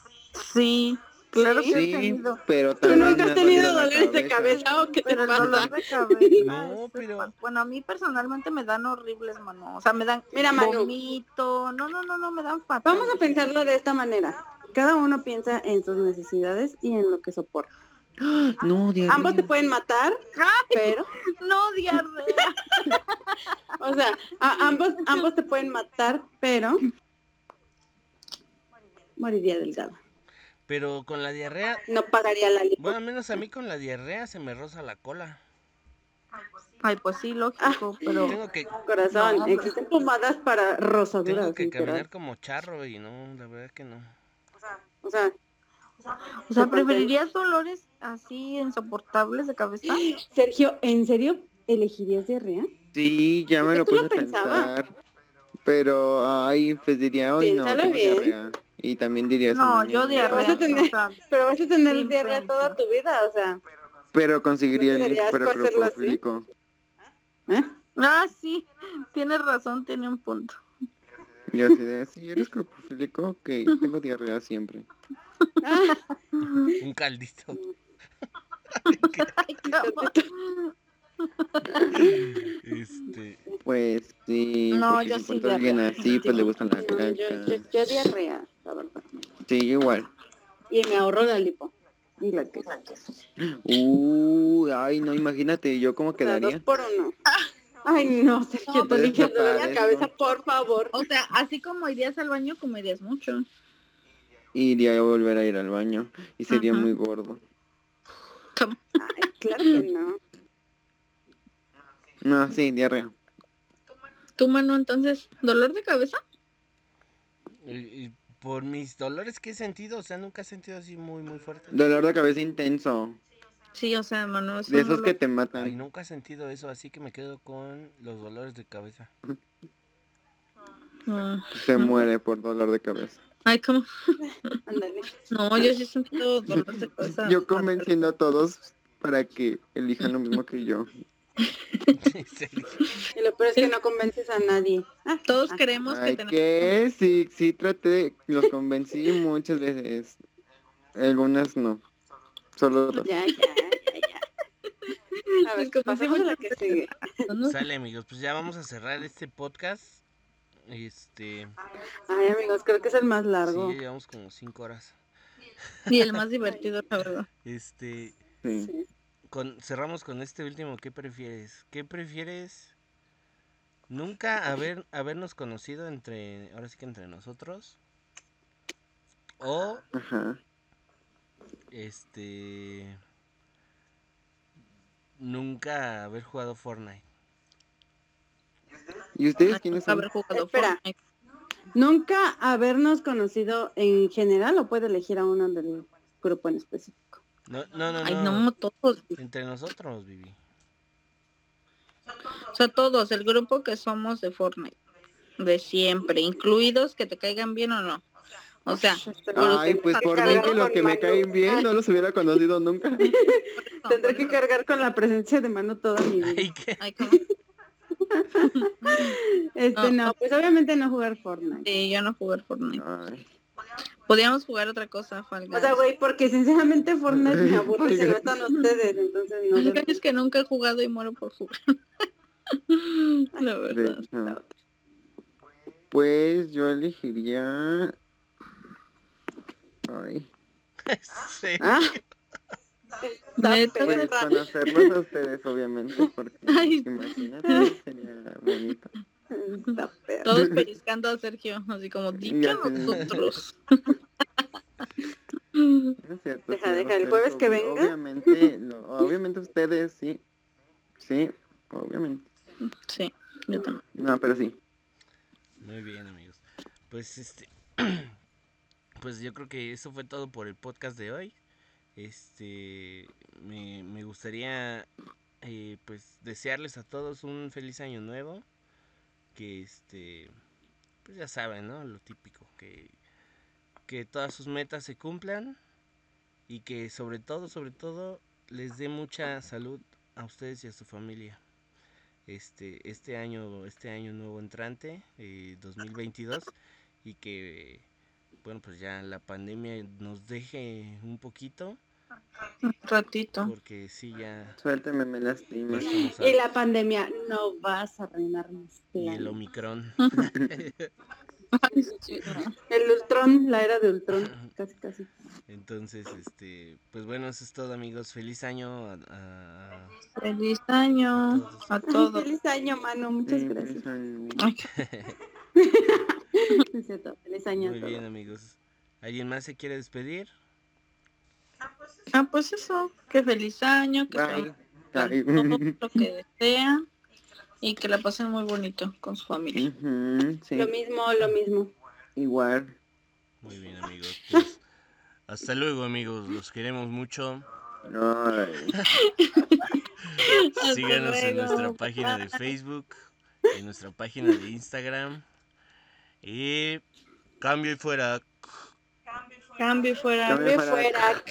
Sí, claro que he Sí, tenido. pero Tú también me nunca has ha tenido dolido la dolores de cabeza o qué te Pero el dolor pasa. de cabeza. No, es- pero- Bueno, a mí personalmente me dan horribles, mano. O sea, me dan Mira, Manu. vomito. No, no, no, no, me dan fatal. Vamos a pensarlo de esta manera. Cada uno piensa en sus necesidades y en lo que soporta. No, diarrea. Ambos te pueden matar, pero, No, diarrea. o sea, a- ambos, ambos te pueden matar, pero moriría delgada. Pero con la diarrea... No pagaría la lipo. Bueno, al menos a mí con la diarrea se me roza la cola. Ay, pues sí, lógico, pero... Tengo que, Corazón, No, no. existen pomadas para rosaduras, tengo que literal. caminar como charro y no, la verdad que no. O sea, O sea, ¿preferirías dolores así insoportables de cabeza? Sergio, ¿en serio elegirías diarrea? Sí, ya me Es lo que tú puse lo a pensaba. pensar. Pero, ay, pues diría, hoy no, Piénsalo tengo bien. diarrea. Y también diría "Esa No, mañana". yo Vas diarrea. a tener- o sea, Pero vas a tener Sí, diarrea pero- toda tu vida, o sea, Pero conseguiría ¿No te el daría link para asco hacerlo así? Crocofílico. ¿eh? Ah, sí, tienes razón, tiene un punto. Y así de, si eres crocofílico, ok, tengo diarrea siempre. Ah, Un caldito. Ay, qué amor. Este, Pues sí, No, porque yo si sí encuentro a alguien diarrea, así, pues le definitivo. gustan las no, yo, yo, cachas. yo diarrea, la verdad. Sí, igual. Y me ahorro la lipo. Y la que Uh, ay, no, imagínate, yo cómo Dos quedaría. por uno. Ay, no, Sergio, No, te pues, dije el dolor de desaparezco. cabeza, por favor. O sea, así como irías al baño, comerías mucho. Iría a volver a ir al baño y sería Ajá. muy gordo. Ay, claro que no. No, sí, diarrea. Tú, Manu, entonces, ¿dolor de cabeza? Y- y por mis dolores que he sentido, o sea, nunca he sentido así muy, muy fuerte. Dolor de cabeza intenso. Sí, o sea, Manu, es De un esos dolor- que te Ay, matan. nunca he sentido eso, así que me quedo con los dolores de cabeza. Ah. Se muere por dolor de cabeza. Ay, ¿cómo? Ándale. No, yo sí he sentido dolor de cabeza. Yo convenciendo a todos para que elijan lo mismo que yo. Y lo peor es que no convences a nadie. Ah, Todos queremos que Ay, tenemos... que sí, sí traté, los convencí muchas veces. Algunas no. Solo dos. ya, ya, ya, ya. A ver, Como pasemos a la que siempre. sigue. ¿no? Sale, amigos, pues ya vamos a cerrar este podcast. Este, Ay, amigos, creo que es el más largo. sí, llevamos como cinco horas. Y el más divertido, la verdad. Este, Sí. Sí. con- cerramos con este último, ¿qué prefieres? ¿Qué prefieres? Nunca haber, habernos conocido entre, ahora sí que entre nosotros. O Ajá. Este. Nunca haber jugado Fortnite. ¿Y ustedes quiénes son? Haber jugado Espera. Fortnite. Nunca habernos conocido en general o puede elegir a uno del grupo en específico. No, no, no. Ay, no. no, todos. Entre nosotros, Vivi. O sea, todos, el grupo que somos de Fortnite. De siempre, incluidos que te caigan bien o no. O sea, Ay, Pero pues ustedes- por mí que los que me caen bien no los hubiera conocido nunca. Tendré que cargar con la presencia de mano toda mi vida. Ay, ¿qué? Ay, ¿cómo? Este no, pues obviamente no jugar Fortnite. Sí, yo no jugué Fortnite. Ay. Podríamos jugar otra cosa, Fall O sea, Guys. güey, porque sinceramente Fortnite me aburre si no están ustedes, entonces no. El caso es que nunca he jugado y muero por jugar. La De verdad. hecho. Pues yo elegiría. Ay. Sí. Ah, Neta. Pero Pues es raro. conocerlos a ustedes, obviamente, porque Ay. imagínate, sería bonito. está perro. Todos pellizcando a Sergio, así como dicho Ya sé. nosotros. No es cierto, Deja, señor deja, el Roberto, jueves que venga. Obviamente, lo- obviamente ustedes, sí. Sí, obviamente. Sí, yo también. No, pero sí. Muy bien, amigos. Pues este. Pues yo creo que eso fue todo por el podcast de hoy. Este. Me, me gustaría. eh, pues desearles a todos un feliz año nuevo. Que este. Pues ya saben, ¿no? Lo típico. Que, que todas sus metas se cumplan. Y que sobre todo, sobre todo, les dé mucha salud a ustedes y a su familia este, este año, este año nuevo entrante, eh, 2022, y que, bueno, pues ya la pandemia nos deje un poquito, Un ratito. porque sí, ya, Suéltame, me ya lastima. estamos Y a- la pandemia, no vas a arruinar mis y el planes. Omicron. Ay, sí, no. El Ultron, la era de Ultron, casi casi. Entonces, este, pues bueno, eso es todo, amigos. Feliz año a, a- Feliz año a Ay, todos. feliz año, mano, muchas Sí, gracias. pues, ay, Ay, Es cierto, feliz año Muy a bien, todos. amigos. ¿Alguien más se quiere despedir? ah, pues eso. Que feliz año, que Bye. sean Ay. todo lo que desean y que la pasen muy bonito con su familia. Ujú, sí, Lo mismo, lo mismo. igual. Muy bien, amigos. pues, hasta luego, amigos. Los queremos mucho. No, ay. Hasta Síganos en luego. nuestra página de Facebook, en nuestra página de Instagram. Y cambio y fuera. Cambio y fuera. Cambio. Cambio fuera,